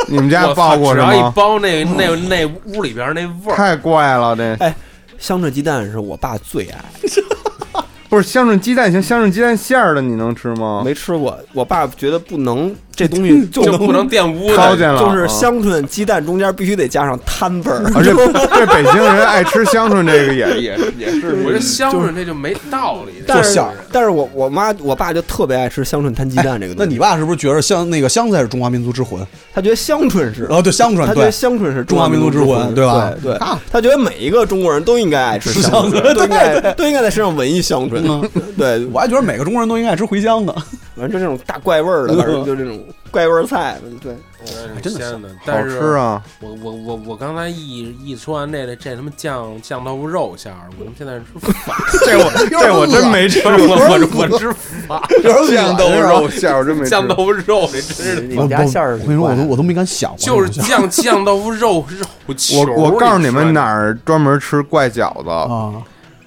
E: 你们家
F: 我操
E: 爆过
F: 只
E: 是
F: 要一
E: 吗？
F: 包那那那屋里边那味儿，
E: 太怪了，这
C: 哎，香椿鸡蛋是我爸最爱，
E: 不是香椿鸡蛋行，香椿鸡蛋馅儿的你能吃吗？
C: 没吃过。我爸觉得不能，这东西啊 就
F: 就不能玷污
E: 糟
F: 的。
E: 践了，
C: 就是
E: 嗯
C: 香椿鸡蛋中间必须得加上摊味儿，
E: 而且这北京人爱吃香椿，这个也也也是
F: 我这香椿这就没道理。
C: 但
D: 做
C: 是
D: 馅儿
C: 但是我我妈我爸就特别爱吃香椿摊鸡蛋这 个东
D: 那
C: 西，
D: 你爸是不是觉得香那个香菜是中华民族之魂？
C: 他觉得香椿是，
D: 哦，对，香椿
C: 他觉
D: 对
C: 得，香椿是
D: 中华民族
C: 民
D: 之
C: 之
D: 魂，
C: 对
D: 吧？
C: 对，
D: 啊
C: 他觉得每一个中国人都应该爱吃
D: 吃
C: 香
D: 香
C: 椿，
D: 椿嗯
C: 都应该都应该在身上闻一香椿。 对，
D: 我还觉得每个中国人都应该吃茴香 呢。
C: 反正就这种大怪味儿的，
D: 嗯
C: 反正就这种怪味儿菜。对，
D: 真的
F: 哎鲜的，
E: 好
F: 但是
E: 吃啊！
F: 我我我我刚才一一说完这个这他妈酱酱豆腐肉馅儿，我他妈现在吃反了，
E: 这我这我真 没吃
F: 我
E: 过，
F: 我我吃反了，
E: 酱豆腐肉馅儿，我真没吃
F: 酱豆腐肉这真是
C: 你们家馅儿
D: 我跟你说，我都我都没敢想过这
F: 就
D: 种
F: 是
D: 馅儿，
F: 酱酱豆腐肉肉球
E: 我
F: 儿
E: 我告诉你们哪
F: 儿
E: 儿专门吃怪饺子，
D: 啊，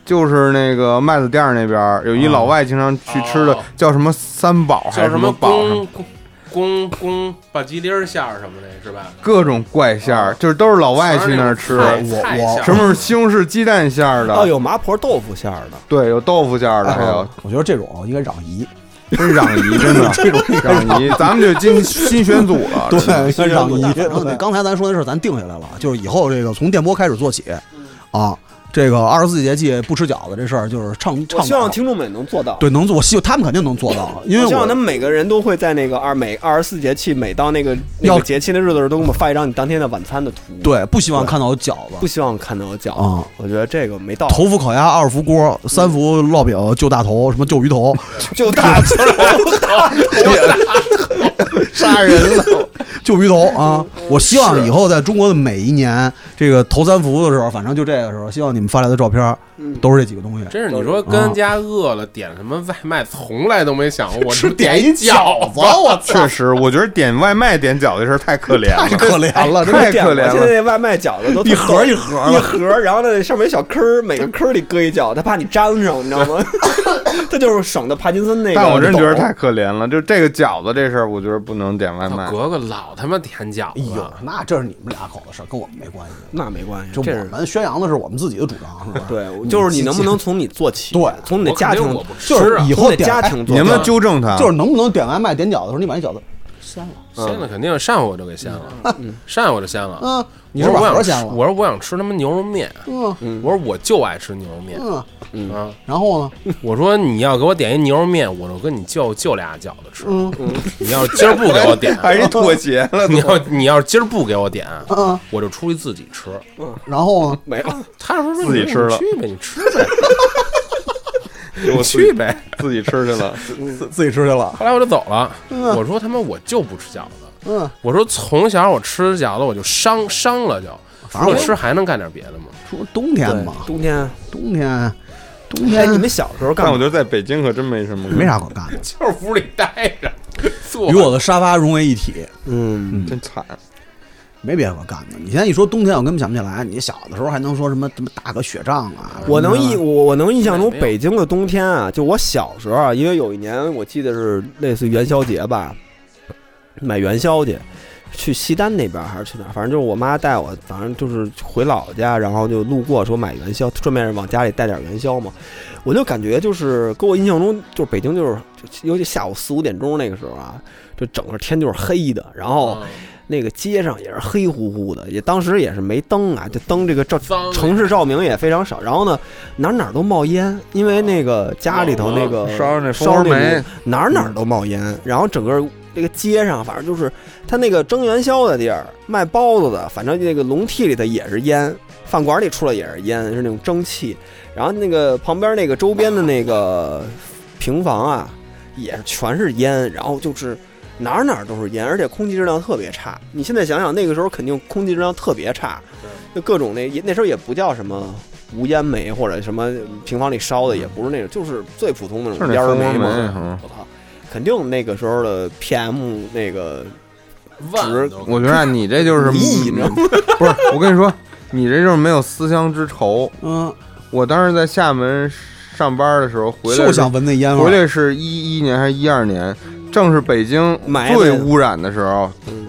E: 就是那个麦子店儿那边儿有一老外经常去吃的
F: 哦，
E: 叫什么三宝还
F: 叫
E: 是
F: 什
E: 么
F: 么
E: 宝什么
F: 公公公公吧鸡丁儿馅儿什么的，是吧？
E: 各种怪馅儿，就是都是老外去那儿吃。
F: 全是那种
E: 我
F: 菜
D: 我我
F: 菜馅儿
E: 什么是西红柿鸡蛋馅儿
C: 哦，
E: 的？
C: 有麻婆豆腐馅儿的，
E: 对，有豆腐馅儿
D: 哦
E: 的，还有
D: 我觉得这种应该攘夷，
E: 真攘夷，真的 攘夷，咱们就进新选组了。
D: 对，
E: 真的
D: 应该攘夷。
C: 对
D: 然后那 刚才咱说的事儿咱定下来了，就是以后这个从电波开始做起啊，这个二十四节气不吃饺子这事儿就是倡
C: 我
D: 倡
C: 希望
D: 导。
C: 听众们也能做到。
D: 对，能做，我希望他们肯定能做到，因为
C: 我希望他
D: 我
C: 们每个人都会在那个二每二十四节气，每到那个那
D: 要
C: 个节气的日子的时候，都给我们发一张你当天的晚餐的图。，
D: 对不希望看到有饺
C: 不
D: 子。
C: 希望看到有饺
D: 啊
C: 子，我觉得这个没道理。
D: 头伏烤鸭，二伏锅，三伏烙饼，就大头，什么就鱼头，
C: 就大出来，
E: 杀人了，
D: 就鱼头啊！
C: 嗯
D: 我希望以后在中国的每一年，这个投三伏的时候，反正就这个时候，希望你们发来的照片
C: 嗯
D: 都是这几个东西。
F: 真是你说跟家饿了点什么外卖，从来都没想过我
D: 吃点一饺
F: 子
D: 子，我
E: 确实，我觉得点外卖点饺子这事儿太可怜了，
D: 太可
C: 哎
D: 怜了
E: 太可怜
C: 现在
E: 了。
C: 那外卖饺子都
D: 一盒一盒
C: 一
D: 的。
C: 盒，然后呢上面有小坑儿，每个坑儿里搁一脚，他怕你粘上，你知道吗？他就是省的帕金森那个。
E: 但我真觉得太可怜了，就这个饺子这事儿，我觉得不能点外卖
F: 操。格格啊老他妈啊点饺
D: 哎
F: 子
D: 呦
F: 了，，
D: 那这是你们俩口的事儿，跟我们没关系。
C: 那没关系，
D: 这
C: 这
D: 我
C: 是
D: 们宣扬的是我们自己的主张，是吧？
C: 对，就是你能不能从你做起，
D: 对
C: 从你
F: 我
C: 的家
F: 肯定
C: 庭
F: 我，不吃
D: 就是
F: 啊
D: 以
C: 从
D: 后
C: 你的
D: 点
C: 家庭做
E: 你
C: 起，
E: 们纠正他，
D: 就是能不能点外卖点饺子的时候，你把那饺子掀了。
F: 掀了肯定上回我就给掀了，上回我就掀了。
D: 嗯，你
F: 我
D: 是
F: 说我
D: 晚
F: 想
D: 上
F: 吃
D: 掀了？
F: 我说我想吃他妈牛肉面，
D: 嗯
F: 我说我就爱吃牛肉面
D: 嗯，
F: 啊！
D: 然后呢？
F: 我说你要给我点一牛肉面，我就跟你就就俩饺子吃。
D: 嗯哎
F: 你要是今儿不给我 点，
E: 还是妥协了，
F: 你要你要是今儿不给我点，
D: 嗯，
F: 我就出去自己吃。
D: 然后呢？
C: 没了，
F: 他说
E: 自己吃了
F: 你去呗，你 吃呗，
E: 我
F: 你
E: 去
F: 去呗。
E: 自己吃去 了。
D: 自自己吃去了。
F: 后来我就走了，
D: 嗯
F: 我说他妈我就不吃饺子。
D: 嗯，
F: 我说从小我吃饺子我就伤伤了就，
D: 反
F: 除
D: 正
F: 了
D: 我
F: 吃还能干点别的吗？
D: 说冬天嘛，
C: 冬天，
D: 冬天，冬
C: 哎，
D: 天
C: 你们小时候干
E: 但我
C: 嘛？
E: 觉得在北京可真没什么，
D: 没啥可干的，
F: 就是屋里待着， 嗯坐
D: 与我的沙发融为一体，
C: 嗯，
E: 真惨。
D: 没别的可干的。你现在一说冬天，我根本想不起来。你小的时候还能说什么什么打个雪仗啊？
C: 我能印
D: 一
C: 我我能印象中
F: 没有
C: 北京的冬天啊，就我小时候啊，因为有一年我记得是类似于元宵节吧，买元宵去，去西单那边还是去哪儿，反正就是我妈带我，反正就是回老家，然后就路过说买元宵，顺便往家里带点元宵嘛。我就感觉就是给我印象中就是北京就是，就尤其下午四五点钟那个时候啊，就整个天就是黑的，然后
F: 嗯
C: 那个街上也是黑乎乎的，也当时也是没灯啊，这灯这个照
F: 脏那
C: 城市照明也非常少。然后呢，哪儿哪儿都冒烟，因为那个家里头那个
E: 哦呃烧那
C: 烧
E: 蜂窝
C: 那
E: 煤
C: 个，哪儿哪儿都冒烟。然后整个这个街上，反正就是他那个蒸元宵的地儿，卖包子的，反正那个笼屉里头也是烟，饭馆里出来也是烟，是那种蒸汽。然后那个旁边那个周边的那个平房啊，也是全是烟，然后就是哪儿哪儿都是烟，而且空气质量特别差。你现在想想，那个时候肯定空气质量特别差，就各种那也那时候也不叫什么无烟煤或者什么平房里烧的，也不是那种，就是最普通的那
E: 就
C: 种
E: 是那
C: 烟儿
E: 蜂窝
C: 煤
E: 煤
C: 嘛。
E: 嗯
C: 我操，肯定那个时候的 PM 那个
F: 万都
E: 我觉得啊你这就是嗯
C: 你知道吗
E: 不是，我跟你说，你这就是没有思乡之愁。
D: 嗯，
E: 我当时在厦门上班的时候回来
D: 就
E: 的时
D: 想闻那烟
E: 候，
D: 味
E: 回
D: 儿。
E: 来是一一年还是一二年，正是北京
C: 埋汰
E: 最污染的时候。
C: 嗯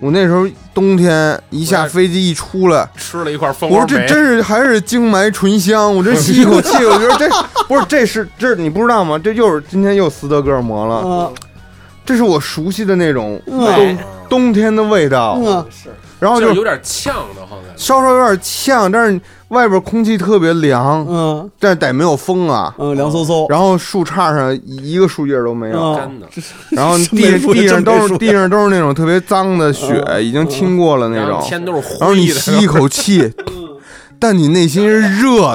E: 我那时候冬天一下飞机一出来，
F: 吃了一块蜂
E: 我
F: 窝
E: 说
F: 煤，
E: 这真是还是精埋醇香，我这吸一口气，我觉得这不是这是这你不知道吗？这又是今天又斯德哥尔摩了，
D: 嗯
E: 这是我熟悉的那种
D: 嗯
E: 冬冬天的味道，
D: 嗯，
E: 然后
F: 就是
E: 就
F: 有点呛的慌感觉。
E: 稍稍有点呛，但是外边空气特别凉，
D: 嗯
E: 但是得没有风啊。
D: 嗯，凉飕飕。
E: 然后树杈上一个树叶都没有，
D: 嗯
F: 干的，
E: 然后地
D: 没说
E: 地上
D: 真没
E: 都是
D: 说
E: 地上都是那种特别脏的雪，已经清过了那
F: 嗯然
E: 种
F: 后。天都是
E: 然后
F: 灰
E: 你
F: 的，嗯
E: 吸 一口气，但你内心是 热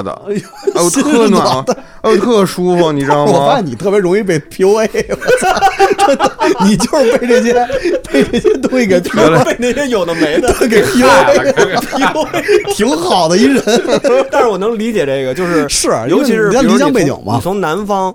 E: 的，哎呦特暖和，啊哎呦特舒服，你知道
D: 我发
E: 吗
D: 现？你特别容易被 PUA，我操，真的，你就是被这些被这些东西给 PUA，
C: 被那些有的没的
D: 给
F: 哎呀
D: PUA，挺好的一人，
C: 但是我能理解这个，就是
D: 是，啊
C: 尤其是
D: 你
C: 比如
D: 离乡
C: 你
D: 背景
C: 从
D: 嘛
C: 你，从南方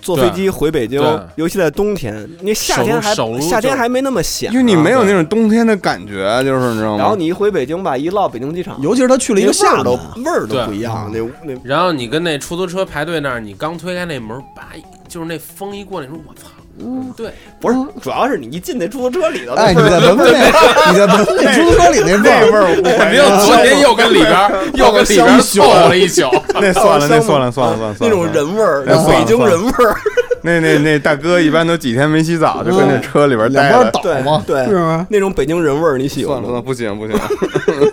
C: 坐
F: 对
C: 飞机回北京
F: 对，
C: 尤其在冬天，你夏天还
F: 手手
C: 夏天
F: 就
C: 还没那么显
E: 因，为你
F: 啊
E: 没有那种冬天的感觉，就是你知道
C: 然后
E: 吗？
C: 你一回北京吧，一落北京机场，
D: 尤其是他去了一
C: 那
D: 个
C: 味
D: 厦
C: 儿都
D: 门，
C: 味儿都
F: 对
C: 不一样，那那
F: 然后你跟那出租车排队那儿，你刚推开那门，叭，就是那风一过来，你说我操，嗯对，
C: 不是，主要是你一进那出租车里头，
D: 哎，你在闻闻那，你在闻闻那出租车里那味儿，
E: 儿
F: 肯定哎昨天又跟里边儿又跟里边儿凑合了一宿，
E: 那算了，那算了，算了，算了，
C: 那种人味儿，
E: 哎算了
C: 北京人味儿，
E: 那那那大哥一般都几天没洗澡，就跟
F: 嗯
E: 那车里边
D: 两
E: 待
D: 边
E: 着。
D: 倒
C: 对
D: 嘛，
C: 对
D: 是吗？
C: 那种北京人味儿，你喜欢
E: 算了，
C: 吗？
E: 算了，不行不行，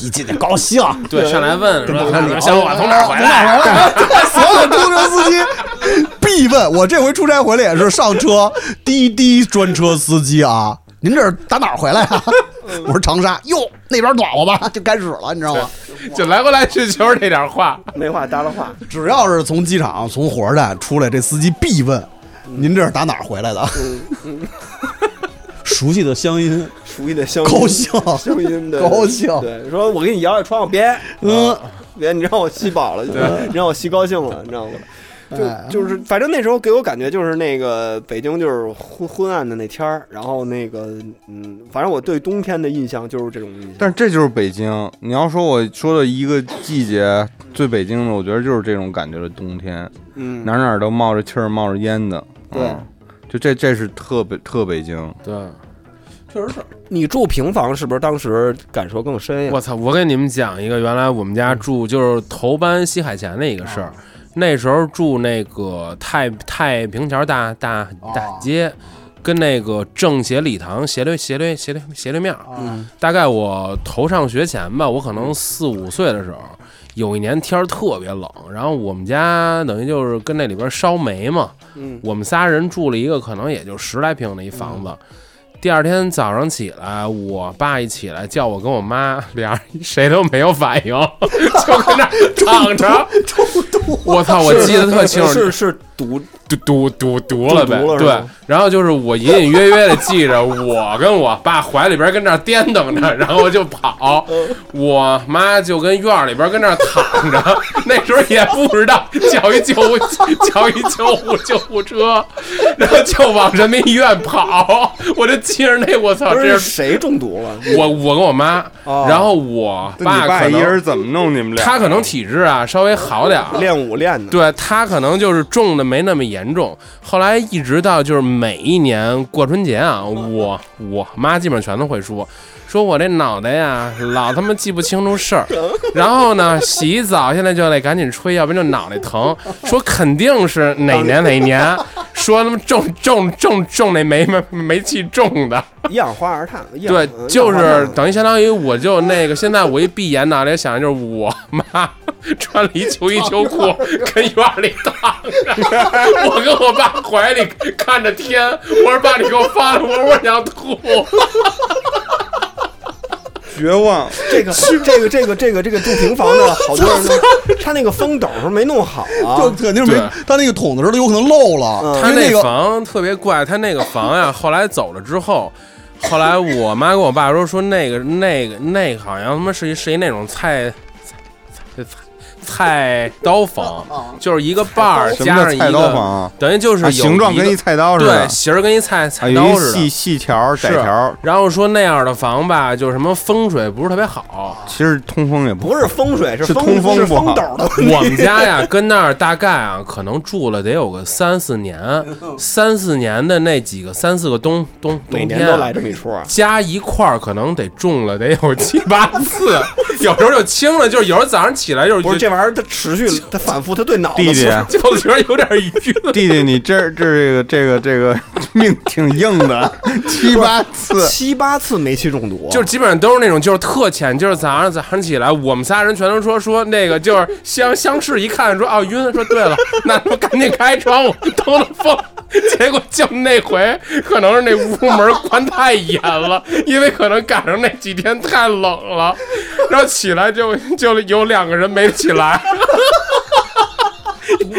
D: 一进去高兴，
F: 对，上来问说小伙子从哪儿回来？
D: 所有出租车司机必问，我这回出差回来也是上 车滴滴专车司机啊，您这是打哪儿回来啊？ 我说长沙，哟，那边暖和吧，就 开始了，你知道吗？
F: 就来回来去就是这点话，
C: 没话搭了 话，
D: 只要是从机场从火车站出来，这司机必问，
F: 嗯
D: 您这是打哪儿回来的？ 熟悉的乡音，
C: 熟悉的乡
D: 高兴
C: 乡音的
D: 高兴
C: 对，说我给你摇摇窗户，别啊
D: 嗯，
C: 别，你让我吸饱了，你让我吸高兴了，你知道吗？
D: 哎
C: 就就是，反正那时候给我感觉就是那个北京就是昏昏暗的那天儿，然后那个嗯，反正我对冬天的印象就是这种印象。
E: 但是这就是北京。你要说我说的一个季节最北京的，我觉得就是这种感觉的冬天，
C: 嗯，
E: 哪哪儿都冒着气儿、冒着烟的。嗯，就这这是特北特北京。
F: 对。
C: 你住平房是不是当时感受更深呀？
F: 我操！我给你们讲一个，原来我们家住就是头班西海前的一个事儿。那时候住那个太太平桥大大大街，跟那个正斜礼堂斜对斜对斜对斜对面儿，大概我头上学前吧，我可能四五岁的时候，有一年天儿特别冷，然后我们家等于就是跟那里边烧煤嘛，
G: 嗯
F: 我们仨人住了一个可能也就十来平的一房子。第二天早上起来，我爸一起来叫我跟我妈俩人谁都没有反应， 就跟那儿 躺着。我操！我记得特清楚，
G: 是是毒
F: 读读读读了呗，
G: 读了是
F: 对
G: 吧。
F: 然后就是我隐隐约约的记着，我跟我爸怀里边跟那儿颠腾着，然后就跑，
G: 嗯
F: 我妈就跟院儿里边跟那儿躺着，那时候也不知道叫一救护叫一救护救护车，然后就往人民医院跑。我就记着那我操，
G: 不
F: 啊这
G: 是
F: 是
G: 谁中毒了？
F: 我我跟我妈，
G: 哦
F: 然后我
E: 你
F: 爸
E: 爸
F: 可
E: 一
F: 能
E: 人怎么弄你们俩？
F: 他可能体质啊稍微好点儿，
G: 练武练的，
F: 对他可能就是中的没那么严重，后来一直到就是每一年过春节啊，我我妈基本全都会说，说我这脑袋呀老他妈记不清楚事儿，然后呢洗澡现在就得赶紧吹，要不然就脑袋疼，说肯定是哪年哪年，说他妈中中中中那煤煤煤气中的，
G: 一氧化二碳。一氧
F: 对，
C: 呃
G: 嗯
F: 就
G: 一氧化
F: 是
G: 二碳
F: 等于相当于我就那个，现在我一闭眼脑袋想就是我妈 穿了一秋衣秋裤跟院里躺着，我跟我爸怀里看着天，我说爸你给我发了，我说我想吐，
E: 绝望，
G: 这个这个这个这个这个住平房的好多人都，他那个风斗是没弄好
D: 就
G: 啊。
D: 肯定没
F: 对嗯
D: 他那个桶的时候有可能漏了，
F: 他
D: 因为那
F: 那
D: 个
F: 房特别怪，他那个房 呀，后来走了之后。后来我妈跟我爸说，说那个那个那个好像他妈是一是一那种菜菜菜菜刀房，就是一个把儿
E: 什
F: 加
E: 么
F: 上
E: 叫
F: 一
E: 菜
F: 个
E: 刀房啊？
F: 等于就是有
E: 啊，形状跟
F: 一
E: 一
F: 个
E: 菜刀似的
F: 对，，形儿跟一菜
E: 啊，
F: 菜
E: 有
F: 刀
E: 一
F: 似
E: 细
F: 的。
E: 细条窄
F: 是
E: 条，
F: 然后说那样的房吧，就是什么风水不是特别好。
E: 其实通风也不
G: 不是风水，是
E: 是
G: 风
E: 通风
G: 是
E: 不好
G: 风斗的问题。
F: 我们家呀，跟那儿大概啊，可能住了得有个三四 年，三四年的那几个三四个冬冬
G: 每
F: 冬
G: 年
F: 天
G: 都
F: 啊
G: 来这么一出啊。
F: 加一块儿，可能得中了得有七八 次，有时候就轻了，就是有时候早上起来就是
G: 不是这玩意儿，它持续，它反复，它对脑子
E: 弟弟
F: 就就觉得有点晕。
E: 弟弟，你这这这个这个 这个命挺硬的，七八次。
G: 七八次煤气中毒，啊
F: 就是基本上都是那种，就是特浅，就是早上早上起来，我们仨人全都说说那个，就是相相视一看，说哦晕，说对了，那他妈赶紧开窗户通通风。结果就那回，可能是那屋门关太严了，因为可能赶上那几天太冷了，然后起来就就有两个人没起来，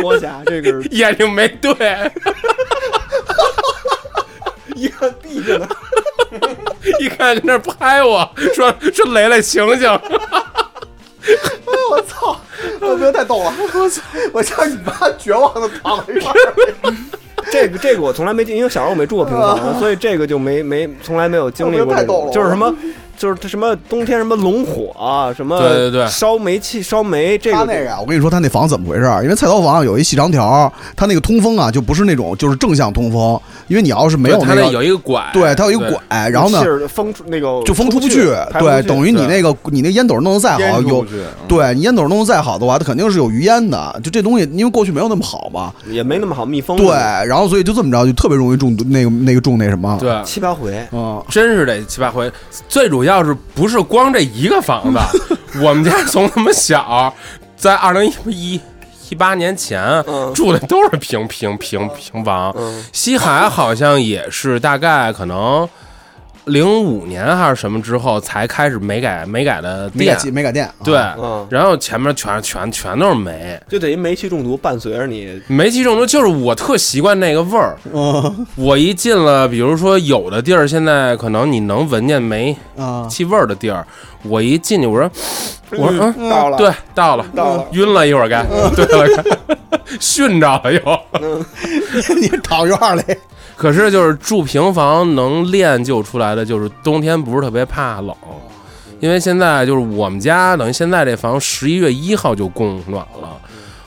G: 我家这个是
F: 眼睛没对，
G: 一看闭着呢，
F: 一看在那儿拍我说说雷雷醒醒，
D: 我 操！我觉得太逗了！我操！我像你妈绝望的躺一块
G: 这个这个我从来没经，因为小时候我没住过平房，所以这个就没没从来没有经历过这
D: 哦太逗
G: 种，
D: 了
G: 就是什么。就是它什么冬天什么龙火、啊什么
F: 对对对
G: 烧煤气烧煤这
D: 他
G: 个
D: 那个啊，我跟你说，他那房怎么回事儿？因为菜刀房啊有一细长条儿，他那个通风啊，就不是那种就是正向通风，因为你要是没有
F: 他那
D: 个，
F: 有一个拐，
D: 对，它有一个拐，然后呢
G: 气儿风出那个
D: 就风出不去，对，等于你那个你那烟斗弄得再好，
E: 烟出
D: 有
E: 不去嗯
D: 对你烟斗弄得再好的话，它肯定是有余烟的。就这东西，因为过去没有那么好嘛，
G: 也没那么好密封。
D: 对，然后所以就这么着，就特别容易中毒，那个那个中那什么，
F: 对，
G: 七八回，
D: 嗯，
F: 真是得七八回。最主要是不是光这一个房子？我们家从他妈小，在二零一一八年前啊
G: 嗯
F: 住的都是平平平平房。
G: 嗯
F: 西海好像也是大概可能零五年还是什么之后才开始煤改煤改的
D: 没改
F: 店，
D: 气没改电，啊
F: 对。
G: 嗯，
F: 然后前面全全全都是煤，
G: 就等于煤气中毒伴随着你
F: 煤气中毒就是我特习惯那个味儿。
D: 嗯
F: 我一进了，比如说有的地儿现在可能你能闻见煤
D: 啊，
F: 气味儿的地儿，我一进去，我说，我说，嗯，
G: 到了，
F: 对，到了，
G: 到了，嗯
F: 晕了一会儿该，对了该，训着了又。
D: 你躺院儿里，
F: 可是就是住平房能练就出来的，就是冬天不是特别怕冷，因为现在就是我们家等于现在这房十一月一号就供暖了，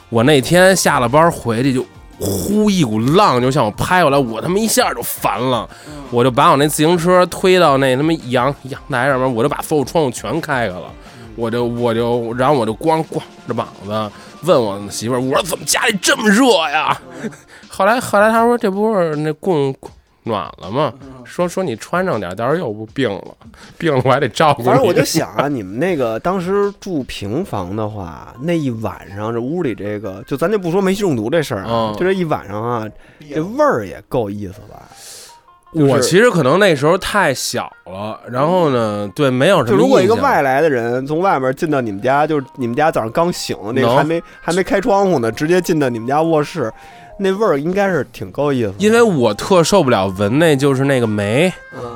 F: 我那天下了班回去就。呼一股浪就向我拍过来，我他妈一下就烦了，
C: 嗯
F: 我就把我那自行车推到那他妈阳阳台上面，我就把所有窗户全开开了，
C: 嗯
F: 我就我就然后我就光光着膀子问我媳妇
C: 嗯
F: 儿，我说怎么家里这么热呀？后来后来他说这不是那供供暖了嘛，
C: 嗯
F: 说说你穿上点，到时候又不病了，病了我还得照顾 你。
C: 反正我就想啊，你们那个当时住平房的话，那一晚上这屋里这个，就咱就不说煤气中毒这事儿啊，
F: 嗯
C: 就这一晚上啊，
G: 哎
C: 这味儿也够意思吧？就是
F: 我其实可能那时候太小了，然后呢，对，没有什
C: 就
F: 么印象。
C: 如果一个
G: 啊
C: 外来的人从外面进到你们家，就是你们家早上刚醒，那个
F: 能
C: 还没还没开窗户呢，直接进到你们家卧室，那味儿应该是挺够意思的。
F: 因为我特受不了闻那就是那个煤，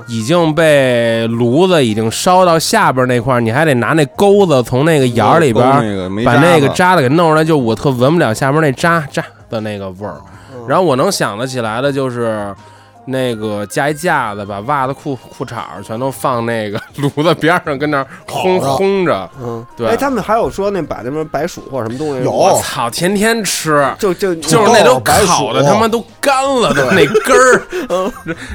F: 已经被炉子已经烧到下边那块儿，你还得拿那钩子从那个 眼儿里边
E: 勾
F: 儿
E: 那个没
F: 把那个
E: 渣
F: 渣子给弄出来，就我特闻不了下边那渣渣的那个味儿。然后我能想得起来的就是。那个加一架子，把袜子、裤裤衩儿全都放那个炉子边上，跟那儿烘
D: 烤着
F: 烘着。
C: 嗯，
F: 对
C: 哎，他们还有说那把那什么白薯或者什么东西
D: 有
F: 我操，天天吃，
C: 就就
F: 就是那都烤的他妈都干了的那根儿，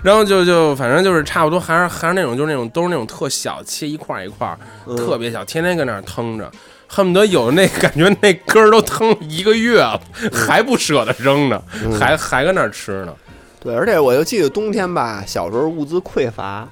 F: 然后就就反正就是差不多，还是还是那种就是那种都是那种特小，切一块儿一块儿，特别小，天天跟那儿腾着，恨不得有那 感觉那根儿都腾了一个月了，还不舍得扔呢，
C: 嗯
F: 还还跟那儿吃呢。
G: 对，而且我就记得冬天吧，小时候物资匮乏，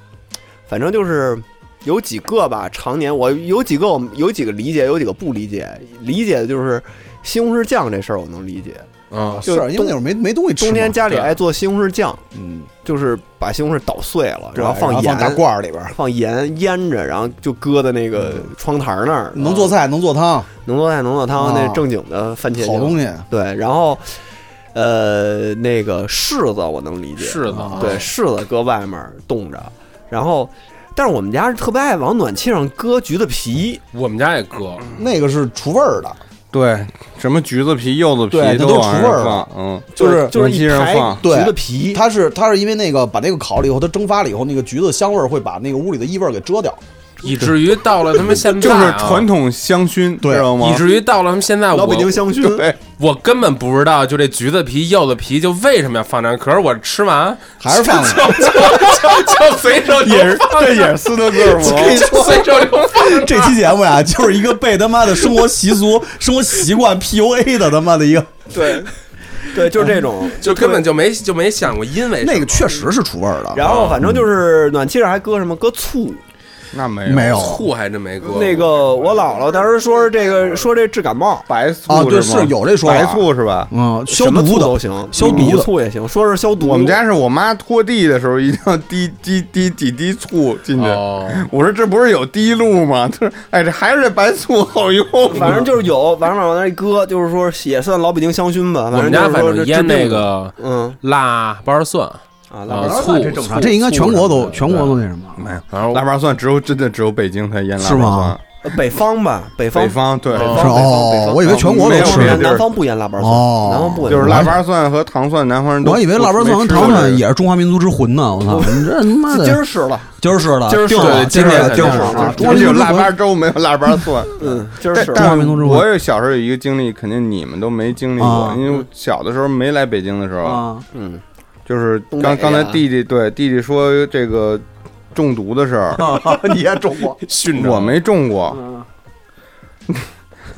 G: 反正就是有几个吧，常年我有几个我有几个理解，有几个不理解。理解的就是西红柿酱这事儿，我能理解。
F: 嗯，
D: 是因为那会儿没没东西吃嘛，
G: 冬天家里
F: 对
G: 爱做西红柿酱，
D: 嗯，
G: 就是把西红柿捣碎了，
D: 对
G: 然后放
D: 大
G: 盐，
D: 罐儿里边儿，
G: 放盐腌着，然后就搁在那个窗台儿那儿。
D: 能做菜能做汤，
G: 能做菜能做汤，那
D: 啊
G: 正经的番茄
D: 好
G: 酱。
D: 东西。
G: 对，然后呃，那个柿子我能理解，
F: 柿子
D: 啊，
G: 对，柿子搁外面冻着，然后，但是我们家是特别爱往暖气上搁橘子皮，
F: 我们家也搁，
D: 那个是除味儿的，
E: 对，什么橘子皮、柚子
D: 对
E: 皮
D: 那都
E: 往
D: 出
E: 上
D: 味儿
E: 放
D: 了，
E: 嗯，
D: 就是
G: 就是一
E: 往上
G: 排
E: 放
D: 对
G: 橘子皮，
D: 它是它是因为那个把那个烤了以后，它蒸发了以后，那个橘子香味儿会把那个屋里的异味儿给遮掉。
F: 以至于到了他们现在
E: 就
F: 啊
E: 是传，统香薰，
D: 对
E: 知道吗
F: 以？至于到了他们现在
G: 老
F: 我
G: 北京香薰，
E: 对，
F: 我根本不知道，就这橘子皮、柚子皮，就为什么要放那儿？可是我吃完
D: 还是放
F: 就就就就随 手
E: 也是
F: 就放那儿
E: 这也是斯德哥 尔摩。
F: 就随手就放那儿。
D: 这期节目呀、就是一个被他妈的生活习俗、生活习惯 PUA 的他妈的一个。
C: 对，就是这种。
F: 就根本就没就没想过，因为
D: 那个确实是除味儿的，
C: 然后反正就是暖气上还搁什么，搁醋。
E: 那没
D: 没有
F: 醋还真没搁。
C: 那个我姥姥当时说是这个说这治感冒，
E: 白醋
D: 啊对
E: 吗
D: 是有这说法
E: 白醋是吧？
D: 嗯，消
C: 什么
D: 毒
C: 醋
D: 的
C: 都行，
D: 消毒的
C: 米醋也行，说是消毒。
E: 我们家是我妈拖地的时候一定要滴滴滴几滴醋进去。
F: 哦，
E: 我说这不是有滴露吗？ 他说哎，这还是这白醋好用。
C: 反
D: 嗯
C: 正就是有，反正往那儿一搁，就是说也算老北京香薰吧。
F: 我们
C: 就
F: 家
C: 是
F: 反
C: 说这
F: 正
C: 治
F: 腌那
C: 病的，
F: 个
C: 嗯
F: 腊八蒜
C: 啊，
F: 啊，
C: 那
F: 醋
D: 这正常，这应该全国都全国都。那什么。
E: 没有，
F: 反正
E: 腊八蒜只有真的只有北京才腌腊
D: 是
E: 八
D: 吗
E: 蒜，
C: 呃北方吧，北方啊
E: 北方对，
F: 哦
D: 是哦，我以为全国都
E: 没有
D: 吃
E: 没有
D: 呢，
E: 地
C: 南
E: 儿
C: 方不腌腊八蒜，
D: 哦
C: 南方不腌，
E: 就是腊八蒜和糖蒜，南方人都
D: 我以为腊八蒜和糖蒜也是中华民族之魂呢。我操，你这他妈的
C: 今儿吃了，
D: 今儿是的，
C: 今儿是
D: 定了，
F: 对今
D: 今
F: 儿
D: 儿
F: 是
D: 定
F: 今儿
D: 了
F: 是
D: 啊！
E: 只
D: 中华民
E: 有
D: 族之
E: 腊八
D: 魂，
E: 粥，没有 腊八蒜。
C: 嗯，今儿
E: 但
C: 吃了。
E: 但
D: 民族之魂
E: 我有小时候有一个经历，肯定你们都没经历过
D: 啊，
E: 因为我小的时候没来北京的时候，
D: 啊，
G: 嗯，
E: 就是
G: 东北
E: 刚
G: 呀
E: 刚才弟弟对弟弟说这个中毒的 事儿，
D: 你也中 过，
F: 熏着
E: 我没中过，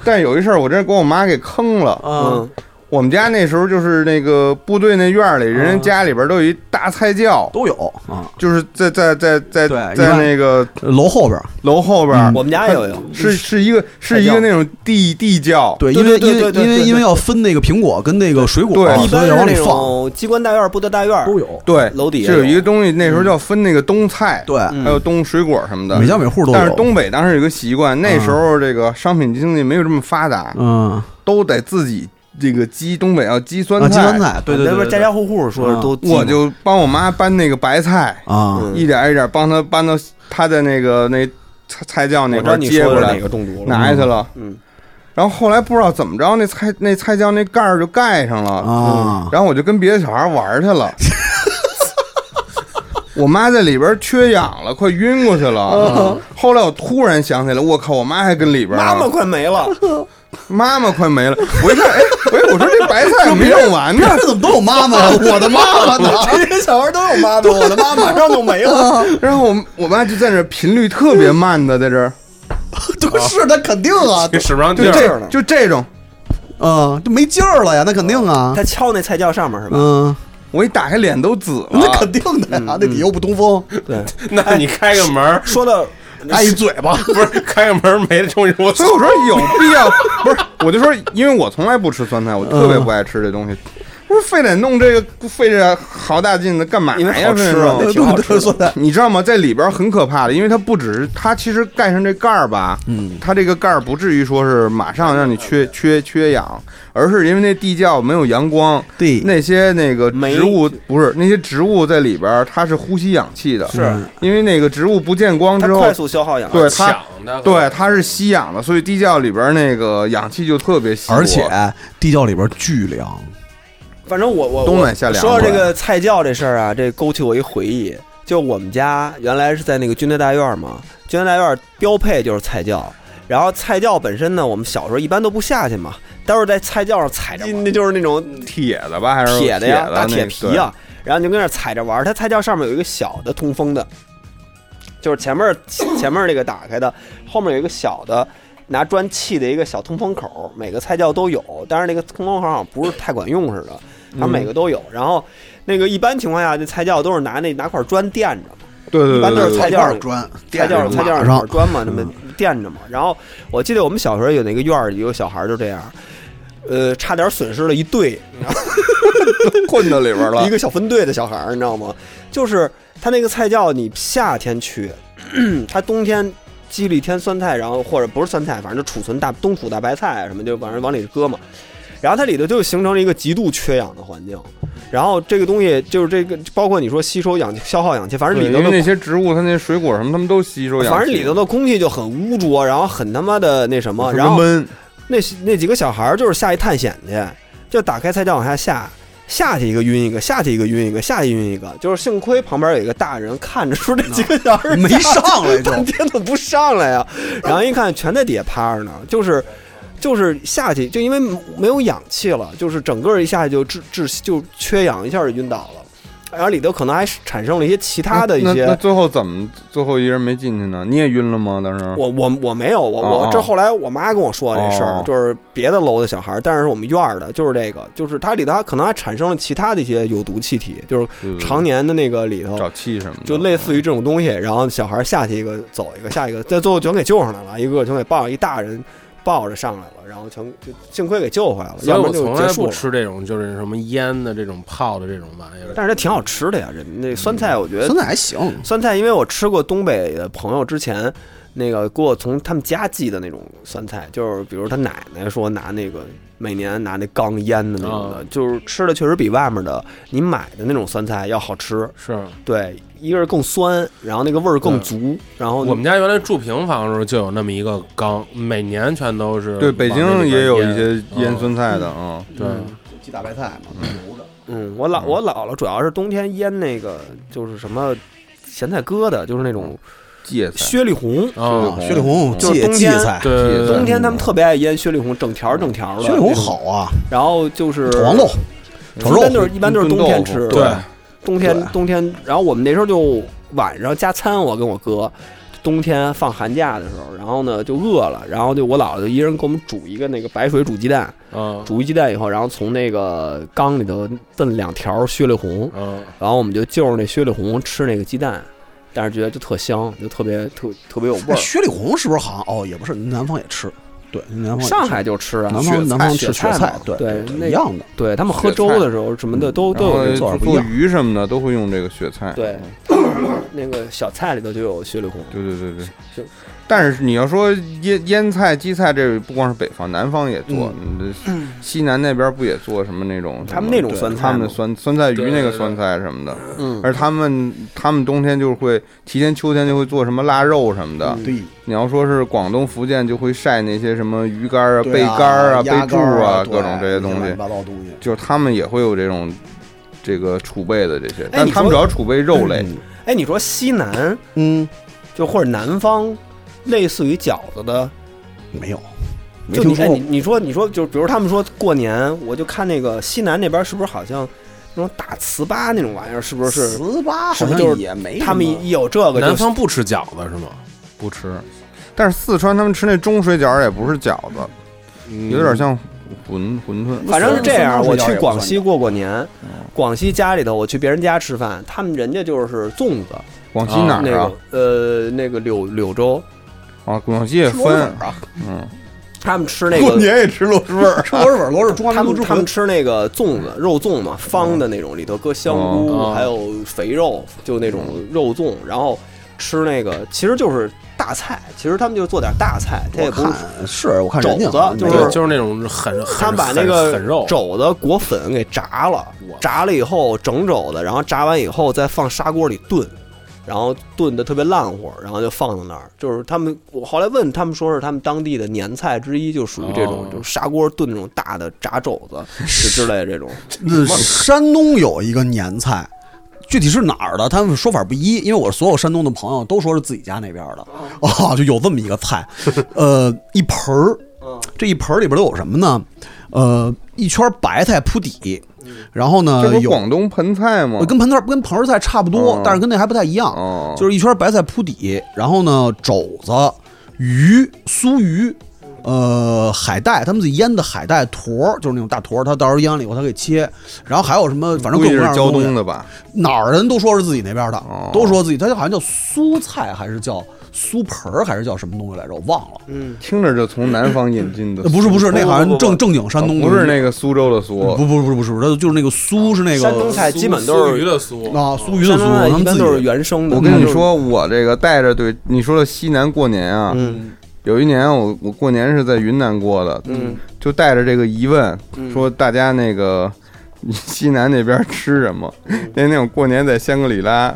E: 但有一事儿我真给我妈给坑了。
D: 嗯，
E: 我们家那时候就是那个部队那院儿里，人家家里边都有一大菜窖，
D: 都有啊。
E: 就是在在在在
D: 对
E: 在
D: 一般嗯
E: 那个
D: 楼后边儿，
E: 楼后边儿，
C: 嗯我们家也
D: 哎
C: 有，
E: 是是一个是一个那种地地窖，
D: 对，
C: 对
D: 因为
C: 对
D: 因为
C: 对对
D: 因为
C: 对
D: 因为要分那个苹果跟那个水果，
E: 对
D: 啊所
C: 一
D: 以
C: 般
D: 得
C: 是
D: 往里
C: 那
D: 放
C: 种机关大院、部队大院，
D: 都有。嗯
E: 对，
C: 楼底下
E: 是有一个东西，那时候叫分那个冬菜，
D: 对，
E: 还有冬水果什么的。
D: 嗯每家每户都有。
E: 但是东北当时有一个习惯，那时候这个商品经济没有这么发达，
D: 嗯，
E: 都得自己这个鸡，东北要鸡酸
D: 啊，鸡酸菜，对对
C: 那
D: 对嗯
C: 边
D: 对
C: 家
D: 对
C: 家户户说是都进
E: 我就帮我妈搬那个白菜，
D: 啊，
C: 嗯
E: 一点一点帮她搬到她的那个那菜菜窖那
C: 我知
E: 块
C: 道
E: 儿
C: 你
E: 接
C: 说
E: 过
C: 的哪
E: 来
C: 个中毒了，
E: 拿下去了。
C: 嗯，
E: 然后后来不知道怎么着，那菜那菜窖那盖儿就盖上了
D: 啊
E: 嗯然后我就跟别的小孩玩儿去 了。我妈在里边儿缺氧了，快晕过去了。
D: 啊
E: 后来我突然想起来，我靠，我妈还跟里边儿呢
C: 妈妈快没 了，
E: 妈妈快没了。我一看，哎，喂，我说这白 菜没用完呢
D: 别。人怎么都有妈 妈呀？我的妈妈呢？
C: 这些小孩都有妈妈，我的妈 马上就没了。
E: 然后我我妈就在那儿频率特别慢的在这儿，
D: 都是，那肯定啊，
F: 这使不上
E: 就
F: 劲儿，
E: 这就这种，
D: 嗯，就没劲儿了呀，那肯定啊
C: 他，敲那菜窖上面是吧？
D: 嗯，
E: 我一打开脸都紫
C: 啊
E: 了，
D: 那肯定的
C: 嗯
D: 呀，那底又不通风，
F: 那你开个门儿，
D: 说到 挨一嘴巴，
F: 不是开个门儿没了东西，我
E: 所以我说有必要，不是，我就说，因为我从来不吃酸菜，我特别不爱吃这东西，不是非得弄这个费这好大劲的干嘛呀？
C: 好吃啊
E: 非得弄
C: 那挺好吃的
D: 说的
E: 你知道吗？在里边很可怕的，因为它不只是它，其实盖上这盖儿吧，嗯，它这个盖儿不至于说是马上让你缺缺缺氧，而是因为那地窖没有阳光，
D: 对
E: 那些那个
C: 霉
E: 植物不是那些植物在里边儿，它是呼吸氧气的，
C: 是
E: 因为那个植物不见光
C: 它
E: 之后，
C: 快速消耗氧，
E: 对它
F: 抢的，
E: 对，它是吸氧的，所以地窖里边那个氧气就特别稀薄，
D: 而且地窖里边巨凉，
C: 反正我我
E: 冬暖夏凉
C: 说到这
E: 快
C: 个菜窖这事儿啊，这勾起我一回忆，就我们家原来是在那个军队大院嘛，军队大院标配就是菜窖。然后菜窖本身呢，我们小时候一般都不下去嘛，都是在菜窖上踩着玩儿，那就是那种
E: 铁的吧，还是
C: 铁的
E: 的
C: 呀，大
E: 那
C: 铁
E: 个
C: 皮呀，，然后你就跟那儿踩着玩儿。它菜窖上面有一个小的通风的，就是前面 儿前面儿那个打开的，后面有一个小的拿砖砌的一个小通风口，每个菜窖都有，但是那个通风口好像不是太管用似的，
E: 嗯
C: 它每个都有。然后那个一般情况下，这菜�窖都是拿那拿块砖垫着。
E: 对对
C: 一般
E: 对
C: 都
E: 对
C: 是
E: 对，
C: 菜窖
D: 块砖，
C: 菜窖菜窖
D: 马
C: 上
D: 上
C: 有砖嘛，那么垫着嘛。然后我记得我们小时候有那个院儿里有小孩儿就这样，呃，差点损失了一队，
E: 困到里边了
C: 一。个小分队的小孩儿，你知道吗？就是他那个菜窖，你夏天去， 他冬天积了一天酸菜，然后或者不是酸菜，反正就储存大冬储大白菜啊什么，就往往里搁嘛。然后它里头就形成了一个极度缺氧的环境，然后这个东西就是这个，包括你说吸收氧气、消耗氧气，反正
E: 对
C: 里
E: 因
C: 头
E: 为那
C: 的，
E: 些植物，它那水果什么，它们都吸收氧气，
C: 反正里头的空气就很污浊，然后很他妈的那什么，然后
E: 闷，
C: 那那几个小孩儿就是下去探险去，就打开菜窖往下下，下去一个晕一个，下去一个晕一个，下去晕一个，就是幸亏旁边有一个大人看着，说这几个小孩儿
D: 嗯没
C: 下
D: 上来就
C: 半天都不上来 呀、然后一看全在底下趴着呢，就是。就是下去，就因为没有氧气了，就是整个一下去就窒窒就缺氧，一下就晕倒了，然后里头可能还产生了一些其他的一
E: 那
C: 些。
E: 那那最后怎么最后一人没进去呢？你也晕了吗？当时
F: 嗯
C: 我我我没有，我
E: 哦
C: 我这后来我妈跟我说这事儿
E: 哦，
C: 就是别的楼的小孩儿，但是我们院儿的，就是这个，就是它里头还可能还产生了其他的一些有毒气体，就是
F: 嗯
E: 对
C: 常年的那个里头，
E: 沼气什么的，
C: 就类似于这种东西，然后小孩儿下去一个走一个，下一个，但最后全给救上来了，一个个全给抱，一大人抱着上来了，然后全就幸亏给救回来了，
F: 所以
C: 要不然
F: 我
C: 就
F: 从
C: 结
F: 来
C: 束
F: 不
C: 了。
F: 吃这种就是什么腌的这种泡的这种玩意儿。
C: 但是它挺好吃的呀，人那酸
F: 嗯
C: 菜我觉得
D: 酸菜还行，
C: 酸菜，因为我吃过东北的朋友之前那个给我从他们家寄的那种酸菜，就是比如他奶奶说拿那个每年拿那缸腌的那
D: 哦
C: 种的，就是吃的确实比外面的你买的那种酸菜要好吃。
F: 是
C: 对，一个是更酸，然后那个味儿更
D: 嗯
C: 足，然后
F: 我们家原来住平房的时候就有那么一个缸，每年全都是
E: 对北
F: 往那
E: 京
F: 里边
E: 也有一
F: 腌
E: 些腌
F: 嗯
E: 酸菜的啊，
F: 对，
D: 鸡大白菜嘛，油的，
C: 嗯，我姥我姥姥主要是冬天腌那个就是什么咸菜疙瘩，就是那种
D: 嗯
E: 芥菜。
C: 雪里红。
D: 哦
F: 啊，
D: 雪里红、
C: 就是
D: 芥
C: 冬
D: 芥
C: 天
D: 菜，
F: 对对对
C: 冬天他们特别爱腌雪里红，整条儿整条儿的。
D: 雪里红，好啊，
C: 然后就是
D: 炒黄豆、炒
C: 一般
D: 肉
C: 嗯都是一般都是冬天吃，
E: 对，
C: 冬
D: 对
C: 天冬天。然后我们那时候就晚上加餐，我跟我哥，冬天放寒假的时候，然后呢就饿了，然后就我姥姥就一人给我们煮一个那个白水煮鸡蛋，
F: 嗯
C: 煮一鸡蛋以后，然后从那个缸里头炖两条雪里红，
F: 嗯，
C: 然后我们就就着那雪里红吃那个鸡蛋，但是觉得就特香，就特别特特别有味
D: 哎
C: 儿。
D: 雪里红是不是好像？哦，也不是，南方也吃，对，南方也吃
C: 上海就吃啊，
D: 南
C: 雪
D: 方南方
C: 雪
D: 吃雪
C: 嘛
D: 菜，
C: 对
D: 对，
C: 那
D: 一样的。
C: 对他们喝
E: 雪
C: 粥
E: 菜
C: 的时候什么的都都有这
E: 然
C: 做
E: 后
C: 法不一
E: 做
C: 样。
E: 鱼什么的都会用这个雪菜，
C: 对，那个小菜里头就有雪里红。
E: 对对对对
C: 就。
E: 但是你要说腌腌菜、荠菜，这不光是北方，南方也做。嗯，这西南那边不也做什么那种？
C: 他们那种酸菜
E: 他们的
C: 吗
E: 酸酸菜鱼
F: 对
E: 那个
F: 对
E: 酸菜什么的。
C: 嗯，
E: 而他们他们冬天就会提前秋天就会做什么腊肉什么的。
D: 嗯对，
E: 你要说是广东、福建，就会晒那些什么鱼干啊、
D: 对
E: 贝
D: 啊
E: 干啊、贝
D: 鸭
E: 柱
D: 肝儿啊，对
E: 各种这些东
D: 乱
E: 西
D: 七，八糟东西。
E: 就是他们也会有这种这个储备的这些，
C: 哎
E: 但
C: 你
E: 他们主
C: 说
E: 要储备肉类。
C: 哎，你说西南
D: 嗯，
C: 就或者南方，类似于饺子的，
D: 没有，没
C: 就
D: 听
C: 你
D: 说
C: 哎，
D: 过
C: 你。你说你说，就比如他们说过年，我就看那个西南那边是不是好像那种打糍粑那种玩意儿，是不是？
D: 糍粑
C: 是
D: 好
C: 不是
D: 像
C: 就是
D: 也没
C: 他们
D: 什么
C: 一有这个就，
F: 南方不吃饺子是吗？
E: 不吃。但是四川他们吃那中水饺儿也不是饺子，
D: 嗯
E: 有点像馄馄饨。
C: 反正是这样。
D: 四川
C: 我
D: 水饺
C: 去
D: 也不
C: 广
D: 算嗯
C: 西过过年，广西家里头，我去别人家吃饭，他们人家就是粽子，
E: 广西哪
C: 那
E: 儿啊
C: 个？呃那个柳柳州，
E: 啊，广西也
D: 吃螺蛳
E: 分
D: 粉，啊，
E: 嗯，
C: 他们 吃那
E: 过
C: 个。
E: 年也吃螺蛳粉儿。
D: 吃螺蛳粉，螺蛳中华
C: 他
D: 民
C: 们
D: 族之
C: 他们
D: 魂。
C: 吃那个粽子，肉粽嘛，方的那种，里头搁香菇，
F: 哦哦
C: 还有肥肉，就那种肉粽，然后吃那个，其实就是大菜，其实他们就是做点大菜，他也
D: 我
C: 不是
D: 看是，我看人家
C: 肘子
D: 好像
C: 就
D: 没
C: 是
D: 有
F: 对，就是那种很很
C: 他们把那个
F: 很很肉
C: 肘子裹粉给炸了
F: 哇，
C: 炸了以后整肘子，然后炸完以后再放砂锅里炖，然后炖的特别烂乎，然后就放在那儿。就是他们，我后来问他们说是他们当地的年菜之一，就属于这种
F: 哦，
C: 就是砂锅炖那种大的炸肘 子就之类的这种。
D: 呃山东有一个年菜，具体是哪儿的，他们说法不一，因为我所有山东的朋友都说是自己家那边的，哦，就有这么一个 菜，呃，一盆儿，
E: 嗯
D: 这一盆儿里边都有什么呢？呃，一圈白菜铺底，然后呢
E: 嗯这不是
D: 有
E: 啊广东盆菜吗
D: 呃？跟盆菜跟盆儿菜差不多
E: 嗯，
D: 但是跟那还不太一样，
E: 哦，
D: 就是一圈白菜铺底，然后呢肘子、鱼、酥鱼。呃，海带，他们自己腌的海带坨儿，就是那种大坨儿，他到时候腌完了以后，他给切，然后还有什么，反正
E: 估
D: 各
E: 计
D: 种各
E: 是
D: 样的
E: 胶
D: 东西
E: 东的吧？
D: 哪儿人都说是自己那边的，
E: 哦
D: 都说自己，他好像叫苏菜，还是叫苏盆儿，还是叫什么东西来着？我忘了。
E: 听着就从南方引进的
D: 呃
E: 苏，哦
D: 不是不是，那好
C: 嗯不不
D: 像
C: 不
D: 正正经山东嗯的，
E: 不是那个苏州的苏，
D: 不不不是不是，他就是那个苏是那个
C: 山东菜基本都
F: 酥鱼
C: 是
F: 的酥
D: 啊，苏鱼的
C: 山
D: 苏，
C: 东菜
D: 他
C: 一
D: 们自
C: 般
D: 己
C: 都是原生的。
E: 我跟你，说，我这个带着对你说的西南过年啊，
C: 嗯
E: 有一年我我过年是在云南过的，
C: 嗯，
E: 就带着这个疑问，
C: 嗯
E: 说大家那个 西南那边吃什么？
C: 嗯
E: 那天我过年在香格里拉，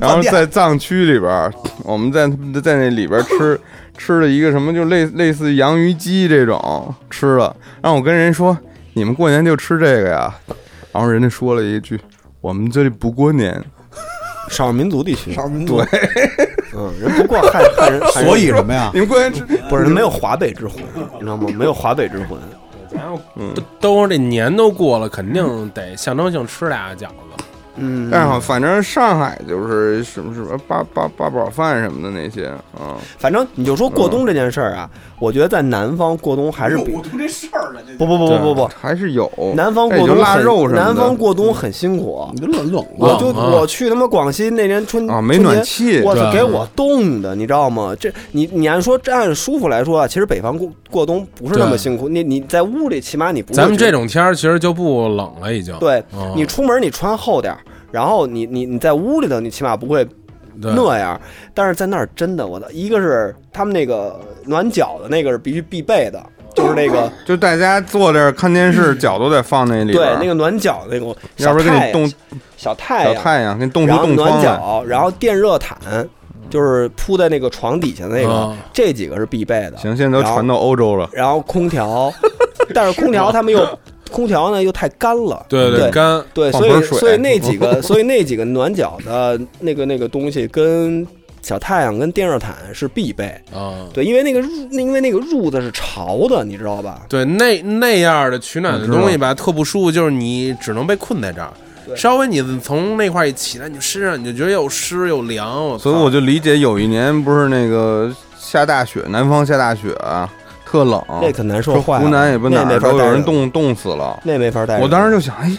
E: 然后在藏区里边儿，我们在在那里边儿吃吃了一个什么，就类类似于洋芋鸡这种吃了，然后我跟人说你们过年就吃这个呀，然后人家说了一句我们这里不过年，
C: 少数民族地区，
E: 对，
C: 嗯，人不过汉汉人，汉人
D: 所以什么呀？
E: 你们过年吃
C: 不是人没有华北之魂，你知道吗？没有华北之魂。
F: 然后
C: 嗯
F: 都都这年都过了，肯定得象征性吃俩饺子。
C: 嗯，
E: 但是好，反正上海就是什么什么八八八宝饭什么的那些啊，
C: 反正你就说过冬这件事儿啊，我觉得在南方过冬还是比过冬这事儿不不不不不不，
E: 还是有
C: 南方
E: 哎
C: 过
E: 就
C: 冬
E: 腊
C: 很
E: 肉什么的，
C: 南方过冬很辛苦。
D: 你就冷冷
C: 我
D: 了，
C: 就
F: 啊
C: 我去他妈广西那年春
E: 啊没
C: 春节
E: 暖气
C: 我操，
F: 对
C: 给我冻的，你知道吗？这你你按说这按舒服来说啊，其实北方过过冬不是那么
F: 对
C: 辛苦，你你在屋里起码你不会
F: 咱们
C: 觉
F: 这
C: 得
F: 种天儿其实就不冷了，
E: 啊
F: 已经。
C: 对
F: 哦，
C: 你出门你穿厚点儿，然后你你你在屋里头你起码不会
F: 对，
C: 那样，但是在那儿真的，我的一个是他们那个暖脚的那个是必须必备的，就是那个
E: 就大家坐这儿看电视，脚都得放哦那里
C: 嗯
E: 边
C: 对
E: 儿，
C: 那个暖脚的那种
E: 要
C: 小
E: 不然给
C: 太
E: 你冻
C: 小太
E: 小
C: 阳，
E: 太阳，给你冻出
C: 然后
E: 冻
C: 暖
E: 疮来。
C: 脚，然后电热毯，就是铺在那个床底下那个
F: 啊，
C: 这几个是必备的。
E: 哦行，现在都传到欧洲了，
C: 然后，然后空调， 但是空调他们又空调呢又太干了，
F: 对
C: 对
F: 干
C: 对，
E: 放
C: 所以
E: 盆水
C: 所以那几个所以那几个暖脚的那个那个东西跟小太阳跟电热毯是必备。
F: 啊。
C: 对，因为那个褥，那因为那个褥子是潮的，你知道吧？
F: 对，那那样的取暖的东西吧，特不舒服，就是你只能被困在这儿。稍微你从那块儿一起来，你就身上你就觉得又湿又凉。我操
E: 所以我就理解有一年不是那个下大雪，南方下大雪啊，特冷，
C: 那可难受
E: 说
C: 坏了，
E: 湖南也不哪
C: 那没
E: 儿
C: 法
E: 都
C: 待
E: 有人
C: 着，
E: 冻冻死了。
C: 那没法待着。
E: 我当时就想，哎，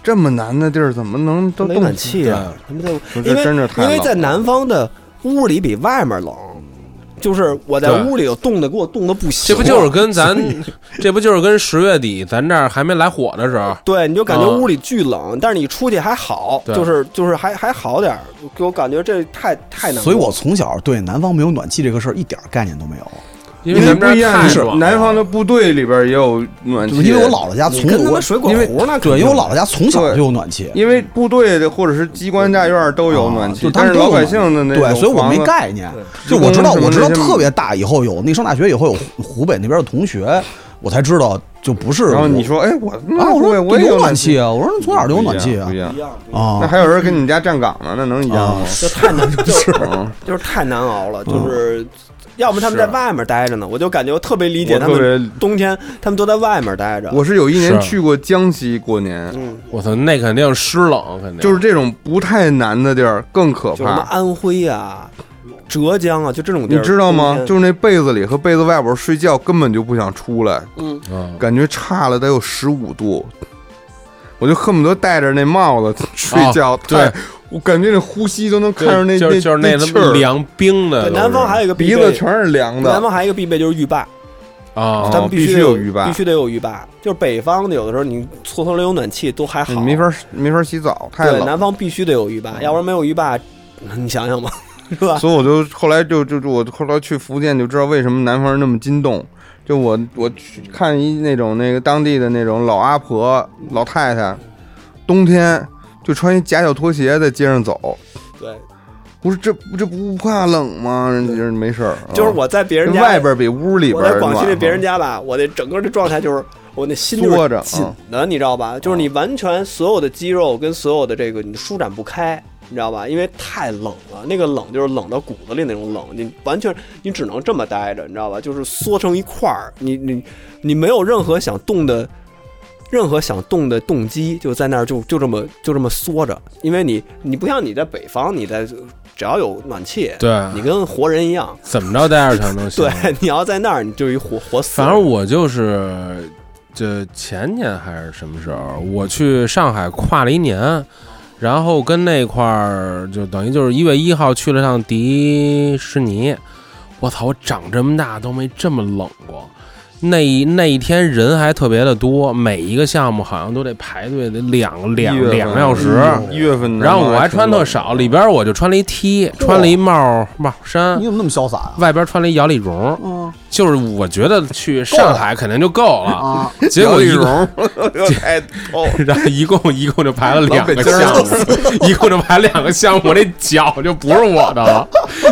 E: 这么难的地儿怎么能都
C: 没
E: 冻
C: 暖
E: 死？
C: 气啊，什么的
E: 不是
C: 因为
E: 真是太
C: 因为
E: 冷
C: 在
E: 了
C: 南方的屋里比外面冷，就是我在
F: 对
C: 屋里头冻的，给我冻的不行。
F: 这不就是跟咱，这不就是跟十月底咱这儿还没来火的时候，
C: 对，你就感觉
F: 嗯
C: 屋里巨冷，但是你出去还好，
F: 对
C: 就是就是还还好点儿，给我感觉这太太难。
D: 所以我从小对南方没有暖气这个事儿一点概念都没有。
F: 因
E: 因
F: 为
E: 为
F: 咱们
E: 不
F: 这儿
E: 一样，
F: 太
E: 你是
F: 爽了
E: 南方的部队里边也有暖
D: 就
E: 气，
D: 是因为我姥姥家从
C: 跟他
D: 我
C: 妈水果
D: 因为
C: 壶那肯定
D: 对，因为我姥姥家从小就有暖气，
E: 因为部队的或者是机关大院都有暖
D: 啊就
E: 气，
D: 他
E: 但
D: 们
E: 是
D: 都有
E: 老百
D: 暖气
E: 姓的那
D: 对，
E: 种
D: 所以我没
E: 房子
D: 概念。就
E: 对
D: 我知道，
E: 职工
D: 我知道
E: 什么那些
D: 特别大以后有那上大学以后有湖湖北那边的同学，我才知道就不是我。
E: 然后你说，哎，我
D: 啊，
E: 那
D: 我
E: 我也
D: 说
E: 我也
D: 有
E: 有
D: 暖
E: 气
D: 气啊，我说从哪儿就有暖气啊
E: 不一样。不一样那
D: 啊
E: 还有人跟你们家站岗呢，那能一样
D: 啊
E: 吗？！
C: 就太难，就是
E: 嗯
C: 就是太难熬了，就是。要么他们在
F: 是
C: 外面待着呢，我就感觉我特别理解
E: 我
C: 他
E: 特
C: 们
E: 别
C: 冬天，他们都在外面待着。
E: 我是有一年
F: 是啊
E: 去过江西过年，
D: 嗯
F: 我操，那肯定湿冷，肯定
E: 就是这种不太难的地儿更可
C: 就什么
E: 怕，
C: 安徽啊、浙江啊，就这种地
E: 你
C: 儿，
E: 知道吗？
C: 冬天
E: 就是那被子里和被子外边睡觉根本就不想出来，
F: 嗯
E: 感觉差了得有十五度。我就恨不得戴着那帽子 睡觉。
F: 哦对
E: 太，我感觉那呼吸都能看着那
F: 就是
E: 那
F: 就是
E: 那气
F: 那
E: 儿，
F: 凉冰
C: 对，
F: 的都是，
C: 南方还有一个必
E: 鼻
C: 备
E: 子全是凉
C: 南
E: 的。哦
C: 方还有一个必备就是浴霸，
F: 啊，
C: 咱们
E: 必须
C: 须
E: 有
C: 得
E: 浴霸
C: 必须得有浴霸。就是北方的有的时候你搓搓溜有暖气都还
E: 你
C: 好，
E: 嗯没法没法洗澡，太
C: 对，
E: 冷。
C: 南方必须得有浴霸，要不然没有浴霸，你想想吧，是吧？
E: 所以我就后来就就就我后来去福建就知道为什么南方人那么激动。就我我去看一那种那个当地的那种老阿婆老太太，冬天就穿一夹脚拖鞋在街上走，
C: 对，
E: 哦不是这这不怕冷吗？人家人没事儿，啊
C: 就是我在别人
E: 这
C: 家
E: 外边比屋里
C: 我
E: 边暖
C: 在
E: 和，
C: 广西那别人家吧，我那整个的状态就是我那心
E: 缩
C: 就
E: 着啊
C: 是紧的，你知道吧？就是你完全所有的肌肉跟所有的这个你舒展不开，你知道吧？因为太冷了，那个冷就是冷到骨子里那种冷，你完全你只能这么待着，你知道吧？就是缩成一块儿，你你你没有任何想动的。任何想动的动机就在那儿就就这么就这么缩着，因为你你不像你在北方，你在只要有暖气，你
F: 对，
C: 跟活人一样，
F: 怎么着待二强都 行。啊
C: 对，你要在那儿你就是一活活死人。
F: 反正我就是，这前年还是什么时候，我去上海跨了一年，然后跟那块儿就等于就是一月一号去了趟迪士尼。我操！我长这么大都没这么冷过。那一那一天人还特别的多，每一个项目好像都得排队得两
E: 一
F: 两
E: 月份
F: 两个小时。
E: 一月份南
F: 然
E: 方
F: 后
E: 挺冷的，
F: 我还穿特少， 里边我就穿了一 T，穿了一帽帽衫
D: 你，怎么那么潇洒啊呀？
F: 外边穿了一摇粒绒。
D: 嗯
F: 就是我觉得去上海肯定就够了，
D: 啊，
F: 结果
E: 摇一
F: 一共，
E: 绒，太逗了。
F: 然后一共一共就排了两个
E: 老北京
F: 项
E: 儿
F: 目， 一共就排两个项目，我那脚就不是我的 了，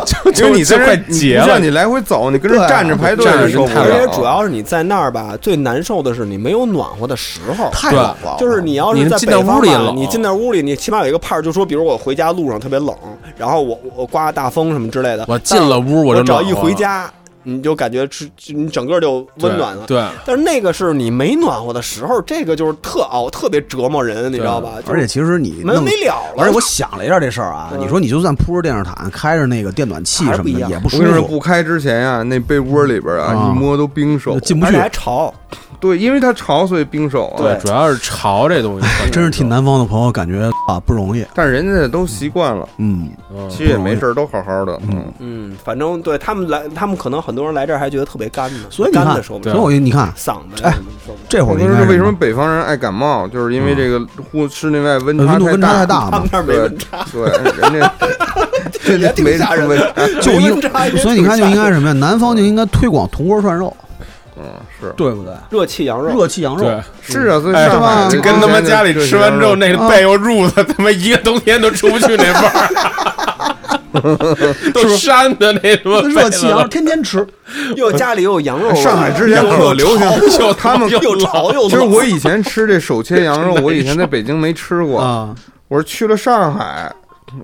F: 就
E: 因
F: 就
E: 为你
F: 就
E: 在这
F: 快
E: 儿你
F: 结
E: 不
F: 了
E: 像。你来回走，你跟
C: 啊
E: 这儿
D: 对
E: 站着排队
F: 站着
E: 受不
F: 太
E: 了。
F: 冷
C: 而且主要是你在那儿吧，最难受的是你没有暖和的时候。
D: 太冷了，
C: 就是你要
F: 你
C: 是在
F: 进
C: 北
F: 到
C: 方吧
F: 屋里冷
C: 你进到屋里，你起码有一个盼儿，就说，比如我回家路上特别冷，然后我我刮大风什么之类的，
F: 我进了屋
C: 但我
F: 就
C: 只要
F: 暖
C: 一
F: 和
C: 回
F: 了，
C: 家，你就感觉是你整个就
F: 对
C: 温暖了。
F: 对，
C: 但是那个是你没暖和的时候，这个就是特熬，特别折磨人，你知道吧？
D: 而且其实你
C: 没完
D: 弄
C: 没了了。
D: 而且我想了一下这事儿啊，
C: 嗯
D: 你说你就算铺着电热毯，开着那个电暖气
C: 还是
D: 什
C: 不
D: 么
C: 一
D: 的，
C: 样
D: 也不
E: 我
D: 舒
E: 跟你说，
D: 服，
E: 不开之前啊，那被窝里边
D: 啊
E: 啊，一摸都冰手
D: 就。进不
C: 而
D: 去
C: 且，还潮，
E: 对，因为它潮，所以冰手啊。
C: 对
F: 主要是潮这 东西，
D: 啊真是替南方的朋友感觉啊不容易。
E: 但是人家都习惯了，
D: 嗯，
F: 嗯
E: 其实也没事儿，都好好的。嗯，
C: 嗯，反正对他们来，他们可能很多人来这儿还觉得特别干呢，
D: 所以你
C: 干的
D: 看，
C: 受
D: 所
C: 不
D: 以
C: 了，
D: 我你看
C: 嗓子
D: 哎
C: 什么受不了。
D: 这会
E: 我
D: 儿
E: 跟
D: 应
E: 你
D: 该
E: 说，
D: 是
E: 为什么北方人爱感冒，就是因为这个户室内外温
D: 温度温差太
E: 太
D: 大
C: 他
D: 嘛
C: 们？那儿没
E: 对
C: 温差。
E: 对，人家这
C: 也
E: 这
C: 挺
E: 没
C: 吓人
E: 温
C: 的
E: 差。
D: 就应
C: 温差也，
D: 所以你看就应该什么呀？南方就应该推广铜锅涮肉，
E: 嗯，是
D: 对不对？
C: 热气羊肉，
D: 热气羊肉
F: 对，，
E: 是啊，所以
F: 哎
E: 上海
D: 是吧
E: 这
F: 就跟他妈家里吃完之
E: 嗯
F: 后，那
D: 啊
F: 被窝褥子，他妈一个冬天都出不去那味儿， 都膻的那什么
D: 热气
E: 啊
D: 羊肉天天吃，
C: 又家里又有羊肉味儿，
E: 上海之前可流行
F: 又
E: 他 们
F: 又
C: 又潮又
E: 其实
C: 冷。
E: 我以前吃这手切羊肉，我以前在北京没吃过。
D: 啊，
E: 我是去了上海，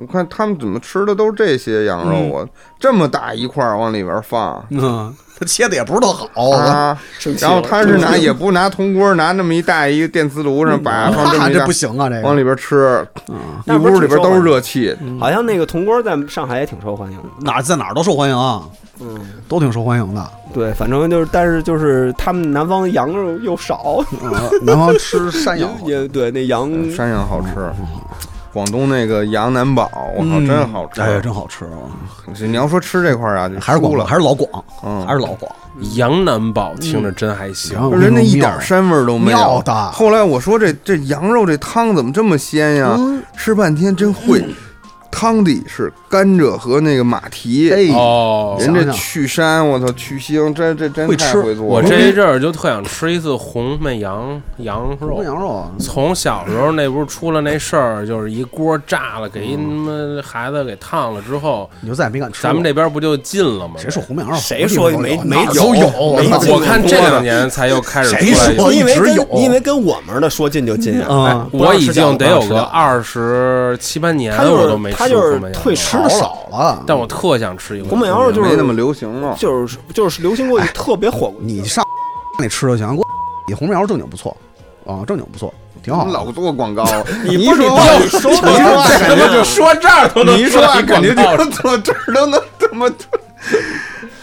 E: 我看他们怎么吃的都是这些羊肉，我这么大一块儿往里边放
D: 嗯，他 切的也不是特好，
E: 啊，
C: 生气
E: 然
C: 了
E: 后他是拿也不拿铜锅，拿那么一大一个电磁炉上把放这么
D: 那
E: 一
D: 这
E: 大
D: 不行啊，这个
E: 往里边吃，一
C: 那不是
E: 屋里
C: 挺受
E: 边都
C: 欢
E: 是
C: 迎
E: 热气，
C: 好像那个铜锅在上海也挺受欢迎的。
D: 哪儿在哪儿都受欢迎啊，
C: 嗯，
D: 都挺受欢迎的。啊
C: 对，反正就是，但是就是他们南方羊肉又少，，
D: 呃南方 吃山羊
C: 也对那羊
D: 嗯
E: 山羊好吃。广东那个羊腩煲，我靠，
D: 嗯
E: 真好吃！
D: 哎呀，真好 吃，
E: 你要说吃这块儿啊，就
D: 还是
E: 输
D: 广，
E: 了
D: 还，是老广，
E: 嗯
D: 还是老广，
F: 羊腩煲听着真还行，
D: 嗯
E: 人家一点膻味儿都没
D: 妙
E: 有
D: 的
E: 后来我说这这羊肉这汤怎么这么鲜呀？
D: 嗯
E: 吃半天真会，汤底是甘蔗和那个马蹄。
F: 哦，
E: 人
D: 哎想想
E: 这去膻，我操，去腥，这这真
D: 会
E: 太
D: 吃
E: 会做了。
F: 我这一阵儿就特想吃一次红焖羊羊
D: 红
F: 肉。
D: 羊肉，啊
F: 从小时候那不是出了那事儿，就是一锅炸了，给一他妈孩子给烫了之后，
D: 你就再也没敢吃了。
F: 咱们这边不就禁了吗？
D: 谁说红羊肉？
C: 谁说没没
D: 哪儿都有
C: 有
D: 我
C: 没
D: 操
C: 有
F: 我看这两年才又开始
D: 谁
F: 出来一
D: 说
F: 个。
C: 你以为
D: 一直
C: 跟
D: 有
C: 你以为跟我们的说进就进啊？
D: 嗯，
F: 我已经得有个二十七八年，
C: 他就
F: 我都没
C: 是
F: 吃
C: 他
F: 过
C: 就是
F: 红焖羊
C: 退
F: 肉，
C: 吃
D: 吃的
C: 的少，
D: 少了。
F: 但我特想吃一个
C: 红焖羊肉就是
E: 没那么流行了。
C: 就是就是流行过去特别火。
D: 你上那吃就行，给我你红羊肉正经不错啊，正经不错，挺好
E: 你。老做广告，
C: 你
E: 一
C: 不
E: 说
C: 你
E: 话，
C: 你说
E: 你 说话感觉就
F: 说这儿都
E: 你一说话
F: 出
E: 感觉
F: 广告
E: 就做这儿都能这么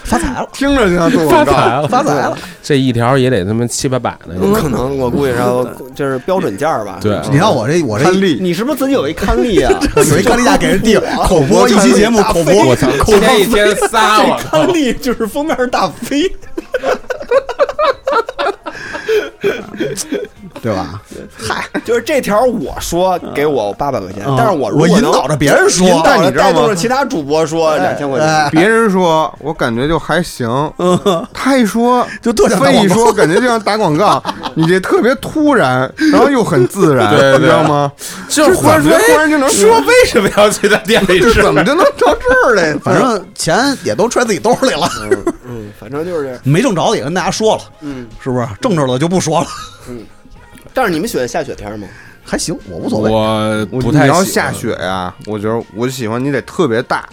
D: 发财了，
E: 听着就像做广
F: 发
E: 告。
F: 财 了，
D: 发财了。
F: 这一条也得他妈七八百 呢，
C: 有可能我估计然后 就是标准价儿吧。
F: 对
D: 你看我这我这
E: 看力，
C: 你是不是自己有一刊例 啊？
D: 有一高利贷给人递口播一期节目口播，
F: 我操，
D: 口播
F: 今天一天仨，我操，
D: 刊例就是封面是大飞，对吧？
C: 嗨，就是这条我说给我八百块钱
D: 嗯，
C: 但是我如果
D: 我引
C: 能
D: 导着别人说
C: 引导
E: 但你
C: 着
E: 知道吗
C: 带动着其他主播说两千块钱，
D: 哎，
E: 别人说我感觉就还行，
D: 嗯，
E: 他一说
D: 就特想打
E: 非
D: 广
E: 一
D: 告
E: 说感觉就像打 广告，你这特别突然，然后又很自 然，
F: 对对
E: 你知道吗？
F: 就是忽然
E: 怎么
F: 说，哎
E: 忽然就能
F: 说为什么要去他店里
E: 这
F: 吃？
E: 怎么就能到这儿来？
D: 反正钱也都揣自己兜里了，
C: 嗯，反正就是这样。
D: 没挣着的也跟大家说了，嗯，是不是？挣着了就不说了，
C: 但是你们喜欢下雪天吗？
D: 还行，我无所谓。
F: 我
E: 我
F: 不太
E: 你要
F: 喜欢
E: 下雪呀，我觉得我喜欢你得特别大。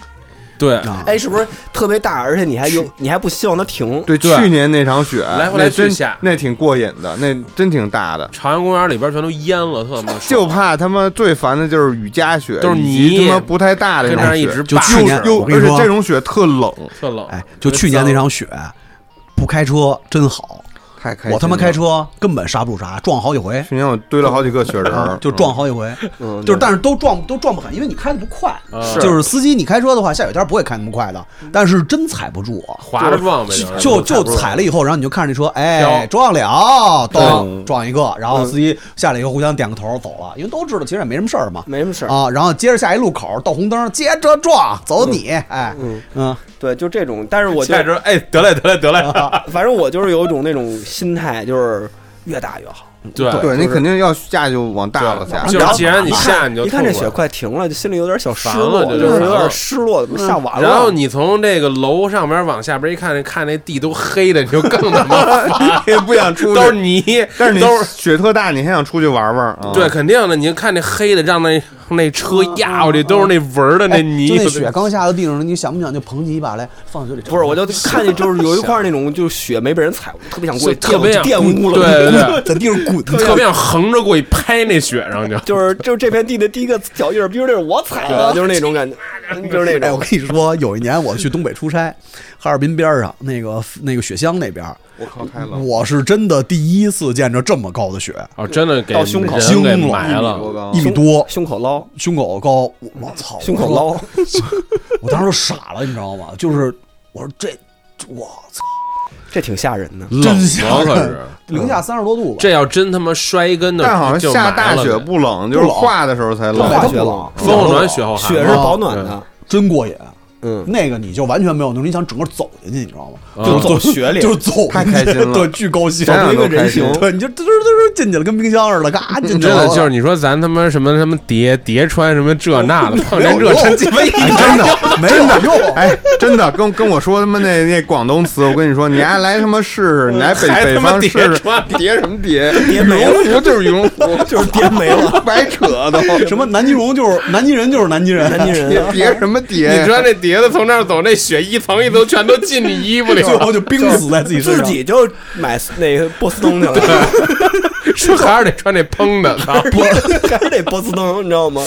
F: 对，
D: 啊
C: 哎，是不是特别大，而且你还有你还不希望它停？
E: 对，
F: 对
E: 去年那场雪，
F: 来回来
E: 那真
F: 去下
E: 那挺过瘾的，那真挺大的。
F: 朝阳公园里边全都淹了，特么
E: 就怕他妈最烦的就是雨夹雪，
F: 都是
E: 以及
F: 泥
E: 他妈不太大的
F: 跟
E: 那
F: 那
E: 种
F: 儿一
E: 雪
F: 直
D: 就
F: 扒
D: 去年
F: 着
E: 又
D: 我跟
E: 而
D: 你
E: 且
D: 说啊
E: 这种雪特冷，
F: 特冷，
D: 哎，就去年那场雪，不开车真好，
E: 太开心了
D: 我他妈开，车根本刹不住刹，撞好几回，
E: 去年我堆了好几个雪人儿，
D: 就撞好几回，
C: 嗯，
D: 就是但是都撞都撞不狠，因为你开的不快，
F: 是
D: 就是司机你开车的话，下雨天不会开那么快的，但是真踩不住。啊
F: 划着撞呗，
D: 就是就踩了以后，然后你就看着这车，哎，
F: 飘
D: 撞了，啊咚，
E: 对
D: 撞一个，然后司机下来以后互相点个头走了，因为都知道其实也没什么事儿嘛，
C: 没什么事儿。
D: 啊，然后接着下一路口到红灯，接着撞，走你，哎，嗯，
C: 对，就这种。但是我就啊
F: 下车，哎，得嘞，得嘞，得嘞，
D: 啊
C: 反正我就是有一种那种心态，就是越大越好。
F: 对
E: 对你肯定要下就往大了下，，
F: 就是既然你下，你就
C: 啊一看这雪
F: 痛快
C: 快停了，就心里有点小失
F: 烦
C: 落，
F: 了
C: 就
F: 这就
C: 有
F: 是烦了
C: 点失落，怎么下完了？
F: 嗯然后你从这个楼上边往下边一看，看那地都黑的，你就更他妈烦
E: 也不想出
F: 都是
E: 去。
F: 泥，
E: 但是你
F: 都是
E: 雪特大，你还想出去玩玩啊？
F: 对，，肯定的。你就看那黑的，让那那车压过去，都是那纹儿的
D: 哎
F: 泥，
D: 就那雪刚下到地上，你想不想就捧起一把来放嘴里？
C: 不是，我就看见就是有一块那种就是雪没被人踩过，特别想过去
F: 特别
C: 玷
F: 想
C: 玷污了，
F: 对对对
D: 在地上滚，
F: 特别想横着过去拍那雪上去。
C: 就是就是这片地的第一个脚印儿，必须得是我踩的，就是那种感觉，就是那
D: 哎，我
C: 种。
D: 跟你说，有一年我去东北出差，哈尔滨边儿上那个那个雪乡那边儿，
E: 我靠，太冷了，
D: 我是真的第一次见着这么高的雪，
F: 哦，真的给
C: 到胸口
F: 人给
D: 惊了
F: 埋了，
E: 我刚
D: 一米多，
C: 胸口捞，
D: 胸口高，我我操，
C: 胸口捞，
D: 我当时都傻了，你知道吗？就是我说这，我操，
C: 这挺吓人的。
D: 真吓
F: 冷了可
D: 人
F: 是，
D: 零下三十多度吧，
F: 这要真他妈摔一跟头，
E: 但好像
F: 就
E: 下
F: 埋
E: 大
F: 了
E: 雪
F: 就
E: 不冷，就是
D: 不冷
E: 化的时候才冷。
C: 化
D: 化
C: 雪冷
F: 风冷暖雪后寒
C: 雪是
F: 嘛
C: 保暖的，
D: 真过瘾。
C: 嗯，
D: 那个你就完全没有那种，你想整个走进去，你知道吗？
F: 嗯
D: 就
C: 走雪里
D: 就是走
E: 太
D: 进
E: 开
D: 去
E: 心了
D: 对，巨高兴，
E: 想想
D: 一
E: 都
D: 个
E: 开
D: 人
E: 心
D: 形，对，你就嘚嘚嘚进去了，跟冰箱似的，嘎进去
F: 真
D: 了，
F: 的就是你说咱他妈什么什么叠叠穿什么这那的，放
D: 没有
F: 人这穿
D: 用
F: 鸡巴一
E: 哎真的，
D: 没有用。
E: 哎，真的跟跟我说他妈那那广东词，我跟你说，你还来他妈试 试，你来北
F: 还
E: 北
F: 他妈
E: 方
F: 叠
E: 试试，
F: 穿
E: 叠什么叠？
C: 叠没了
E: 羽绒服就是羽绒服，
C: 就是颠没了，
E: 白扯都
D: 什么南极绒就是南极人就是南极人，
C: 南极
E: 别
C: 人啊。
E: 别什么
F: 你
E: 碟，
F: 穿那碟子从那儿走，那雪一层一层全都进你衣服里
D: 最
F: 了，
D: 后就冰死在自己身
C: 自
D: 上。
C: 己就买那个波司登去了，
F: 说还是得穿那蓬的，操！
C: 波 还是得波司登，你知道吗？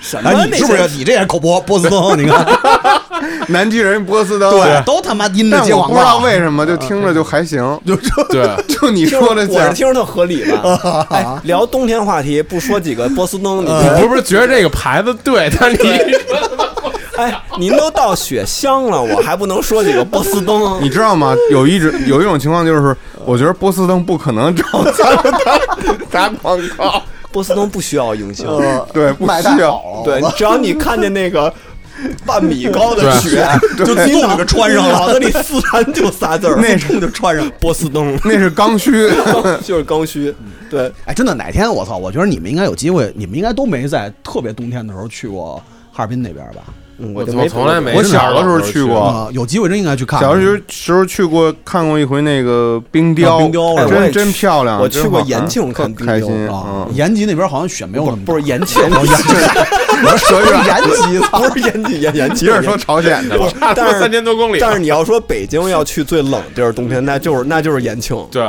C: 什
D: 哎
C: 么，
D: 你
C: 那
D: 是不
C: 些
D: 是你这也是口播波司登？你看，
E: 南极人波司登，
D: 都他妈阴着
E: 哎但
D: 接
E: 我
D: 广
E: 不知道
D: 告，
E: 为什么就听着就还行，
D: 就就
F: 对，
E: 就你
C: 听
E: 说的
C: 我是
E: 像，
C: 听着特合理吧？哎，聊冬天话题不说几个波司登，你
F: 我不是觉得这个牌子对，但你
C: 哎，您都到雪乡了，我还不能说几个波司登？
E: 你知道吗？有一种有一种情况就是，我觉得波司登不可能找咱们打打广告，
C: 波司登不需要营销，
E: 对，不需要。
C: 对，只要你看见那个半米高的
F: 对
C: 雪，
D: 就自动就穿上
C: 脑
D: 了，
C: 子里自然就仨字儿，
D: 那冲就穿上。
C: 波司登，
E: 那是刚需，
C: 就是刚需。对，
D: 哎，真的哪天我操，我觉得你们应该有机会，你们应该都没在特别冬天的时候去过哈尔滨那边吧？
F: 嗯我
C: 就没
F: 从来没
E: 我小的时候去过
D: 啊，有机会真应该去看看。
E: 小时候时候去过看过一回那个冰雕，
D: 啊冰雕
E: 哎
D: 是吧
E: 真真漂亮。
C: 我去
E: 真好
C: 过
E: 看
C: 延庆看
E: 特
C: 冰
E: 开
C: 雕
E: 心
D: 啊，
E: 嗯
D: 延吉那边好像雪没有那么
C: 不是延庆，
D: 大。 延吉，
E: 说远
D: 延吉，
C: 不是延庆，延延
E: 一
C: 庆。
E: 会儿说朝 鲜的
C: 不
E: 了，
C: 是，
F: 差他
C: 但
F: 妈
C: 是
F: 三千多公里，
C: 但是你要说北京要去最冷地儿，冬天那就是那就是延庆，
F: 对，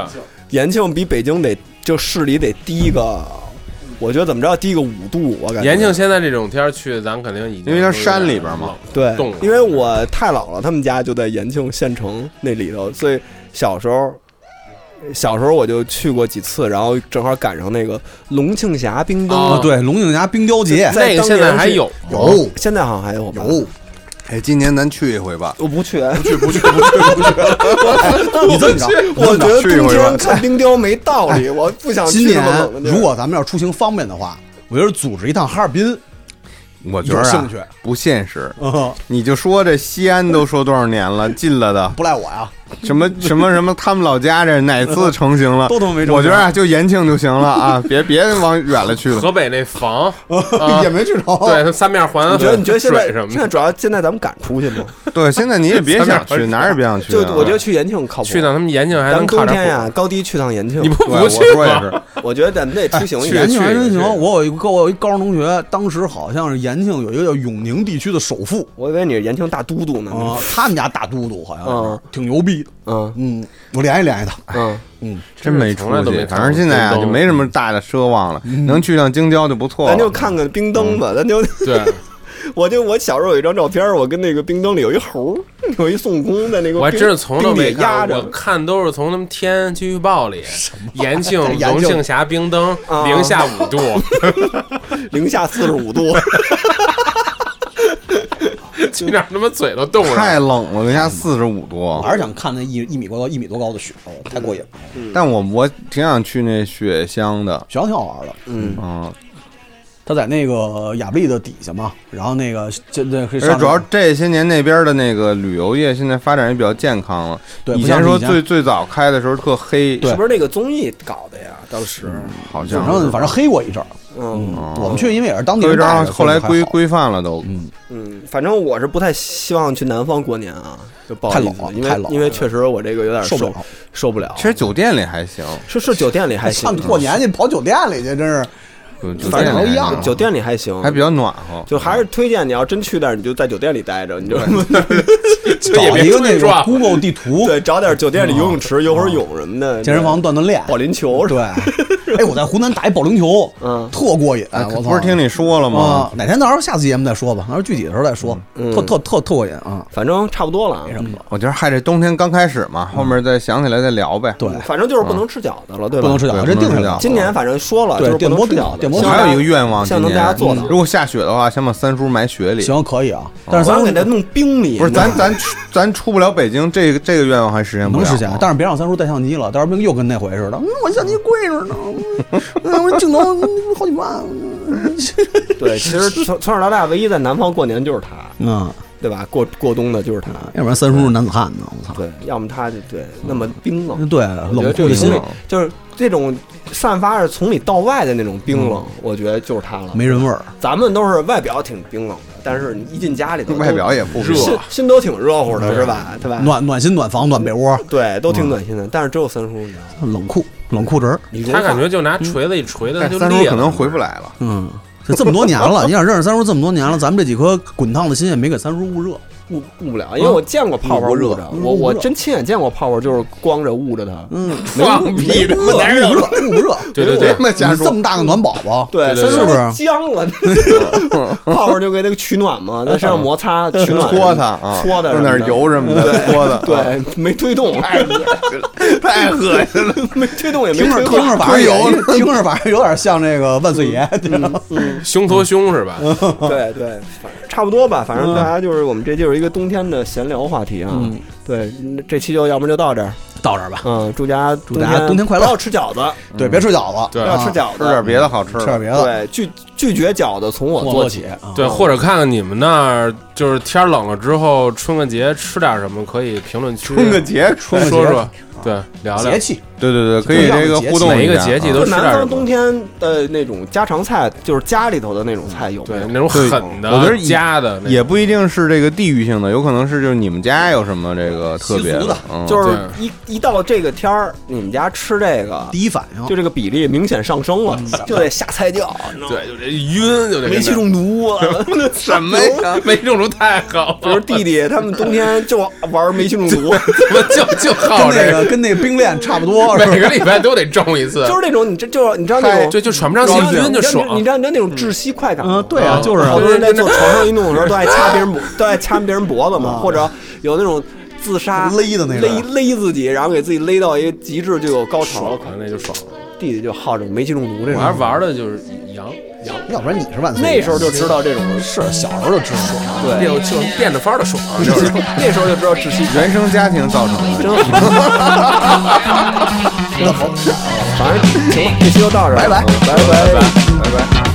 C: 延庆比北京得就市里得低个我觉得怎么着低个五度，我感觉
F: 延庆现在这种天儿去，咱肯定已经
E: 因为它山里边嘛，
C: 对
F: 冻了，
C: 因为我太姥姥他们家就在延庆县城那里头，所以小时候。小时候我就去过几次，然后正好赶上那个龙庆峡冰灯，
D: 啊，对，龙井峡冰雕节
C: 在
F: 那个
C: 当
F: 现在
C: 年
F: 还
C: 是
F: 有
E: 有
C: 现在好像还有吧？
E: 有。哎，今年咱去一回吧。
C: 我不去，
E: 去不去不去不去！
D: 你这么着，
C: 我觉得
E: 去一
C: 冬
E: 回吧
C: 天看冰雕没道理，我不想
D: 今
C: 啊去
D: 年
C: 那么冷的地儿。
D: 如果咱们要出行方便的话，我觉得组织一趟哈尔滨，
E: 我觉得啊
D: 有兴趣
E: 不现实。
D: 嗯，
E: 你就说这西安都说多少 年了，禁了的，
D: 不赖我呀，
E: 什么什么什么，他们老家这哪次成型了？
D: 都他妈没成型
E: 我觉得啊，就延庆就行了 啊，别别往远了去了。
F: 河北那房， 啊
D: 也没去成。
F: 对，它三面环，
C: 哦你觉得你觉得现在
F: 水什么
C: 现在
F: 的，
C: 主要现在咱们敢出去吗？
E: 对，现在你也别想
F: 咱
E: 去，
F: 俩
E: 哪儿也别想去
C: 就
E: 啊。
C: 我觉得去延庆靠谱。
F: 去趟他们延庆
C: 咱
F: 还能
C: 们
F: 靠
C: 冬
F: 点
C: 天
F: 谱。
C: 呀，高低去趟延庆
F: 你。不
E: 对，
F: 不
E: 我
F: 去
E: 说也
F: 吗？哎
E: 是，
C: 我觉得咱们得出行一下
D: 延。庆还真
F: 去
D: 行
F: 去，
D: 我有一个我有一高中同学，当时好像是延庆有一个叫永宁地区的首富
C: 我以为你是延庆大都督呢。
F: 哦
D: 啊、他们家大都督好像是、
C: 嗯
D: 挺牛逼的，
C: 嗯
D: 嗯，我联系联系他，
F: 哎
C: 嗯，
D: 嗯，
E: 真没出
F: 从来都
E: 息。
F: 没看过
E: 反正现在啊，
F: 冰
E: 就
F: 灯
E: 没什么大的奢望了，
D: 嗯
E: 能去趟京郊就不错了。
C: 咱就看看冰灯
F: 嗯
C: 吧，咱就
F: 对，
C: 我就我小时候有一张照片，我跟那个冰灯里有一猴儿，有一孙悟空在那个
F: 我还
C: 冰
F: 真是从来
C: 冰
F: 没
C: 里压
F: 看，我
C: 着。
F: 看都是从他们天气预报里，延庆
C: 延
F: 龙
C: 庆
F: 庆峡冰灯
C: 啊
F: 零下五度，
C: 零下四十五度，
F: 去那儿他妈嘴都冻
E: 太
F: 上。
E: 冷了，零下四十五
D: 我
E: 度
D: 还。是想看那一一米多高一米多高的雪，太过瘾了，
E: 但我我挺想去那雪乡的，
D: 学校挺好玩的。
C: 嗯，
E: 嗯，
D: 他在那个亚布力的底下嘛，然后那个这这可以
E: 而且
D: 上
E: 主要这些年那边的那个旅游业现在发展也比较健康了。
D: 对
E: 以
D: 不像
E: 前
D: 是
E: 说
D: 以前
E: 最最早开的时候特黑，
D: 对
C: 是不是那个综艺搞的呀？当时，
E: 好像
D: 反正反正黑过一阵儿。
C: 嗯
E: 哦
D: 我们去因为也是当地
E: 所以
D: 人带
E: 然
D: 的，
E: 后后来
D: 所以还
E: 规
D: 好
E: 规范了都。
D: 嗯，
C: 嗯，反正我是不太希望去南方过年啊，就不好
D: 太
C: 意
D: 冷
C: 思
D: 了
C: 因为
D: 太冷了
C: 因为确实我这个有点
D: 受不
C: 不
D: 了，
C: 受不了
E: 其。实酒店里还行，
C: 是是酒店里还行啊
D: 上，过年去跑酒店里去，真是
E: 酒酒
C: 反
E: 店
C: 正
D: 都
E: 里还
D: 一样啊
E: 行
C: 酒店里还行，
E: 还比较暖和。
C: 就还是推荐你要真去那儿，你就在酒店里待着，你就
F: 这也
D: 找
F: 别
D: 一个
F: 出去
D: 那个
F: 转
D: Google 地图，
C: 对找点酒店里游泳池游会儿泳什么的，
D: 哦健身房锻锻炼，
C: 保龄球是
D: 对
C: 吧？，
D: 哎，我在湖南打一保龄球，
C: 嗯
D: 特过瘾，哎我操！
E: 哎不是听你说了
D: 啊
E: 吗？，
D: 哪天到时候下次节目再说吧，到时候具体的时候再说，
C: 嗯
D: 特特特特过瘾啊！
C: 反正差不多了啊，
E: 我觉得嗨，这冬天刚开始嘛，后面再想起来再聊呗。
D: 嗯对，
C: 反正就是不能吃饺子了，对吧？
D: 不能吃饺子，
E: 对
D: 这
E: 不能
D: 定下
E: 吃饺
D: 来
E: 子。
C: 今年反正说了，
D: 对
C: 就是不能吃
D: 电
C: 饺
D: 波
C: 子。
D: 电波
E: 我
C: 希望
E: 还
C: 大
E: 有
C: 家
E: 一个愿望，
C: 希望能
E: 今年
C: 大家
D: 嗯
C: 做到。
E: 如果下雪的话，先把三叔埋雪里。
D: 行，可以啊，但是
C: 咱
D: 三
C: 们
D: 叔
C: 哦给他弄冰里，
E: 不是咱咱咱出不了北京，这个这个愿望还实现不
D: 能
E: 了。啊
D: 实
C: 啊
D: 现，但是别让三叔带相机了，到时候又跟那回似的，嗯，我相机贵着呢，嗯，我镜头嗯好几万，
C: 对，其实从从小到大，唯一在南方过年就是他，
D: 嗯，
C: 对吧？过过冬的就是他，
D: 要不然三叔是男子汉呢，我操！
C: 对，要么他就对那么冰冷。
D: 对，
C: 我觉
D: 嗯冷
C: 得这个
D: 酷的
C: 心
D: 心
C: 理
D: 理
C: 就是这种散发着从里到外的那种冰冷，我觉得就是他了。
D: 嗯没人味儿，
C: 咱们都是外表挺冰冷的，但是你一进家里头，
E: 外表也不
F: 热
C: 心心都挺热乎的，是吧？对吧？
D: 暖嗯暖心暖房暖被窝，
C: 对，都挺暖心的。但是只有三叔，你知道吗？
D: 冷酷冷酷人儿，
C: 理工
F: 他
C: 化
F: 感觉就拿锤子一锤子
C: 哎
E: 但
F: 就
E: 三叔
F: 裂
E: 可
F: 了。
E: 能回不来了。
D: 嗯，这这么多年了，你想认识三叔这么多年了，咱们这几颗滚烫的心也没给三叔捂热，
C: 捂捂不了，因为我见过泡泡
D: 嗯捂不热
C: 捂着，
D: 捂不
C: 我我
D: 热
C: 真亲眼见过泡泡，就是光着捂着它。
D: 嗯，
F: 放屁，他
D: 捂不
F: 妈男
D: 热，
F: 人
D: 捂不热，捂不热，
F: 对对对，
E: 那
D: 你这么大个暖宝宝，
C: 对，
F: 对
C: 三
F: 对
C: 叔
D: 对
C: 都僵了，泡泡就给那个取暖嘛，在身上摩擦取暖，
E: 搓它啊，
C: 搓它什
E: 弄
C: 么的
E: 点油什么的，啊搓它。
C: 对，没推动，
E: 太恶心了，
C: 没推动也没
D: 听着
C: 推
D: 听着
C: 动，
D: 反正也听着反正有点像那个万岁爷， 对吧
F: 胸托胸是吧？
C: 对对，反正差不多吧，反正大家就是我们这就是一个冬天的闲聊话题啊。对，这期就要不然就到这儿，
D: 到这儿吧，
C: 嗯，祝大家祝
D: 大家冬天快乐
C: 不要吃饺子，
D: 对，别吃饺子，
C: 不
F: 对
C: 要
D: 啊
C: 吃饺
E: 吃点
C: 子，
E: 别的好吃
D: 吃
E: 的。
D: 点别的，
C: 对，拒拒绝饺子从我
D: 我
C: 做
D: 做
C: 起。
D: 啊
F: 对，或者看看你们那儿，就是天儿冷了之后，春个节吃点什么，可以评论区
E: 春个节，
F: 说
D: 个节
F: 说，对，聊聊
D: 节气，
E: 对对对，可以这个互动
F: 每一个
E: 下
F: 节气
E: 啊
F: 都
C: 就
F: 吃点
C: 南
F: 什
C: 方冬
F: 么。
C: 天的那种家常菜，就是家里头的那种菜有没
F: 对
C: 有，？
F: 那种
E: 对
F: 狠的，
E: 我觉得也
F: 加的那种
E: 也不一定是这个地域性的，有可能是就是你们家有什么这个特别
D: 习俗的
E: 嗯
C: 就是一一到这个天儿，你们家吃这个，
D: 第一反应
C: 就这个比例明显上升了，就得下菜窖，你知道吗
F: 对，就这晕就这
C: 煤气中毒啊了。
E: 什么呀？
F: 没中毒太好了，
C: 比如弟弟他们冬天就玩煤气中毒，
F: 怎么就就
D: 跟
F: 好
D: 那
F: 这个
D: 个跟那冰精炼差不多，是吧
F: 每个礼拜都得中一次，
C: 就是那种你这就是你知道那种
F: 对，就喘不上气，晕就
C: 你
F: 爽
C: 知。道你知道那种窒息快感吗？
D: 嗯，对啊，就是啊
C: 好多人在做床上运动的时候都爱掐别人脖，都爱掐别人脖子嘛，或者有那种自杀
D: 啊勒的那个
C: 勒勒自己，然后给自己勒到一个极致就有高潮了。
F: 可能那就爽了。
C: 弟弟就好这种煤气中毒这
F: 我还
C: 种，
F: 玩的就是羊，
D: 要不然你是万岁爷。
C: 那时候就知道这种，
D: 是小时候就知道，
F: 变就是变着法儿的爽，就是
C: 那时候就知道窒息
E: 原生家庭造成的，
C: 真好。反正行了，这期就到这儿，拜拜拜拜。
E: 拜拜。